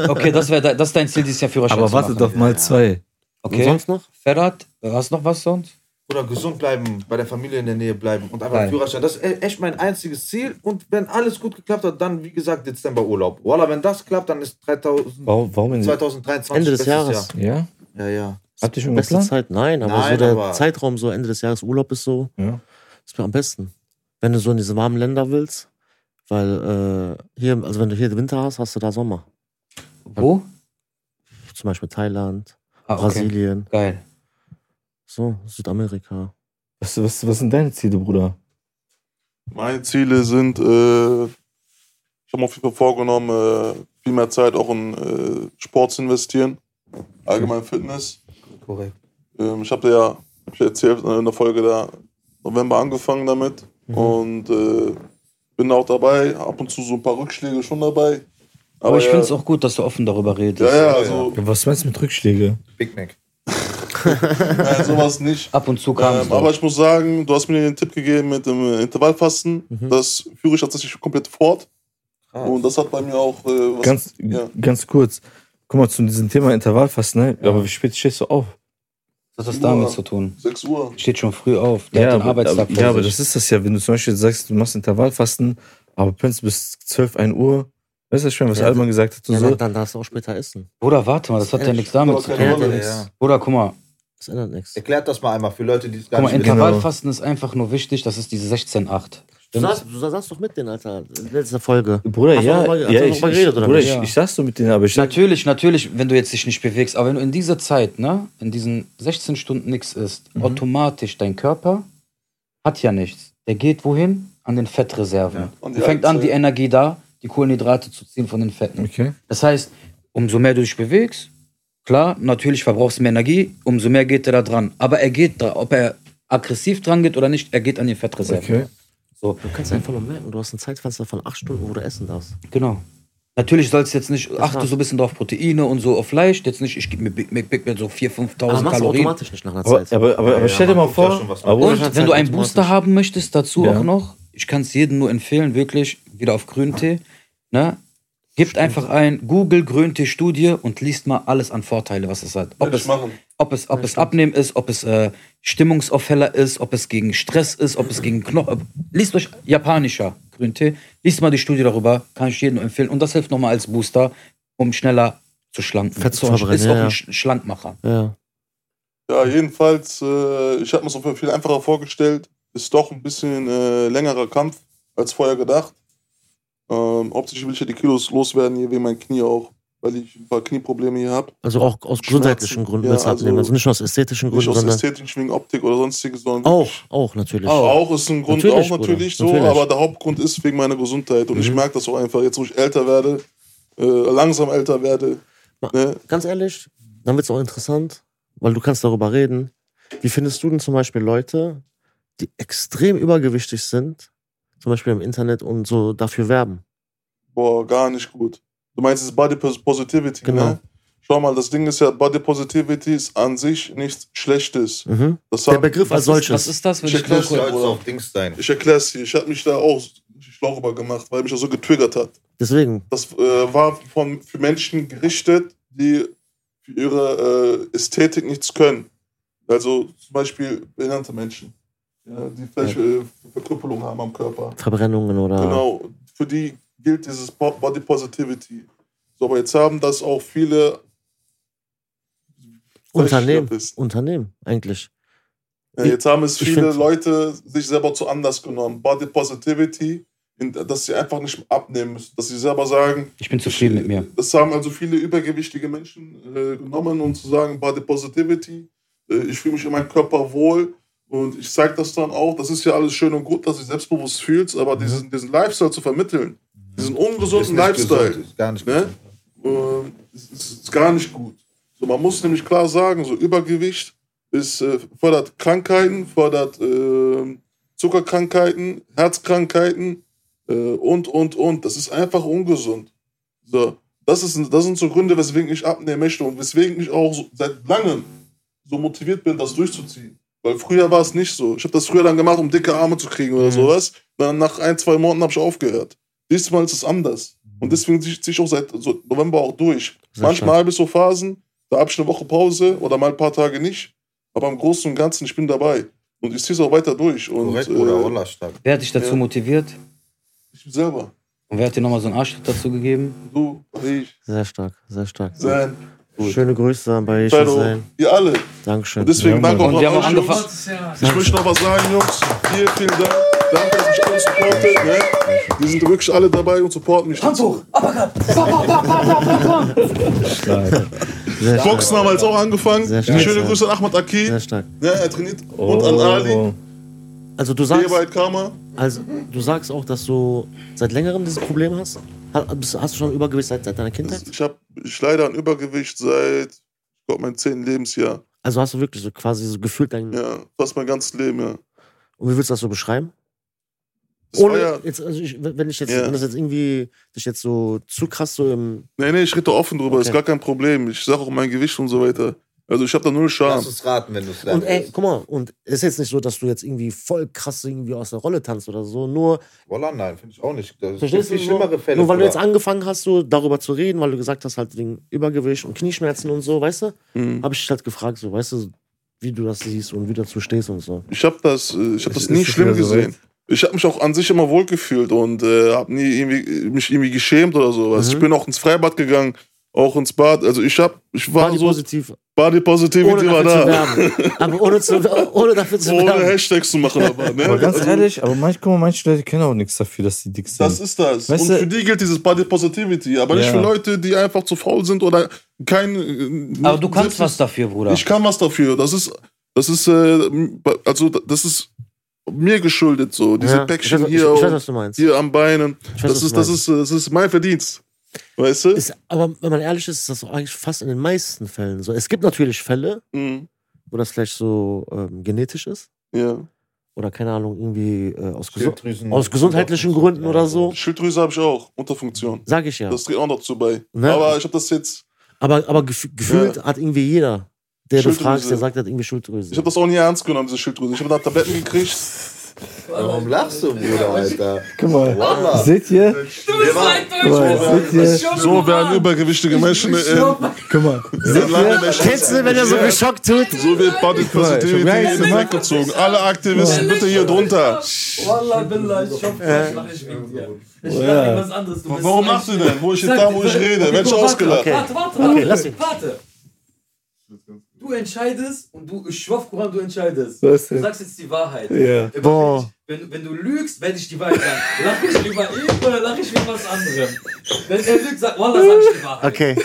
[SPEAKER 2] Okay, das, wär, de- das ist dein Ziel, dieses Jahr Führerschein
[SPEAKER 1] Aber
[SPEAKER 2] zu
[SPEAKER 1] warte
[SPEAKER 2] machen.
[SPEAKER 1] doch mal zwei.
[SPEAKER 3] Und
[SPEAKER 2] Okay,
[SPEAKER 3] sonst noch?
[SPEAKER 2] Ferhat, hast du noch was sonst?
[SPEAKER 4] Oder gesund bleiben, bei der Familie in der Nähe bleiben und einfach
[SPEAKER 2] Geil.
[SPEAKER 4] Führerschein. Das ist e- echt mein einziges Ziel. Und wenn alles gut geklappt hat, dann, wie gesagt, Dezember Urlaub. Voila, wenn das klappt, dann ist 3000,
[SPEAKER 1] Warum, warum in
[SPEAKER 4] 2023
[SPEAKER 3] Ende des
[SPEAKER 4] bestes
[SPEAKER 3] Jahres.
[SPEAKER 1] Ja?
[SPEAKER 4] Jahr. Ja, ja.
[SPEAKER 1] Habt ihr schon
[SPEAKER 3] Beste
[SPEAKER 1] geplant?
[SPEAKER 3] Zeit? Nein, aber
[SPEAKER 4] Nein,
[SPEAKER 3] so der
[SPEAKER 4] aber-
[SPEAKER 3] Zeitraum, so Ende des Jahres Urlaub ist so,
[SPEAKER 1] Ja.
[SPEAKER 3] ist mir am besten. Wenn du so in diese warmen Länder willst, weil äh, hier, also wenn du hier Winter hast, hast du da Sommer.
[SPEAKER 2] Wo?
[SPEAKER 3] Zum Beispiel Thailand,
[SPEAKER 2] Ah, okay.
[SPEAKER 3] Brasilien,
[SPEAKER 2] Geil.
[SPEAKER 3] so, Südamerika.
[SPEAKER 1] Was, was, was sind deine Ziele, Bruder?
[SPEAKER 5] Meine Ziele sind, äh, ich habe mir auf jeden Fall vorgenommen, äh, viel mehr Zeit auch in äh, Sport zu investieren. Allgemein Fitness.
[SPEAKER 4] Korrekt.
[SPEAKER 5] Ähm, ich habe ja, hab ich erzählt äh, in der Folge da, November angefangen damit.
[SPEAKER 2] Mhm.
[SPEAKER 5] Und äh, bin auch dabei. Ab und zu so ein paar Rückschläge schon dabei.
[SPEAKER 2] Aber, ich
[SPEAKER 5] ja,
[SPEAKER 2] finde es auch gut, dass du offen darüber redest.
[SPEAKER 5] Ja, ja, also,
[SPEAKER 1] Ja, Was meinst du mit Rückschläge?
[SPEAKER 4] Big Mac.
[SPEAKER 5] ja, sowas nicht.
[SPEAKER 2] Ab und zu kam es.
[SPEAKER 5] Ähm, aber ich muss sagen, du hast mir den Tipp gegeben mit dem äh, Intervallfasten.
[SPEAKER 2] Mhm.
[SPEAKER 5] Das führe ich tatsächlich komplett fort.
[SPEAKER 2] Ah.
[SPEAKER 4] Krass.
[SPEAKER 5] Und das hat bei mir auch äh, was.
[SPEAKER 1] Ganz,
[SPEAKER 5] ja.
[SPEAKER 1] ganz kurz. Guck mal, zu diesem Thema Intervallfasten, ne? Aber wie spät stehst du auf?
[SPEAKER 2] was hat das
[SPEAKER 5] Uhr.
[SPEAKER 2] damit zu tun?
[SPEAKER 5] 6 Uhr.
[SPEAKER 2] Steht schon früh auf. Der hat den
[SPEAKER 1] aber,
[SPEAKER 2] Arbeitstag
[SPEAKER 1] aber,
[SPEAKER 2] vor
[SPEAKER 1] ja, aber
[SPEAKER 2] sich.
[SPEAKER 1] das ist das ja. Wenn du zum Beispiel sagst, du machst Intervallfasten, aber pennst bis 12, 1 Uhr, weißt du schon, was
[SPEAKER 3] Ja,
[SPEAKER 1] Alman gesagt hat und
[SPEAKER 3] Ja,
[SPEAKER 1] so?
[SPEAKER 3] dann, dann darfst du auch später essen.
[SPEAKER 2] Bruder, warte mal, das hat ja
[SPEAKER 3] Ehrlich,
[SPEAKER 2] nichts damit
[SPEAKER 5] aber
[SPEAKER 2] zu
[SPEAKER 5] keine
[SPEAKER 2] tun.
[SPEAKER 5] Ahnung.
[SPEAKER 4] Ja,
[SPEAKER 5] Ja,
[SPEAKER 4] ja.
[SPEAKER 2] Bruder, guck mal.
[SPEAKER 3] Das ändert nichts.
[SPEAKER 4] Erklärt das mal einmal für Leute, die es gar
[SPEAKER 2] Guck mal,
[SPEAKER 4] nicht wissen.
[SPEAKER 1] Inter-
[SPEAKER 2] Intervallfasten ist einfach nur wichtig, das ist diese 16-8.
[SPEAKER 3] Du
[SPEAKER 2] Stimmt's?
[SPEAKER 3] saßt, du saßt doch mit denen, Alter. Letzte Folge.
[SPEAKER 1] Bruder,
[SPEAKER 3] Hast du
[SPEAKER 1] ja,
[SPEAKER 3] noch mal- hast
[SPEAKER 1] ja,
[SPEAKER 3] du noch
[SPEAKER 1] ich,
[SPEAKER 3] mal
[SPEAKER 1] ich,
[SPEAKER 3] geredet, oder
[SPEAKER 1] Bruder,
[SPEAKER 3] nicht?
[SPEAKER 1] ich,
[SPEAKER 2] Ja.
[SPEAKER 1] ich saß so mit denen, aber ich,
[SPEAKER 2] Natürlich, natürlich, wenn du jetzt dich nicht bewegst, aber wenn du in dieser Zeit, ne, in diesen 16 Stunden nichts isst,
[SPEAKER 1] Mhm.
[SPEAKER 2] automatisch dein Körper hat ja nichts. Der geht wohin? An den Fettreserven.
[SPEAKER 5] Und
[SPEAKER 2] Und
[SPEAKER 5] die
[SPEAKER 2] fängt an, die
[SPEAKER 5] Eizellen.
[SPEAKER 2] Energie da, die Kohlenhydrate zu ziehen von den Fetten.
[SPEAKER 1] okay.
[SPEAKER 2] Das heißt, umso mehr du dich bewegst, klar, natürlich verbrauchst du mehr Energie, umso mehr geht er da dran. Aber er geht da, ob er aggressiv dran geht oder nicht, er geht an die Fettreserven.
[SPEAKER 1] Okay.
[SPEAKER 2] So,
[SPEAKER 3] Du kannst einfach nur merken, du hast ein Zeitfenster von acht Stunden, wo du essen darfst.
[SPEAKER 2] Genau. Natürlich sollst du jetzt nicht, achte
[SPEAKER 3] war's.
[SPEAKER 2] so ein bisschen drauf Proteine und so auf Fleisch. Jetzt nicht, ich gebe mir Big Mac, Big Mac so 4.000, 5.000
[SPEAKER 3] machst du
[SPEAKER 2] Kalorien.
[SPEAKER 3] automatisch nicht nach einer
[SPEAKER 1] Also Aber,
[SPEAKER 3] Zeit.
[SPEAKER 1] aber, aber,
[SPEAKER 4] Ja,
[SPEAKER 1] aber
[SPEAKER 4] ja,
[SPEAKER 1] stell dir
[SPEAKER 4] man
[SPEAKER 1] mal
[SPEAKER 4] tut
[SPEAKER 1] vor,
[SPEAKER 4] ja schon was
[SPEAKER 1] aber
[SPEAKER 2] Und
[SPEAKER 1] Bruder,
[SPEAKER 2] wenn du einen
[SPEAKER 3] automatisch.
[SPEAKER 2] Booster haben möchtest, dazu
[SPEAKER 1] Ja.
[SPEAKER 2] auch noch, ich kann es jedem nur empfehlen, wirklich, wieder auf Grüntee, ne? Gibt einfach ein Google Grüntee-Studie und liest mal alles an Vorteile, was es hat. Ob
[SPEAKER 5] Will ich
[SPEAKER 2] es,
[SPEAKER 5] machen.
[SPEAKER 2] ob es, ob es Abnehmen ist, ob es äh, Stimmungsaufheller ist, ob es gegen Stress ist, ob es gegen Knochen. Liest euch japanischer Grüntee, liest mal die Studie darüber, kann ich jedem nur empfehlen. Und das hilft nochmal als Booster, um schneller zu schlanken.
[SPEAKER 3] Fett zu
[SPEAKER 2] Ist auch ein-
[SPEAKER 3] verbrennen,
[SPEAKER 2] Ist
[SPEAKER 3] ja,
[SPEAKER 2] auch
[SPEAKER 3] ja.
[SPEAKER 2] ein Sch- Schlankmacher.
[SPEAKER 3] ja.
[SPEAKER 5] Ja, jedenfalls, äh, ich habe mir es auf jeden Fall viel einfacher vorgestellt. Ist doch ein bisschen äh, längerer Kampf als vorher gedacht. Ähm, hauptsächlich will ich ja die Kilos loswerden, hier wegen meinem Knie auch, weil ich ein paar Knieprobleme hier habe.
[SPEAKER 3] Also auch aus gesundheitlichen Gründen
[SPEAKER 5] ja,
[SPEAKER 3] willst du
[SPEAKER 5] also-
[SPEAKER 3] abnehmen. Also nicht nur aus ästhetischen
[SPEAKER 5] Nicht
[SPEAKER 3] Gründen,
[SPEAKER 5] aus
[SPEAKER 3] sondern
[SPEAKER 5] ästhetischen wegen Optik oder sonstiges, sondern
[SPEAKER 3] auch, auch natürlich.
[SPEAKER 2] Auch.
[SPEAKER 5] Auch ist ein Grund,
[SPEAKER 3] Natürlich,
[SPEAKER 5] auch
[SPEAKER 3] Bruder,
[SPEAKER 5] natürlich so,
[SPEAKER 3] natürlich. Mhm.
[SPEAKER 5] aber der Hauptgrund ist wegen meiner Gesundheit. Und ich merke das auch einfach, jetzt wo ich älter werde, äh, langsam älter werde.
[SPEAKER 3] Ma-
[SPEAKER 5] Ne?
[SPEAKER 3] Ganz ehrlich, dann wird es auch interessant, weil du kannst darüber reden. Wie findest du denn zum Beispiel Leute, die extrem übergewichtig sind, zum Beispiel im Internet und so dafür werben?
[SPEAKER 5] Boah, gar nicht gut. Du meinst das Body Pos- Positivity,
[SPEAKER 3] Genau.
[SPEAKER 5] ne? Schau mal, das Ding ist ja, Body Positivity ist an sich nichts Schlechtes.
[SPEAKER 3] Mhm.
[SPEAKER 5] Das
[SPEAKER 3] Der
[SPEAKER 5] haben,
[SPEAKER 3] Begriff als
[SPEAKER 2] Was ist, was
[SPEAKER 3] solches.
[SPEAKER 2] ist das? Wenn
[SPEAKER 5] Check
[SPEAKER 2] ich nur
[SPEAKER 5] das
[SPEAKER 2] kurz-
[SPEAKER 5] aus.
[SPEAKER 4] Stolz auf Dings sein.
[SPEAKER 5] ich erkläre es dir, ich habe mich da auch schlau rüber gemacht, weil mich das so getriggert hat.
[SPEAKER 3] Deswegen,
[SPEAKER 5] Das äh, war von, für Menschen gerichtet, die für ihre äh, Ästhetik nichts können. Also zum Beispiel behinderte Menschen, ja, die vielleicht äh, Verkrüppelung haben am Körper.
[SPEAKER 3] Verbrennungen oder.
[SPEAKER 5] Genau, für die gilt dieses Bo- Body Positivity. So, aber jetzt haben das auch viele
[SPEAKER 3] Unternehmen.
[SPEAKER 5] Das ist-
[SPEAKER 3] Unternehmen, eigentlich.
[SPEAKER 5] Ja, Äh, jetzt haben es
[SPEAKER 3] Ich
[SPEAKER 5] viele
[SPEAKER 3] find-
[SPEAKER 5] Leute sich selber zu anders genommen. Body Positivity, in- dass sie einfach nicht abnehmen müssen. Dass sie selber sagen,
[SPEAKER 2] Ich bin zufrieden mit mir.
[SPEAKER 5] das haben also viele übergewichtige Menschen äh, genommen, um zu sagen, Body Positivity, äh, ich fühle mich in meinem Körper wohl und ich zeige das dann auch. Das ist ja alles schön und gut, dass du dich selbstbewusst fühlst, aber diesen, diesen Lifestyle zu vermitteln, diesen
[SPEAKER 4] Ist
[SPEAKER 5] ungesunden
[SPEAKER 4] nicht
[SPEAKER 5] Lifestyle,
[SPEAKER 4] gesund, ist gar nicht
[SPEAKER 5] ne? Ähm, ist, ist, ist gar nicht gut. So, man muss nämlich klar sagen, so Übergewicht ist, äh, fördert Krankheiten, fördert ähm, Zuckerkrankheiten, Herzkrankheiten äh, und, und, und. Das ist einfach ungesund. So, das, ist, das sind so Gründe, weswegen ich abnehmen möchte und weswegen ich auch so, seit langem so motiviert bin, das durchzuziehen. Weil früher war es nicht so. Ich habe das früher dann gemacht, um dicke Arme zu kriegen oder sowas. Dann nach ein, zwei Monaten habe ich aufgehört. Diesmal ist es anders. Und deswegen ziehe ich auch seit so November auch durch.
[SPEAKER 3] Sehr
[SPEAKER 5] Manchmal habe ich so Phasen, da habe ich eine Woche Pause oder mal ein paar Tage nicht. Aber im Großen und Ganzen, ich bin dabei. Und ich ziehe es auch weiter durch. Und
[SPEAKER 4] Korrekt, Bruder,
[SPEAKER 5] äh,
[SPEAKER 4] Wallah, stark.
[SPEAKER 2] Wer hat dich dazu
[SPEAKER 5] Ja.
[SPEAKER 2] motiviert?
[SPEAKER 5] ich bin selber.
[SPEAKER 2] Und wer hat dir nochmal so einen Arschtritt dazu gegeben?
[SPEAKER 5] Du, ich,
[SPEAKER 3] Sehr stark, sehr stark.
[SPEAKER 5] sein,
[SPEAKER 3] Schöne Grüße an bei
[SPEAKER 5] Shadow,
[SPEAKER 3] Sein.
[SPEAKER 5] ihr alle.
[SPEAKER 3] Dankeschön.
[SPEAKER 5] Und deswegen danke auch
[SPEAKER 2] Und wir haben
[SPEAKER 5] an
[SPEAKER 2] auch
[SPEAKER 5] euch, Jungs.
[SPEAKER 2] angefangen.
[SPEAKER 5] Ich möchte noch was sagen, Jungs. Vielen, vielen Dank. Danke, dass mich alle supportet. Ne? Die sind wirklich alle dabei und supporten mich. Handtuch!
[SPEAKER 3] Sehr stark.
[SPEAKER 5] Boxen haben wir jetzt auch angefangen.
[SPEAKER 3] Sehr schön.
[SPEAKER 5] Schöne Grüße an Ahmad Aki.
[SPEAKER 3] Sehr Oh. stark.
[SPEAKER 5] Ne, er trainiert.
[SPEAKER 1] Oh,
[SPEAKER 5] Und an Ali.
[SPEAKER 3] Also du sagst,
[SPEAKER 5] Bebald Karma.
[SPEAKER 3] also du sagst auch, dass du seit längerem dieses Problem hast. Ha- bist- Hast du schon Übergewicht seit, seit deiner Kindheit?
[SPEAKER 5] Ich habe ich leider ein Übergewicht seit, ich glaube, mein 10. Lebensjahr.
[SPEAKER 3] Also hast du wirklich so quasi so gefühlt dein.
[SPEAKER 5] Ja, fast mein ganzes Leben, ja.
[SPEAKER 3] Und wie willst du das so beschreiben?
[SPEAKER 5] Das war
[SPEAKER 3] Ohne
[SPEAKER 5] ja
[SPEAKER 3] jetzt, also ich, wenn ich jetzt,
[SPEAKER 5] Ja.
[SPEAKER 3] wenn das jetzt irgendwie dich jetzt so zu krass so im.
[SPEAKER 5] nee, nee, ich rede offen drüber. Ist
[SPEAKER 3] Okay.
[SPEAKER 5] gar kein Problem. Ich sage auch mein Gewicht und so weiter. Also ich habe da null Scham.
[SPEAKER 4] Lass uns raten, wenn du es
[SPEAKER 3] Und ey, guck mal, und es ist jetzt nicht so, dass du jetzt irgendwie voll krass irgendwie aus der Rolle tanzt oder so. Nur,
[SPEAKER 4] Wallah, nein, finde ich auch nicht. Das
[SPEAKER 3] verstehst du?
[SPEAKER 4] gibt viel schlimmere
[SPEAKER 3] so,
[SPEAKER 4] Fälle.
[SPEAKER 3] nur weil du
[SPEAKER 4] Bruder.
[SPEAKER 3] jetzt angefangen hast, so darüber zu reden, weil du gesagt hast, halt wegen Übergewicht und Knieschmerzen und so, weißt du?
[SPEAKER 5] Mhm.
[SPEAKER 3] Habe ich dich halt gefragt, so, weißt du, wie du das siehst und wie du dazu stehst und so.
[SPEAKER 5] Ich habe das, äh, ich hab das
[SPEAKER 1] Ist-
[SPEAKER 5] nie
[SPEAKER 1] ist es
[SPEAKER 5] schlimm
[SPEAKER 1] wieder so
[SPEAKER 5] gesehen. Ich habe mich auch an sich immer wohl gefühlt und äh, habe nie irgendwie, mich irgendwie geschämt oder sowas.
[SPEAKER 1] Mhm.
[SPEAKER 5] Ich bin auch ins Freibad gegangen, auch ins Bad. Also ich habe, ich war
[SPEAKER 3] Body
[SPEAKER 5] so,
[SPEAKER 3] positiv,
[SPEAKER 5] Body
[SPEAKER 3] ohne
[SPEAKER 5] Positivity war
[SPEAKER 3] dafür zu
[SPEAKER 5] da.
[SPEAKER 3] werben. Aber ohne, zu, ohne dafür zu
[SPEAKER 5] Ohne
[SPEAKER 3] werben.
[SPEAKER 5] Hashtags zu machen, aber, ne?
[SPEAKER 1] Aber ganz
[SPEAKER 5] Also,
[SPEAKER 1] ehrlich, aber manch, guck mal, manche Leute kennen auch nichts dafür, dass die dick sind.
[SPEAKER 5] Das ist das.
[SPEAKER 1] Weißt
[SPEAKER 5] und
[SPEAKER 1] du-
[SPEAKER 5] für die gilt dieses Body Positivity, aber nicht
[SPEAKER 1] Ja.
[SPEAKER 5] für Leute, die einfach zu faul sind oder kein. äh,
[SPEAKER 2] Aber du kannst
[SPEAKER 5] Selbst-
[SPEAKER 2] was dafür, Bruder.
[SPEAKER 5] Ich kann was dafür. Das ist, das ist, äh, also das ist mir geschuldet so. Diese
[SPEAKER 3] Ja, ich,
[SPEAKER 5] Päckchen
[SPEAKER 3] weiß, ich, ich
[SPEAKER 5] hier.
[SPEAKER 3] weiß,
[SPEAKER 5] und-
[SPEAKER 3] was du meinst.
[SPEAKER 5] hier am Beinen.
[SPEAKER 3] Ich weiß,
[SPEAKER 5] Das
[SPEAKER 3] was
[SPEAKER 5] ist,
[SPEAKER 3] du
[SPEAKER 5] das,
[SPEAKER 3] meinst.
[SPEAKER 5] ist, äh, das ist mein Verdienst. Weißt du?
[SPEAKER 3] Ist, aber wenn man ehrlich ist, ist das eigentlich fast in den meisten Fällen so. Es gibt natürlich Fälle,
[SPEAKER 5] Mhm.
[SPEAKER 3] wo das vielleicht so ähm, genetisch ist
[SPEAKER 5] Ja.
[SPEAKER 3] oder keine Ahnung, irgendwie äh, aus, Gesu
[SPEAKER 1] Schilddrüsen-
[SPEAKER 3] aus gesundheitlichen Gründen oder so,
[SPEAKER 5] Schilddrüse habe ich auch, Unterfunktion.
[SPEAKER 3] sage ich ja.
[SPEAKER 5] Das trägt auch noch dazu bei.
[SPEAKER 3] Ne?
[SPEAKER 5] Aber ich habe das jetzt,
[SPEAKER 3] Aber, aber gef gefühlt hat irgendwie jeder, der du
[SPEAKER 5] Schilddrüse.
[SPEAKER 3] fragst, der sagt, der hat irgendwie
[SPEAKER 5] ich
[SPEAKER 3] Schilddrüse.
[SPEAKER 5] habe das auch nie ernst genommen, diese Schilddrüse. Ich habe da Tabletten gekriegt.
[SPEAKER 4] Warum lachst du, Bruder, Alter?
[SPEAKER 1] Guck mal,
[SPEAKER 4] Wallah.
[SPEAKER 1] seht ihr? Guck mal, seht ihr?
[SPEAKER 5] So werden übergewichtige Menschen. Äh,
[SPEAKER 1] Guck mal,
[SPEAKER 5] sind lange Menschen.
[SPEAKER 3] Kennst du, wenn er so geschockt tut?
[SPEAKER 5] So wird
[SPEAKER 1] mal,
[SPEAKER 5] Body
[SPEAKER 1] ich hab
[SPEAKER 5] Positivity
[SPEAKER 1] gar
[SPEAKER 5] in
[SPEAKER 1] nichts
[SPEAKER 5] den Dreck gezogen. Alle Aktivisten, bitte hier drunter. Äh.
[SPEAKER 6] Wallah, Billah, ich hoffe, ich lache nicht wegen dir. Ich
[SPEAKER 3] Oh,
[SPEAKER 6] lache wegen was anderes. Du bist
[SPEAKER 5] Warum
[SPEAKER 6] ein-
[SPEAKER 5] lachst du denn? Wo ich jetzt da, wo ich rede? Mensch, ausgelacht.
[SPEAKER 6] Warte, warte,
[SPEAKER 3] Okay,
[SPEAKER 6] warte.
[SPEAKER 3] lass ihn.
[SPEAKER 6] warte. Du entscheidest und du, ich schwör auf Koran, du entscheidest.
[SPEAKER 1] Was
[SPEAKER 6] Du
[SPEAKER 1] denn?
[SPEAKER 6] sagst jetzt die Wahrheit.
[SPEAKER 1] Ja.
[SPEAKER 6] Wenn-
[SPEAKER 3] Boah.
[SPEAKER 6] Wenn, wenn du lügst, werde ich die Wahrheit sagen. Lach ich über ihn oder lach ich über was anderem? Wenn er lügt, sagt, Wallah, sag ich die Wahrheit.
[SPEAKER 3] Okay,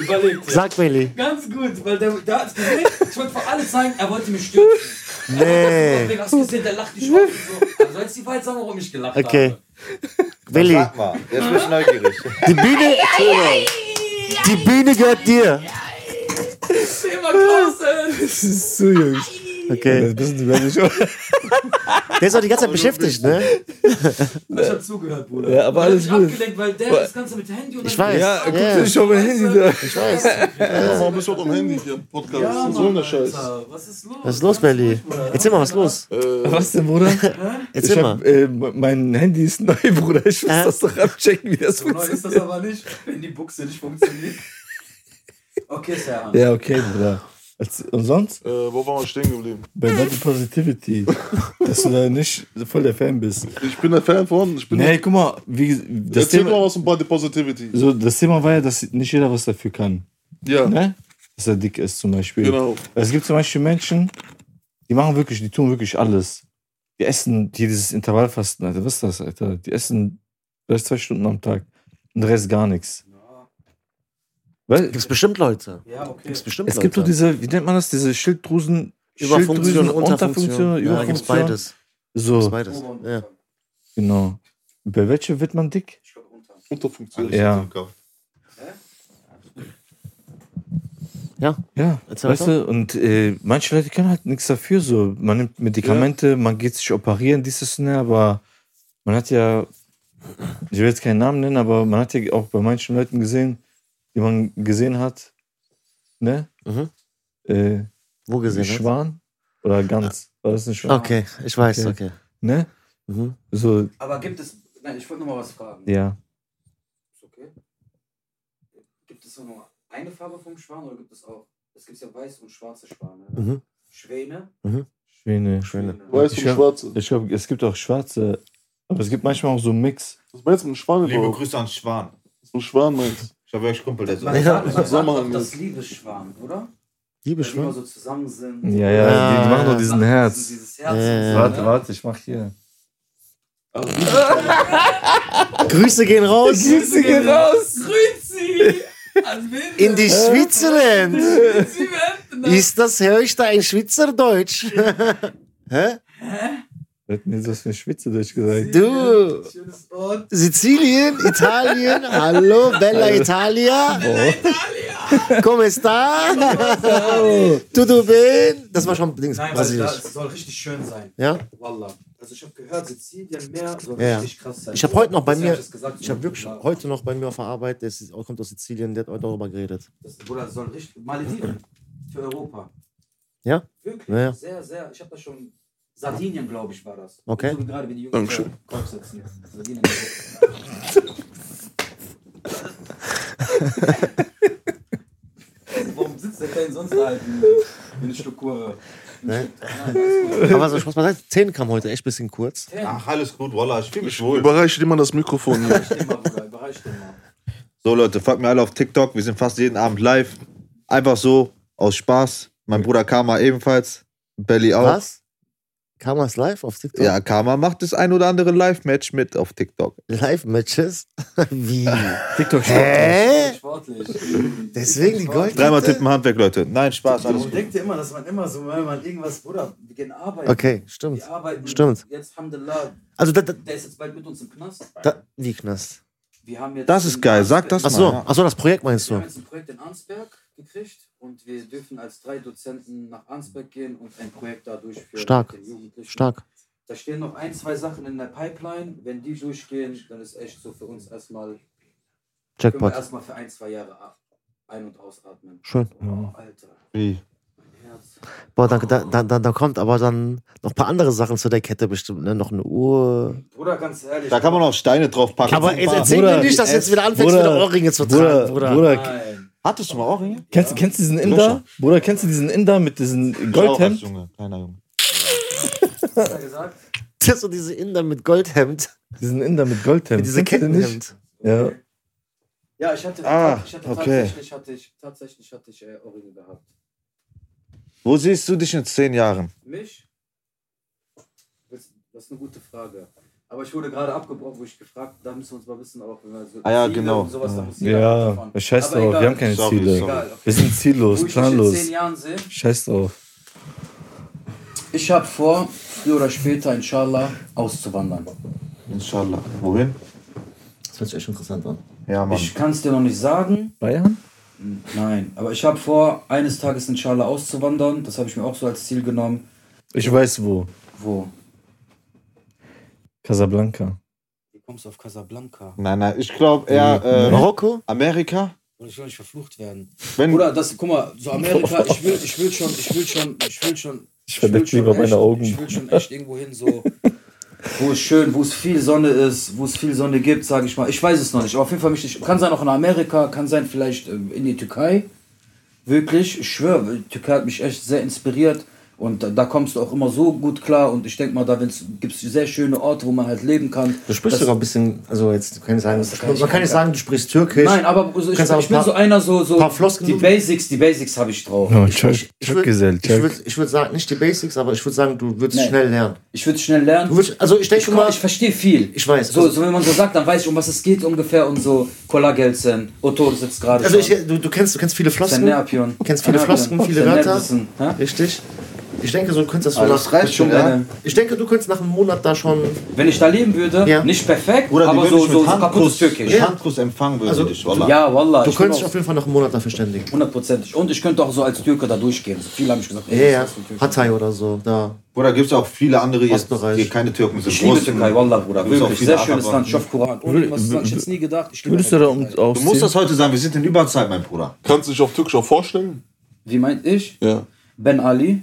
[SPEAKER 6] Überleg dir.
[SPEAKER 3] sag Meli.
[SPEAKER 6] Ganz gut, weil der, der hat's gesehen. Ich wollte vor alle zeigen, er wollte mich stürzen.
[SPEAKER 3] Nee.
[SPEAKER 6] Hast du gesehen, der lacht nicht auf. und So. Also jetzt die Wahrheit sagen, warum ich gelacht
[SPEAKER 3] Okay.
[SPEAKER 6] habe.
[SPEAKER 3] Willi,
[SPEAKER 4] Sag mal, jetzt bin ich neugierig.
[SPEAKER 3] die Bühne, die Bühne gehört dir.
[SPEAKER 6] Thema draußen.
[SPEAKER 1] Das ist so jung.
[SPEAKER 3] Okay.
[SPEAKER 1] Das wissen sie gar nicht.
[SPEAKER 3] Der ist auch die ganze Zeit beschäftigt, ne?
[SPEAKER 6] Ich hab zugehört, Bruder.
[SPEAKER 1] Ja, aber
[SPEAKER 6] Ich
[SPEAKER 1] alles
[SPEAKER 6] hab mich
[SPEAKER 1] gut.
[SPEAKER 6] abgelenkt, weil der das Ganze mit Handy und
[SPEAKER 3] Ich
[SPEAKER 6] dann-
[SPEAKER 3] weiß.
[SPEAKER 1] Ja, guck
[SPEAKER 3] Ja.
[SPEAKER 1] dir schon mein Handy da.
[SPEAKER 6] Ich weiß.
[SPEAKER 5] Warum bist du heute am Handy hier im Podcast?
[SPEAKER 6] Ja,
[SPEAKER 5] so
[SPEAKER 6] Mann,
[SPEAKER 5] eine Scheiß.
[SPEAKER 6] Alter, was ist los?
[SPEAKER 3] Was ist los, Meli? Erzähl mal, was ist los?
[SPEAKER 1] Was denn, Bruder?
[SPEAKER 3] Erzähl mal.
[SPEAKER 1] hab, äh, mein Handy ist neu, Bruder. Ich muss
[SPEAKER 3] Äh?
[SPEAKER 1] das doch abchecken, wie das
[SPEAKER 6] So neu ist
[SPEAKER 1] funktioniert.
[SPEAKER 6] das aber nicht, wenn die Buchse nicht funktioniert. Okay, Serhan.
[SPEAKER 1] Ja, okay, Bruder. Als- Und sonst?
[SPEAKER 5] Äh, wo waren wir stehen geblieben?
[SPEAKER 1] Bei Body Positivity. dass du da nicht voll der Fan bist.
[SPEAKER 5] Ich bin ein Fan von. Ich bin
[SPEAKER 1] Nee, guck mal, wie, das,
[SPEAKER 5] Erzähl mal
[SPEAKER 1] Thema,
[SPEAKER 5] was von Body Positivity.
[SPEAKER 1] so, das Thema war ja, dass nicht jeder was dafür kann.
[SPEAKER 5] Ja,
[SPEAKER 1] Ne? Dass er dick ist zum Beispiel. Also
[SPEAKER 5] genau.
[SPEAKER 1] Es gibt zum Beispiel Menschen, die machen wirklich, die tun wirklich alles. Die essen hier dieses Intervallfasten, Alter. Was ist das, Alter? Die essen vielleicht zwei Stunden am Tag und der Rest gar nichts. Weil
[SPEAKER 3] Gibt's bestimmt Leute.
[SPEAKER 6] Ja, okay.
[SPEAKER 3] Gibt's bestimmt
[SPEAKER 1] es gibt doch
[SPEAKER 3] Leute.
[SPEAKER 1] diese, wie nennt man das, diese Schilddrüsen,
[SPEAKER 3] Überfunktion
[SPEAKER 1] Schilddrüsen-
[SPEAKER 3] und Unterfunktion.
[SPEAKER 1] Unterfunktion,
[SPEAKER 3] Ja, gibt's
[SPEAKER 1] Überfunktion.
[SPEAKER 3] beides. Gibt's
[SPEAKER 1] So,
[SPEAKER 3] beides. Ja.
[SPEAKER 1] genau. Bei welcher wird man dick?
[SPEAKER 6] Ich glaub, unter.
[SPEAKER 5] Unterfunktion.
[SPEAKER 1] Ja.
[SPEAKER 3] Ja.
[SPEAKER 1] Ja,
[SPEAKER 3] Erzähl
[SPEAKER 1] weißt du, und äh, manche Leute können halt nichts dafür. So, man nimmt Medikamente, man geht sich operieren, dieses ne, aber man hat ja, ich will jetzt keinen Namen nennen, aber man hat ja auch bei manchen Leuten gesehen, die man gesehen hat, ne?
[SPEAKER 3] Mhm.
[SPEAKER 1] Äh,
[SPEAKER 3] Wo gesehen? Ne?
[SPEAKER 1] Schwan oder Gans. War das ein Schwan?
[SPEAKER 3] Okay, ich weiß, okay.
[SPEAKER 1] Ne?
[SPEAKER 3] Mhm.
[SPEAKER 1] So,
[SPEAKER 6] Aber gibt es
[SPEAKER 2] Nein, ich wollte noch mal was fragen.
[SPEAKER 1] Ja.
[SPEAKER 2] Ist okay. Gibt es nur eine Farbe vom Schwan oder gibt es auch? Es gibt ja weiß und schwarze Schwane. ne?
[SPEAKER 3] Mhm.
[SPEAKER 2] Schwäne.
[SPEAKER 1] Schwäne.
[SPEAKER 5] Weiß und
[SPEAKER 1] Ich hab-
[SPEAKER 5] schwarze.
[SPEAKER 1] Ich glaube, es gibt auch schwarze, aber es gibt manchmal auch so einen Mix.
[SPEAKER 5] Was meinst du mit Schwan
[SPEAKER 7] Liebe
[SPEAKER 5] überhaupt?
[SPEAKER 7] Grüße an Schwan.
[SPEAKER 5] Was du mit Schwan meinst?
[SPEAKER 7] Ich habe wirklich Kumpel, der so.
[SPEAKER 2] Man sagt, man sagt
[SPEAKER 5] Sommer-
[SPEAKER 2] auch also das Liebesschwan, oder?
[SPEAKER 3] Liebe
[SPEAKER 2] Wenn die immer
[SPEAKER 3] Schwan.
[SPEAKER 2] so zusammen sind.
[SPEAKER 1] Ja, ja, die, die
[SPEAKER 3] Ah.
[SPEAKER 1] machen doch diesen Herz.
[SPEAKER 2] Dieses Herz.
[SPEAKER 3] Ja.
[SPEAKER 1] Warte, warte, ich mach hier.
[SPEAKER 3] Grüße gehen raus
[SPEAKER 1] Grüße gehen raus!
[SPEAKER 6] Grüezi! An wen?
[SPEAKER 3] in die Schwitzerland.
[SPEAKER 6] Grüezi, Wendner.
[SPEAKER 3] Ist das, höre ich da ein Schweizerdeutsch? Hä?
[SPEAKER 1] Hätten jetzt was für eine Schwitze durch gesagt.
[SPEAKER 3] Du,
[SPEAKER 6] Schönes Ort.
[SPEAKER 3] Sizilien, Italien, hallo, Bella Italia. Come sta? Tudo bem? Das war schon Dings,
[SPEAKER 2] Nein, weil
[SPEAKER 3] Brasilisch.
[SPEAKER 2] das soll richtig schön sein.
[SPEAKER 3] Ja?
[SPEAKER 2] Wallah. Also ich habe gehört, Sizilien mehr soll
[SPEAKER 3] Ja.
[SPEAKER 2] richtig krass sein.
[SPEAKER 3] Ich habe heute noch bei
[SPEAKER 2] Deswegen hab
[SPEAKER 3] mir,
[SPEAKER 2] das gesagt,
[SPEAKER 3] ich habe wirklich
[SPEAKER 2] Bruder,
[SPEAKER 3] heute noch bei mir auf der Arbeit, der ist, kommt aus Sizilien, der hat heute darüber geredet.
[SPEAKER 2] Das, Bruder, soll richtig. Malediven für Europa.
[SPEAKER 3] Ja?
[SPEAKER 2] Wirklich?
[SPEAKER 3] Ja, ja.
[SPEAKER 2] Sehr, sehr. Ich habe das schon. Sardinien, glaube ich, war das.
[SPEAKER 3] Okay.
[SPEAKER 2] So wie gerade, wenn die Jungs
[SPEAKER 5] Dankeschön.
[SPEAKER 2] da Kopf sitzen. Sardinien. Warum sitzt der Kleine sonst da halt in Struktur?
[SPEAKER 3] Ne? Aber so Spaß beiseite, 10 kam heute echt ein bisschen kurz.
[SPEAKER 7] Ach, alles gut, Walla, ich fühle mich wohl.
[SPEAKER 5] Überreiche dir mal das Mikrofon hier.
[SPEAKER 2] Überreicht den mal, Bruder. Überreicht den mal.
[SPEAKER 7] So, Leute, folgt mir alle auf TikTok. Wir sind fast jeden Abend live. Einfach so, aus Spaß. Mein Bruder Karma ebenfalls. Belly auch.
[SPEAKER 3] Was? Kam das live auf TikTok?
[SPEAKER 7] Ja, Karma macht das ein oder andere Live-Match mit auf TikTok.
[SPEAKER 3] Live-Matches? Wie?
[SPEAKER 1] TikTok
[SPEAKER 3] Hä?
[SPEAKER 2] Sportlich.
[SPEAKER 3] Deswegen die Gold.
[SPEAKER 7] Dreimal tippen Handwerk, Leute. Nein, Spaß, alles
[SPEAKER 2] Man
[SPEAKER 7] gut.
[SPEAKER 2] denkt ja immer, dass man immer so, wenn man irgendwas, Bruder, wir gehen arbeiten.
[SPEAKER 3] Okay, stimmt.
[SPEAKER 2] Wir arbeiten.
[SPEAKER 3] Stimmt.
[SPEAKER 2] Jetzt, Alhamdulillah,
[SPEAKER 3] Also, da, da,
[SPEAKER 2] der ist jetzt bald mit uns im Knast.
[SPEAKER 3] da, wie Knast?
[SPEAKER 2] Wir haben jetzt
[SPEAKER 7] Das ist
[SPEAKER 2] in
[SPEAKER 7] geil,
[SPEAKER 2] Arnsberg-
[SPEAKER 7] sag das mal.
[SPEAKER 3] Achso, achso, das Projekt meinst
[SPEAKER 2] Wir haben
[SPEAKER 3] du?
[SPEAKER 2] jetzt ein Projekt in Arnsberg gekriegt und wir dürfen als drei Dozenten nach Arnsberg gehen und ein Projekt da durchführen.
[SPEAKER 3] Stark.
[SPEAKER 2] mit den Jugendlichen.
[SPEAKER 3] Stark.
[SPEAKER 2] Da stehen noch ein, zwei Sachen in der Pipeline. Wenn die durchgehen, dann ist echt so für uns erstmal, können wir
[SPEAKER 3] Jackpot.
[SPEAKER 2] erstmal für ein, zwei Jahre a- ein- und ausatmen.
[SPEAKER 3] Schön.
[SPEAKER 2] Oh, Alter,
[SPEAKER 7] Wie?
[SPEAKER 2] mein Herz.
[SPEAKER 3] Boah, dann, dann, dann, dann kommt aber dann noch ein paar andere Sachen zu der Kette bestimmt, ne? Noch eine Uhr.
[SPEAKER 2] Bruder, ganz ehrlich.
[SPEAKER 7] Da kann man auch Steine drauf packen.
[SPEAKER 3] Aber jetzt erzähl
[SPEAKER 1] Bruder,
[SPEAKER 3] mir nicht, dass du jetzt wieder anfängst,
[SPEAKER 1] Bruder,
[SPEAKER 3] wieder Ohrringe zu tragen, Bruder.
[SPEAKER 2] Nein.
[SPEAKER 7] Hattest du mal auch hier?
[SPEAKER 1] Kennst, kennst du diesen Inder? Bruder, kennst du diesen Inder mit diesem
[SPEAKER 3] also-
[SPEAKER 1] Goldhemd?
[SPEAKER 7] Junge, kleiner Junge.
[SPEAKER 2] Was hat er gesagt?
[SPEAKER 3] Das ist so diese Inder mit Goldhemd.
[SPEAKER 1] Diesen Inder mit
[SPEAKER 3] Mit
[SPEAKER 1] Goldhemd.
[SPEAKER 3] diese
[SPEAKER 1] Kennst du den nicht?
[SPEAKER 3] Kettenhemd.
[SPEAKER 1] Ja.
[SPEAKER 2] Ja, ich hatte,
[SPEAKER 7] Ah,
[SPEAKER 2] ich hatte
[SPEAKER 7] okay.
[SPEAKER 2] tatsächlich, hatte ich, tatsächlich hatte ich äh, Ohrringe gehabt.
[SPEAKER 7] Wo siehst du dich in zehn Jahren?
[SPEAKER 2] Mich? Das, das ist eine gute Frage. Aber ich wurde gerade abgebrochen, wo ich gefragt da müssen wir uns mal wissen, auch wenn wir so
[SPEAKER 7] Ah ja,
[SPEAKER 2] Ziele
[SPEAKER 7] genau.
[SPEAKER 2] und sowas, da muss jeder was
[SPEAKER 1] Ja,
[SPEAKER 2] davon.
[SPEAKER 1] scheiß
[SPEAKER 2] Aber
[SPEAKER 1] drauf,
[SPEAKER 2] egal.
[SPEAKER 1] wir haben keine
[SPEAKER 7] Sorry,
[SPEAKER 1] Ziele.
[SPEAKER 7] sorry.
[SPEAKER 2] Egal, okay.
[SPEAKER 1] Wir sind ziellos,
[SPEAKER 2] Wo ich dich in zehn
[SPEAKER 1] planlos.
[SPEAKER 2] Jahren sehe,
[SPEAKER 1] Scheiß drauf.
[SPEAKER 2] ich habe vor, früher oder später, inshallah, auszuwandern.
[SPEAKER 7] Inshallah. Wohin?
[SPEAKER 3] Das hört sich echt interessant an.
[SPEAKER 7] Ja, Mann.
[SPEAKER 2] Ich kann es dir noch nicht sagen,
[SPEAKER 1] Bayern?
[SPEAKER 2] nein, aber ich habe vor, eines Tages inshallah auszuwandern. Das habe ich mir auch so als Ziel genommen.
[SPEAKER 1] Ich weiß wo.
[SPEAKER 2] Wo?
[SPEAKER 1] Casablanca.
[SPEAKER 2] Du kommst auf Casablanca.
[SPEAKER 7] Nein, nein, ich glaube eher äh,
[SPEAKER 3] Marokko?
[SPEAKER 7] Amerika.
[SPEAKER 2] Und ich will nicht verflucht werden.
[SPEAKER 7] Wenn,
[SPEAKER 2] Oder das, guck mal, so Amerika, ich will, ich will schon, ich will schon, ich will schon. Ich
[SPEAKER 1] verdecke
[SPEAKER 2] will schon
[SPEAKER 1] lieber meine
[SPEAKER 2] echt,
[SPEAKER 1] Augen.
[SPEAKER 2] Ich will schon echt irgendwo hin, so. Wo es schön, wo es viel Sonne ist, wo es viel Sonne gibt, sage ich mal. Ich weiß es noch nicht, aber auf jeden Fall mich nicht. Kann sein auch in Amerika, kann sein vielleicht ähm, in die Türkei. Wirklich, ich schwöre, die Türkei hat mich echt sehr inspiriert. Und da, da kommst du auch immer so gut klar. Und ich denke mal, da gibt es sehr schöne Orte, wo man halt leben kann.
[SPEAKER 3] Du sprichst sogar ein bisschen, also jetzt kann ich sagen,
[SPEAKER 2] kann
[SPEAKER 3] man
[SPEAKER 2] ich-
[SPEAKER 3] kann nicht sagen, du sprichst Türkisch.
[SPEAKER 2] Nein, aber so, ich,
[SPEAKER 3] Kannst aber
[SPEAKER 2] ich bin
[SPEAKER 3] paar-
[SPEAKER 2] so einer, so, so
[SPEAKER 3] paar Floskeln
[SPEAKER 2] die
[SPEAKER 3] so-
[SPEAKER 2] Basics, die Basics habe ich drauf.
[SPEAKER 1] Oh, Chuck,
[SPEAKER 3] ich würd-
[SPEAKER 1] Chuckgesell,
[SPEAKER 3] Ich
[SPEAKER 1] Chuck.
[SPEAKER 3] würde ich würd sagen, nicht die Basics, aber ich würde sagen, du würdest
[SPEAKER 2] Nee.
[SPEAKER 3] schnell lernen.
[SPEAKER 2] Ich würde schnell lernen.
[SPEAKER 3] Du würdest, also ich denke
[SPEAKER 2] ich,
[SPEAKER 3] schon mal,
[SPEAKER 2] ich verstehe viel.
[SPEAKER 3] Ich weiß.
[SPEAKER 2] So, so, wenn man so sagt, dann weiß ich, um was es geht ungefähr und so. Kollagelsen, Otor sitzt gerade.
[SPEAKER 3] also ich,
[SPEAKER 2] schon.
[SPEAKER 3] du, du, kennst, du kennst viele Floskeln.
[SPEAKER 2] Senerpion.
[SPEAKER 3] Du kennst viele
[SPEAKER 2] Senerpion.
[SPEAKER 3] Floskeln, viele Wörter.
[SPEAKER 2] Senerpissen, hä?
[SPEAKER 3] Richtig. Ich denke, so könntest du
[SPEAKER 7] Also
[SPEAKER 3] das
[SPEAKER 7] das reicht schon, ja.
[SPEAKER 2] Eine-
[SPEAKER 3] Ich denke, du könntest nach einem Monat da schon.
[SPEAKER 2] Wenn ich da leben würde,
[SPEAKER 3] Ja.
[SPEAKER 2] nicht perfekt,
[SPEAKER 7] Bruder, die
[SPEAKER 2] aber
[SPEAKER 7] würden
[SPEAKER 2] so,
[SPEAKER 7] dich
[SPEAKER 2] so,
[SPEAKER 7] mit
[SPEAKER 2] so kaputtes
[SPEAKER 7] Handkuss,
[SPEAKER 2] Türkisch.
[SPEAKER 7] mit Handkuss empfangen würde
[SPEAKER 3] Also,
[SPEAKER 7] dich, Wallah.
[SPEAKER 2] Ja, Wallah.
[SPEAKER 3] Du
[SPEAKER 2] ich bin
[SPEAKER 3] könntest dich
[SPEAKER 2] auch
[SPEAKER 3] auf jeden Fall nach einem Monat da verständigen.
[SPEAKER 2] hundertprozentig. Und ich könnte auch so als Türke da durchgehen. So viel habe ich gesagt.
[SPEAKER 3] Ja,
[SPEAKER 2] ey,
[SPEAKER 3] ja.
[SPEAKER 2] was ist das für ein Türke?
[SPEAKER 3] Hatay oder so. Da.
[SPEAKER 7] Bruder, gibt es auch viele andere jetzt,
[SPEAKER 3] Ostbereich.
[SPEAKER 7] die keine Türken sind.
[SPEAKER 2] Ich liebe
[SPEAKER 7] Russen.
[SPEAKER 2] Türkei, Wallah, Bruder.
[SPEAKER 7] Gibt's auch
[SPEAKER 2] Wirklich.
[SPEAKER 7] viele
[SPEAKER 2] Sehr schönes
[SPEAKER 7] Araber.
[SPEAKER 2] Land. Ich hoffe Koran. Ohne was zu sagen, ich hätte es nie gedacht. Ich liebe
[SPEAKER 1] Würdest du da um,
[SPEAKER 2] Türkei.
[SPEAKER 7] Du
[SPEAKER 1] aufziehen?
[SPEAKER 7] musst das heute sagen, wir sind in Überzeit, mein Bruder.
[SPEAKER 5] Kannst du dich auf Türkisch auch vorstellen?
[SPEAKER 2] Wie meint ich?
[SPEAKER 5] Ja.
[SPEAKER 2] Ben Ali.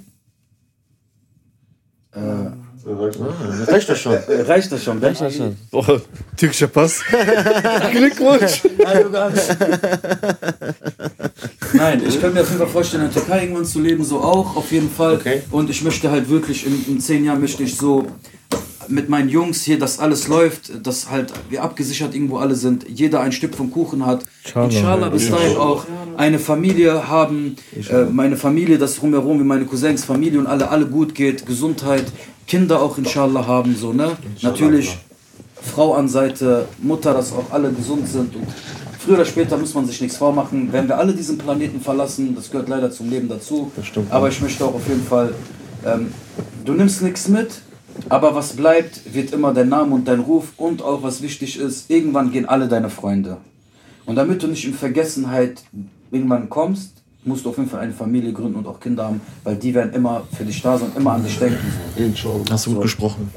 [SPEAKER 2] Äh,
[SPEAKER 3] Das reicht doch schon.
[SPEAKER 2] Reicht das schon? Reicht das schon?
[SPEAKER 1] Boah, türkischer Pass. Glückwunsch.
[SPEAKER 2] Nein, ich kann mir auf jeden Fall vorstellen, in der Türkei irgendwann zu leben, so auch, auf jeden Fall. Und ich möchte halt wirklich, in, in zehn Jahren möchte ich so mit meinen Jungs hier, dass alles läuft, dass halt wir abgesichert irgendwo alle sind, jeder ein Stück vom Kuchen hat. Inshallah bis dahin auch eine Familie haben, äh, meine Familie, das Rumherum, wie meine Cousins, Familie und alle, alle gut geht, Gesundheit, Kinder auch inshallah haben, so, ne? Äh, Natürlich Frau an Seite, Mutter, dass auch alle gesund sind und Früher oder später muss man sich nichts vormachen. Wenn wir alle diesen Planeten verlassen, das gehört leider zum Leben dazu. Aber ich möchte auch auf jeden Fall, ähm, du nimmst nichts mit, aber was bleibt, wird immer dein Name und dein Ruf und auch was wichtig ist, irgendwann gehen alle deine Freunde. Und damit du nicht in Vergessenheit irgendwann kommst, musst du auf jeden Fall eine Familie gründen und auch Kinder haben, weil die werden immer für dich da sein, und immer an dich denken.
[SPEAKER 1] Hast du gut gesprochen.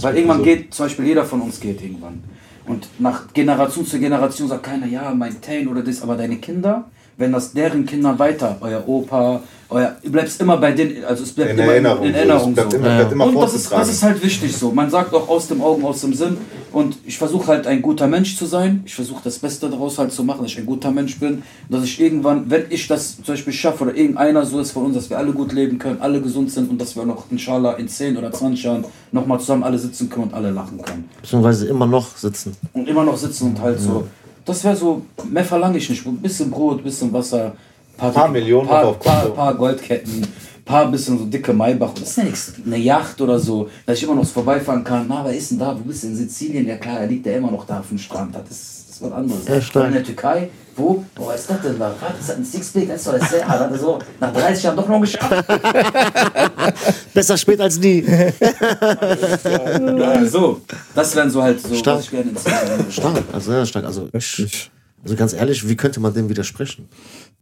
[SPEAKER 2] Weil irgendwann geht, zum Beispiel jeder von uns geht irgendwann. Und nach Generation zu Generation sagt keiner, ja, mein Tain oder das, aber deine Kinder, wenn das deren Kinder weiter, euer Opa, euer, ihr bleibt immer bei denen, also es bleibt
[SPEAKER 7] In
[SPEAKER 2] immer
[SPEAKER 7] Erinnerung.
[SPEAKER 2] in
[SPEAKER 7] so.
[SPEAKER 2] Erinnerung.
[SPEAKER 7] Es bleibt
[SPEAKER 2] so.
[SPEAKER 7] immer, bleibt immer
[SPEAKER 2] Und das ist, das
[SPEAKER 7] vorzutragen.
[SPEAKER 2] ist halt wichtig so. Man sagt auch aus dem Augen, aus dem Sinn. Und ich versuche halt ein guter Mensch zu sein. Ich versuche das Beste daraus halt zu machen, dass ich ein guter Mensch bin. Und dass ich irgendwann, wenn ich das zum Beispiel schaffe oder irgendeiner so ist von uns, dass wir alle gut leben können, alle gesund sind und dass wir noch inshallah in 10 oder 20 Jahren nochmal zusammen alle sitzen können und alle lachen können.
[SPEAKER 3] Beziehungsweise immer noch sitzen.
[SPEAKER 2] Und immer noch sitzen und halt so. Das wäre so, mehr verlange ich nicht. Ein bisschen Brot, ein bisschen Wasser. Paar,
[SPEAKER 7] Paar Millionen
[SPEAKER 2] paar,
[SPEAKER 7] noch auf
[SPEAKER 2] paar,
[SPEAKER 7] Konto.
[SPEAKER 2] paar Goldketten, paar bisschen so dicke Maybach. Das ist ja nichts, eine Yacht oder so, dass ich immer noch so vorbeifahren kann. Na, wer ist denn da? Wo bist du? In Sizilien? Ja klar, da liegt der immer noch da auf dem Strand. Das ist, das ist was anderes.
[SPEAKER 3] Ja, stark.
[SPEAKER 2] Und in der Türkei, wo? Boah, was ist das denn da? Was ist das? Ein Sixpack? Das ist doch das Serra. Das hat er so nach 30 Jahren doch noch geschafft.
[SPEAKER 3] Besser spät als nie.
[SPEAKER 2] so, das wären so halt so,
[SPEAKER 3] Stark.
[SPEAKER 2] was ich gerne in zehn Jahren hätte.
[SPEAKER 3] Stark, also sehr stark. Also,
[SPEAKER 1] Richtig.
[SPEAKER 3] also ganz ehrlich, wie könnte man dem widersprechen?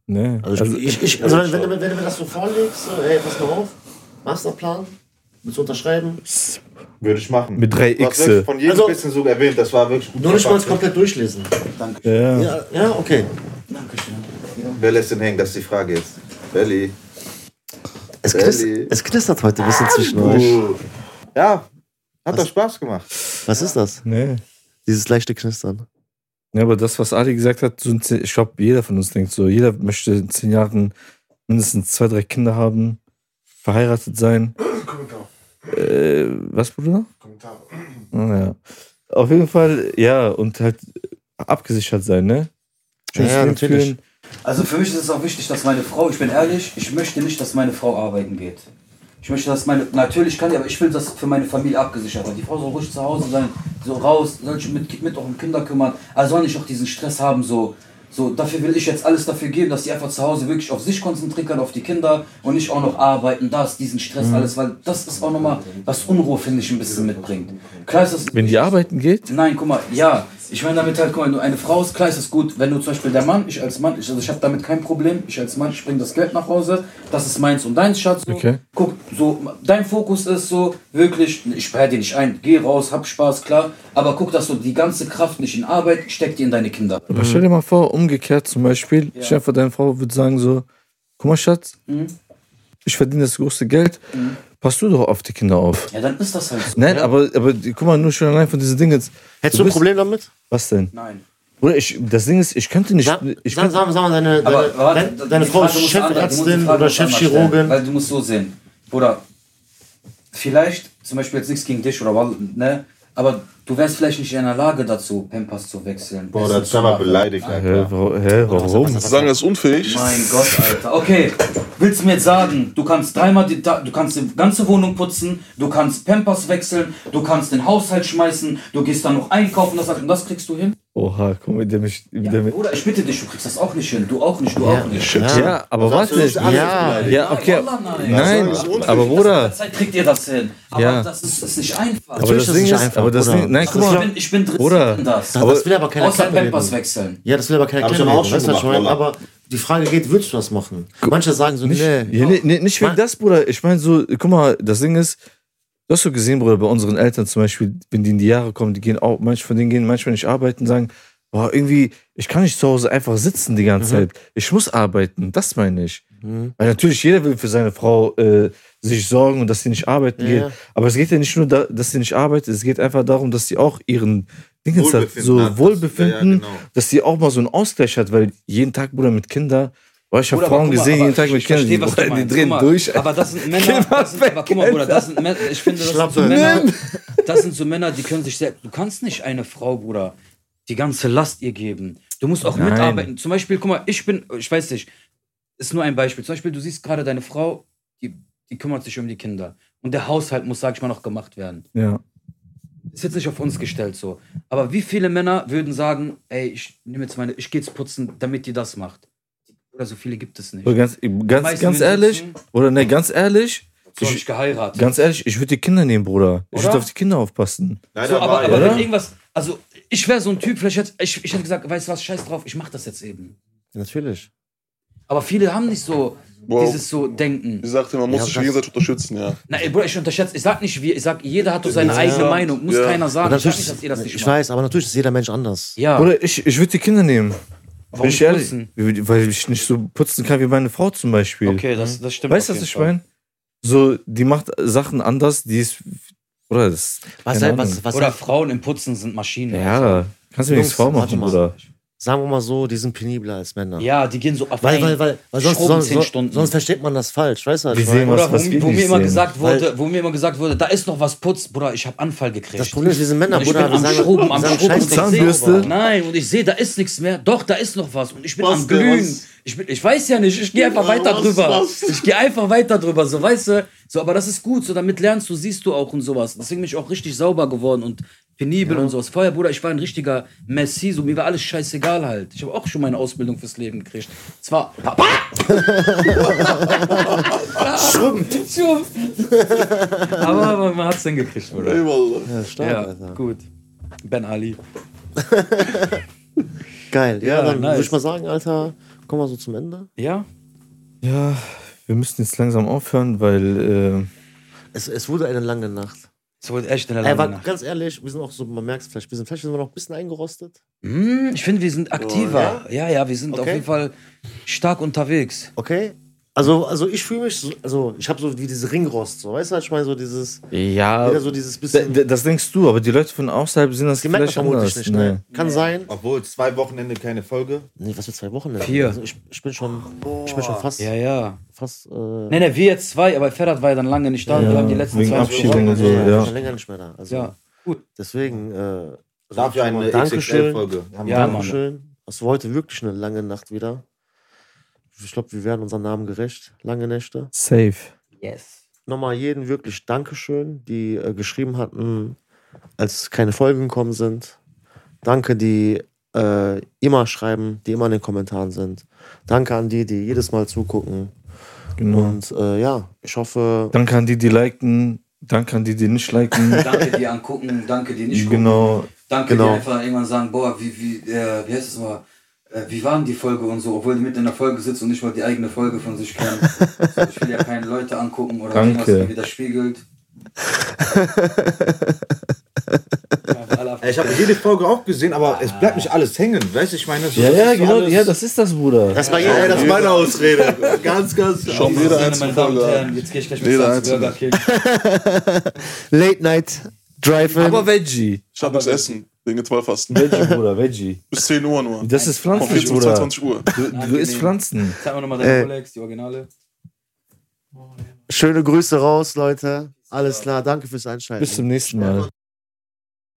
[SPEAKER 1] Nee.
[SPEAKER 3] Also, ich, ich, also wenn, du, mir- wenn du mir das so vorlegst, so, ey, pass mal auf, Masterplan, willst du unterschreiben?
[SPEAKER 7] Würde ich machen.
[SPEAKER 1] Mit drei
[SPEAKER 7] Du hast
[SPEAKER 1] Xe.
[SPEAKER 7] wirklich Von jedem
[SPEAKER 3] Also-
[SPEAKER 7] bisschen so erwähnt, das war wirklich gut.
[SPEAKER 3] Nur nicht mal
[SPEAKER 7] verpackt.
[SPEAKER 3] komplett durchlesen.
[SPEAKER 1] ja.
[SPEAKER 3] Ja, ja okay.
[SPEAKER 7] Wer lässt den hängen? Das ist die Frage jetzt. Belly.
[SPEAKER 3] Es,
[SPEAKER 7] Belly.
[SPEAKER 3] knistert, es knistert heute ein bisschen zwischen euch.
[SPEAKER 7] Uh. Ja, hat doch Spaß gemacht.
[SPEAKER 3] Was ist das?
[SPEAKER 1] Nee.
[SPEAKER 3] Dieses leichte Knistern.
[SPEAKER 1] Ja, aber das, was Ali gesagt hat, so in zehn- ich glaube, jeder von uns denkt so, jeder möchte in zehn Jahren mindestens zwei, drei Kinder haben, verheiratet sein. Äh, was, Bruder? Kommentar. Ja. Auf jeden Fall, ja, und halt abgesichert sein, ne?
[SPEAKER 3] Ja,
[SPEAKER 1] Leben
[SPEAKER 3] natürlich.
[SPEAKER 1] führen.
[SPEAKER 2] Also für mich ist es auch wichtig, dass meine Frau, ich bin ehrlich, ich möchte nicht, dass meine Frau arbeiten geht. Ich möchte, dass meine, natürlich kann die, aber ich will, dass für meine Familie abgesichert wird. Die Frau soll ruhig zu Hause sein, so raus, soll sich mit, mit auch um Kinder kümmern, also soll nicht auch diesen Stress haben, so, so, dafür will ich jetzt alles dafür geben, dass die einfach zu Hause wirklich auf sich konzentrieren kann, auf die Kinder und nicht auch noch arbeiten, das, diesen Stress, alles, weil das ist auch nochmal, was Unruhe, finde ich, ein bisschen mitbringt. Klar ist das,
[SPEAKER 1] Wenn die arbeiten geht,
[SPEAKER 2] Nein, guck mal, ja. Ich meine damit halt, guck mal, wenn du eine Frau ist, klar ist es gut. Wenn du zum Beispiel der Mann, ich als Mann, ich, also ich habe damit kein Problem. Ich als Mann, ich bringe das Geld nach Hause. Das ist meins und deins, Schatz. So.
[SPEAKER 1] Okay.
[SPEAKER 2] Guck, so, dein Fokus ist so, wirklich, ich sperre dir nicht ein, geh raus, hab Spaß, klar. Aber guck, dass du die ganze Kraft nicht in Arbeit, steck die in deine Kinder.
[SPEAKER 1] aber stell
[SPEAKER 3] Mhm.
[SPEAKER 1] dir mal vor, umgekehrt zum Beispiel, stell dir vor, deine Frau würde sagen so, guck mal, Schatz,
[SPEAKER 3] Mhm.
[SPEAKER 1] ich verdiene das größte Geld, pass du doch auf die Kinder auf.
[SPEAKER 2] Ja, dann ist das halt so.
[SPEAKER 1] Nein, aber, aber die- guck mal, nur schon allein von diesen Dingen. jetzt.
[SPEAKER 3] Hättest du ein
[SPEAKER 1] bist-
[SPEAKER 3] Problem damit?
[SPEAKER 1] Was denn?
[SPEAKER 2] Nein.
[SPEAKER 1] Bruder, ich, das Ding ist, ich könnte nicht.
[SPEAKER 3] Sag,
[SPEAKER 1] ich
[SPEAKER 3] sag,
[SPEAKER 1] könnte,
[SPEAKER 3] sag, sag mal, deine, deine,
[SPEAKER 2] Aber warte,
[SPEAKER 3] deine,
[SPEAKER 2] die
[SPEAKER 3] deine Frau ist
[SPEAKER 2] Frage muss anders- die muss- die
[SPEAKER 3] Chefärztin
[SPEAKER 2] Frage
[SPEAKER 3] oder
[SPEAKER 2] muss anders stellen,
[SPEAKER 3] Chefchirurgin.
[SPEAKER 2] Weil du musst so sehen, Bruder, vielleicht, zum Beispiel jetzt nichts gegen dich oder was, ne, aber du wärst vielleicht nicht in der Lage dazu, Pampers zu wechseln.
[SPEAKER 7] Boah,
[SPEAKER 2] Essen
[SPEAKER 7] das ist
[SPEAKER 2] zu
[SPEAKER 7] aber
[SPEAKER 2] machen.
[SPEAKER 7] beleidigt,
[SPEAKER 1] hä,
[SPEAKER 7] Alter.
[SPEAKER 1] wa- hä,
[SPEAKER 3] Oh,
[SPEAKER 1] warum?
[SPEAKER 5] Sagen, er ist unfähig.
[SPEAKER 2] Mein Gott, Alter. Okay, willst du mir jetzt sagen, du kannst dreimal die, Ta- du kannst die ganze Wohnung putzen, du kannst Pampers wechseln, du kannst den Haushalt schmeißen, du gehst dann noch einkaufen, das, und das kriegst du hin?
[SPEAKER 1] Oha, komm mit dem. Ich, mit
[SPEAKER 2] Ja,
[SPEAKER 1] dem
[SPEAKER 2] Bruder, ich bitte dich, du kriegst das auch nicht hin, du auch nicht, du auch nicht.
[SPEAKER 1] ja, aber warte.
[SPEAKER 7] Sonst ist alles
[SPEAKER 3] Ja.
[SPEAKER 7] beleidigt.
[SPEAKER 1] Ja, okay.
[SPEAKER 2] Wallah, nein.
[SPEAKER 1] Nein,
[SPEAKER 7] Das ist unfair.
[SPEAKER 1] aber Bruder.
[SPEAKER 2] Zeit kriegt ihr das hin. Aber
[SPEAKER 1] Ja.
[SPEAKER 2] das ist, ist nicht einfach.
[SPEAKER 1] Aber das
[SPEAKER 3] ist das
[SPEAKER 1] Ding
[SPEAKER 3] nicht
[SPEAKER 1] ist,
[SPEAKER 3] einfach,
[SPEAKER 1] aber das
[SPEAKER 3] Bruder.
[SPEAKER 1] Ding, nein,
[SPEAKER 2] Also
[SPEAKER 1] guck
[SPEAKER 2] ich,
[SPEAKER 1] mal.
[SPEAKER 2] bin, ich bin drin
[SPEAKER 1] Bruder.
[SPEAKER 2] in das.
[SPEAKER 3] Das, das will aber keiner
[SPEAKER 2] Außer
[SPEAKER 3] kleinreden.
[SPEAKER 2] Pampers wechseln.
[SPEAKER 3] Ja, das will aber keiner
[SPEAKER 7] Hab ich
[SPEAKER 3] kleinreden.
[SPEAKER 7] aber auch schon
[SPEAKER 3] Weißt du, was ich
[SPEAKER 7] gemacht,
[SPEAKER 3] meine? Aber die Frage geht, würdest du das machen? Manche sagen so,
[SPEAKER 1] Nicht,
[SPEAKER 3] nee.
[SPEAKER 1] ja, nee, nee, nicht wegen
[SPEAKER 3] Man-
[SPEAKER 1] das, Bruder. Ich meine, so, guck mal, das Ding ist, du hast so gesehen, Bruder, bei unseren Eltern zum Beispiel, wenn die in die Jahre kommen, die gehen auch, manche von denen gehen manchmal nicht arbeiten, sagen,
[SPEAKER 7] Mhm.
[SPEAKER 1] boah, irgendwie, ich kann nicht zu Hause einfach sitzen die ganze Zeit. Ich muss arbeiten, das meine ich.
[SPEAKER 3] Mhm.
[SPEAKER 1] Weil natürlich jeder will für seine Frau äh, sich sorgen und dass sie nicht arbeiten
[SPEAKER 3] Ja,
[SPEAKER 1] geht.
[SPEAKER 3] ja.
[SPEAKER 1] Aber es geht ja nicht nur, da, dass sie nicht arbeitet, es geht einfach darum, dass sie auch ihren Dingens hat,
[SPEAKER 7] Wohlbefinden
[SPEAKER 1] so
[SPEAKER 7] hat das.
[SPEAKER 1] Wohlbefinden,
[SPEAKER 7] Ja, ja, genau.
[SPEAKER 1] dass sie auch mal so einen Ausgleich hat, weil jeden Tag, Bruder, mit Kindern, boah, ich habe
[SPEAKER 2] Bruder, aber
[SPEAKER 1] Frauen
[SPEAKER 2] guck mal,
[SPEAKER 1] gesehen,
[SPEAKER 2] aber
[SPEAKER 1] jeden Tag mit
[SPEAKER 2] ich verstehe,
[SPEAKER 1] Kindern, die,
[SPEAKER 2] was du
[SPEAKER 1] boah, die
[SPEAKER 2] meinst.
[SPEAKER 1] drehen
[SPEAKER 2] Guck mal,
[SPEAKER 1] durch.
[SPEAKER 2] Aber das sind Männer. Das sind, aber guck mal, Bruder, das sind Männer. Ich finde, das sind, so
[SPEAKER 3] Schlappe.
[SPEAKER 2] Männer das sind so Männer, die können sich selbst. Du kannst nicht eine Frau, Bruder, die ganze Last ihr geben. Du musst auch
[SPEAKER 1] Nein.
[SPEAKER 2] mitarbeiten. Zum Beispiel, guck mal, ich bin, ich weiß nicht, ist nur ein Beispiel. Zum Beispiel, du siehst gerade deine Frau, die, die kümmert sich um die Kinder. Und der Haushalt muss, sag ich mal, noch gemacht werden
[SPEAKER 1] Ja.
[SPEAKER 2] ist jetzt nicht auf uns gestellt so. Aber wie viele Männer würden sagen, ey, ich nehme jetzt meine, ich gehe jetzt putzen, damit die das macht? Oder so viele gibt es nicht.
[SPEAKER 1] Oder ganz, ganz,
[SPEAKER 2] meisten
[SPEAKER 1] ganz
[SPEAKER 2] will
[SPEAKER 1] ehrlich,
[SPEAKER 2] sitzen.
[SPEAKER 1] oder ne, ganz ehrlich,
[SPEAKER 2] So habe ich geheiratet.
[SPEAKER 1] ganz ehrlich, ich würde die Kinder nehmen, Bruder. Ich würde
[SPEAKER 2] Oder?
[SPEAKER 1] auf die Kinder aufpassen.
[SPEAKER 2] so, aber,
[SPEAKER 7] war
[SPEAKER 2] aber
[SPEAKER 1] oder?
[SPEAKER 2] wenn irgendwas, also ich wäre so ein Typ, vielleicht hätte ich, ich hätte gesagt, weißt du was, scheiß drauf, ich mach das jetzt eben.
[SPEAKER 3] Natürlich.
[SPEAKER 2] Aber viele haben nicht so
[SPEAKER 5] Wow.
[SPEAKER 2] dieses so
[SPEAKER 5] Wie
[SPEAKER 2] Denken.
[SPEAKER 5] sagt ihr, man muss
[SPEAKER 3] Ja,
[SPEAKER 5] sich
[SPEAKER 3] das-
[SPEAKER 5] gegenseitig unterstützen, ja.
[SPEAKER 2] Na, ey, Bruder, ich unterschätze, ich sag nicht wir, ich sag, jeder hat doch seine eigene Meinung, muss
[SPEAKER 5] Ja.
[SPEAKER 2] keiner
[SPEAKER 3] Und
[SPEAKER 2] sagen. Ich sag
[SPEAKER 3] natürlich
[SPEAKER 2] nicht, dass ihr das nicht
[SPEAKER 3] ich
[SPEAKER 2] macht.
[SPEAKER 3] weiß, aber natürlich ist jeder Mensch anders.
[SPEAKER 2] Ja,
[SPEAKER 1] Bruder, ich, ich würde die Kinder nehmen.
[SPEAKER 2] warum
[SPEAKER 1] Bin ich ehrlich?
[SPEAKER 2] putzen?
[SPEAKER 1] Weil ich nicht so putzen kann wie meine Frau zum Beispiel.
[SPEAKER 2] Okay, das, das stimmt.
[SPEAKER 1] Weißt du,
[SPEAKER 2] auf
[SPEAKER 1] was
[SPEAKER 2] jeden
[SPEAKER 1] ich
[SPEAKER 2] Fall.
[SPEAKER 1] meine? So, die macht Sachen anders, die ist. Oder das.
[SPEAKER 3] Was,
[SPEAKER 1] keine
[SPEAKER 3] halt, was,
[SPEAKER 1] Ahnung.
[SPEAKER 3] was
[SPEAKER 2] Oder Frauen im Putzen sind Maschinen.
[SPEAKER 1] Ja, kannst du mir
[SPEAKER 3] Jungs,
[SPEAKER 1] nichts vormachen,
[SPEAKER 3] warte mal.
[SPEAKER 1] Bruder.
[SPEAKER 3] sagen wir mal so, die sind penibler als Männer.
[SPEAKER 2] Ja, die gehen so auf
[SPEAKER 3] Weil,
[SPEAKER 2] ein.
[SPEAKER 3] weil, weil, weil sonst,
[SPEAKER 2] Schrubben
[SPEAKER 3] sonst,
[SPEAKER 2] zehn Stunden.
[SPEAKER 3] sonst, sonst versteht man das falsch, weißt du? was
[SPEAKER 1] Die
[SPEAKER 3] ich
[SPEAKER 1] sehen
[SPEAKER 3] meine?
[SPEAKER 2] Oder
[SPEAKER 1] was
[SPEAKER 2] wo,
[SPEAKER 1] wir
[SPEAKER 2] wo
[SPEAKER 1] nicht
[SPEAKER 2] mir immer
[SPEAKER 1] sehen.
[SPEAKER 2] gesagt wurde, wo mir immer gesagt wurde, da ist noch was putzt, Bruder, ich habe Anfall gekriegt.
[SPEAKER 3] Das Problem ist, wir sind Männer,
[SPEAKER 2] und ich
[SPEAKER 3] Bruder.
[SPEAKER 2] bin am
[SPEAKER 3] wir
[SPEAKER 2] Schrubben, am
[SPEAKER 3] wir
[SPEAKER 2] Schrubben.
[SPEAKER 3] scheiß
[SPEAKER 2] Und ich
[SPEAKER 1] Zahnbürste.
[SPEAKER 2] seh, nein, und ich sehe, da ist nichts mehr. Doch, da ist noch was. Und ich bin
[SPEAKER 5] Was
[SPEAKER 2] am
[SPEAKER 5] denn,
[SPEAKER 2] Glühen.
[SPEAKER 5] was?
[SPEAKER 2] Ich, bin, ich weiß ja nicht, ich gehe einfach weiter
[SPEAKER 5] was-
[SPEAKER 2] drüber.
[SPEAKER 5] was?
[SPEAKER 2] Ich gehe einfach weiter drüber, so, weißt du? So, aber das ist gut, so, damit lernst du, siehst du auch und sowas. Deswegen bin ich auch richtig sauber geworden und penibel und sowas. Vorher, Bruder, ich war ein richtiger Messi, so, mir war alles scheißegal halt. Ich habe auch schon meine Ausbildung fürs Leben gekriegt. Zwar, Papa! Schrumpf. Aber man hat's denn gekriegt, Bruder.
[SPEAKER 5] Ey, Wallah.
[SPEAKER 3] Ja, stark,
[SPEAKER 2] Ja,
[SPEAKER 3] Alter.
[SPEAKER 2] gut. Ben Ali.
[SPEAKER 3] Geil. Ja,
[SPEAKER 2] Ja,
[SPEAKER 3] dann
[SPEAKER 2] nice.
[SPEAKER 3] würde ich mal sagen, Alter, kommen wir so zum Ende.
[SPEAKER 2] Ja?
[SPEAKER 1] Ja, wir müssen jetzt langsam aufhören, weil.
[SPEAKER 3] Es, es wurde eine lange Nacht.
[SPEAKER 2] Es wurde echt eine
[SPEAKER 3] Ey,
[SPEAKER 2] lange
[SPEAKER 3] war,
[SPEAKER 2] Nacht.
[SPEAKER 3] ganz ehrlich, wir sind auch so, man merkt es vielleicht, wir sind, vielleicht sind wir noch ein bisschen eingerostet.
[SPEAKER 2] Hm, ich finde, wir sind aktiver. ja? ja, wir sind auf
[SPEAKER 3] Okay.
[SPEAKER 2] jeden Fall stark unterwegs.
[SPEAKER 3] Okay? Also, also ich fühle mich, so, also ich habe so wie diese Ringrost, so, weißt du, ich meine, so dieses,
[SPEAKER 1] Äh, ja.
[SPEAKER 3] wieder so dieses
[SPEAKER 1] d-
[SPEAKER 3] bisschen,
[SPEAKER 1] d- Das denkst du, aber die Leute von außerhalb sehen das
[SPEAKER 3] die merkt man
[SPEAKER 1] vielleicht anders.
[SPEAKER 3] vermutlich nicht, ne? Kann sein.
[SPEAKER 7] Obwohl, zwei Wochenende keine Folge.
[SPEAKER 3] Nee, was für zwei Wochen denn?
[SPEAKER 2] Vier.
[SPEAKER 3] Also ich, ich bin schon, ich bin schon fast,
[SPEAKER 2] Ja, ja.
[SPEAKER 3] fast, äh,
[SPEAKER 2] Nee, nee, wir jetzt zwei, aber Ferhat war ja dann lange nicht da. wir haben die letzten
[SPEAKER 1] wegen
[SPEAKER 2] zwei
[SPEAKER 1] Abschied
[SPEAKER 2] Wochen-
[SPEAKER 1] und so,
[SPEAKER 3] also ich bin
[SPEAKER 1] also, ja.
[SPEAKER 3] schon länger nicht mehr da. Also,
[SPEAKER 2] Ja, gut.
[SPEAKER 3] Deswegen, äh,
[SPEAKER 7] Also Dafür eine
[SPEAKER 3] Dankeschön.
[SPEAKER 7] XXL-Folge. Haben
[SPEAKER 2] Ja,
[SPEAKER 1] ne?
[SPEAKER 2] Mann.
[SPEAKER 3] Dankeschön. Es war heute wirklich eine lange Nacht wieder. Ich glaube, wir werden unserem Namen gerecht. Lange Nächte.
[SPEAKER 1] Safe.
[SPEAKER 2] Yes.
[SPEAKER 3] Nochmal jeden wirklich Dankeschön, die äh, geschrieben hatten, als keine Folgen gekommen sind. Danke, die äh, immer schreiben, die immer in den Kommentaren sind. Danke an die, die jedes Mal zugucken.
[SPEAKER 1] Genau.
[SPEAKER 3] Und äh, ja, ich hoffe,
[SPEAKER 1] Danke an die, die liken. Danke an die, die nicht liken.
[SPEAKER 2] Danke dir angucken, danke dir nicht gucken.
[SPEAKER 1] genau.
[SPEAKER 2] Danke
[SPEAKER 3] Genau.
[SPEAKER 2] dir einfach irgendwann sagen, boah, wie, wie, äh, wie heißt das mal? Äh, Wie war denn die Folge und so, obwohl du mit in der Folge sitzt und nicht mal die eigene Folge von sich kennt. so, ich will ja keine Leute angucken oder
[SPEAKER 1] Danke.
[SPEAKER 2] irgendwas mir widerspiegelt.
[SPEAKER 7] Ey, Äh, Ich habe jede Folge auch gesehen, aber es bleibt nicht alles hängen. Weißt du, ich meine, so-
[SPEAKER 1] Ja,
[SPEAKER 7] das
[SPEAKER 1] ja,
[SPEAKER 7] ist so
[SPEAKER 1] genau.
[SPEAKER 7] alles-
[SPEAKER 1] Ja, das ist das, Bruder.
[SPEAKER 3] das war jeder,
[SPEAKER 7] Ey, das ist meine Ausrede. ganz, ganz.
[SPEAKER 5] Schau mal, jeder einzelne Folge. an.
[SPEAKER 2] jetzt gehe ich gleich
[SPEAKER 5] mit Jeder Satz einzelne. Burger
[SPEAKER 2] King.
[SPEAKER 3] Late Night Drive-In.
[SPEAKER 1] Aber Veggie.
[SPEAKER 5] Ich hab nichts essen, wegen Zwölffasten.
[SPEAKER 1] Veggie, Bruder, Veggie.
[SPEAKER 5] Bis 10 Uhr nur.
[SPEAKER 1] Das ist
[SPEAKER 5] Von
[SPEAKER 1] pflanzlich,
[SPEAKER 5] 14 bis
[SPEAKER 1] Bruder.
[SPEAKER 5] 22 Uhr.
[SPEAKER 1] Du, du isst Pflanzen.
[SPEAKER 2] Zeig mir nochmal
[SPEAKER 3] deine Äh.
[SPEAKER 2] Rolex, die Originale.
[SPEAKER 3] Schöne Grüße raus, Leute. Alles klar, danke fürs Einschalten.
[SPEAKER 1] Bis zum nächsten Mal.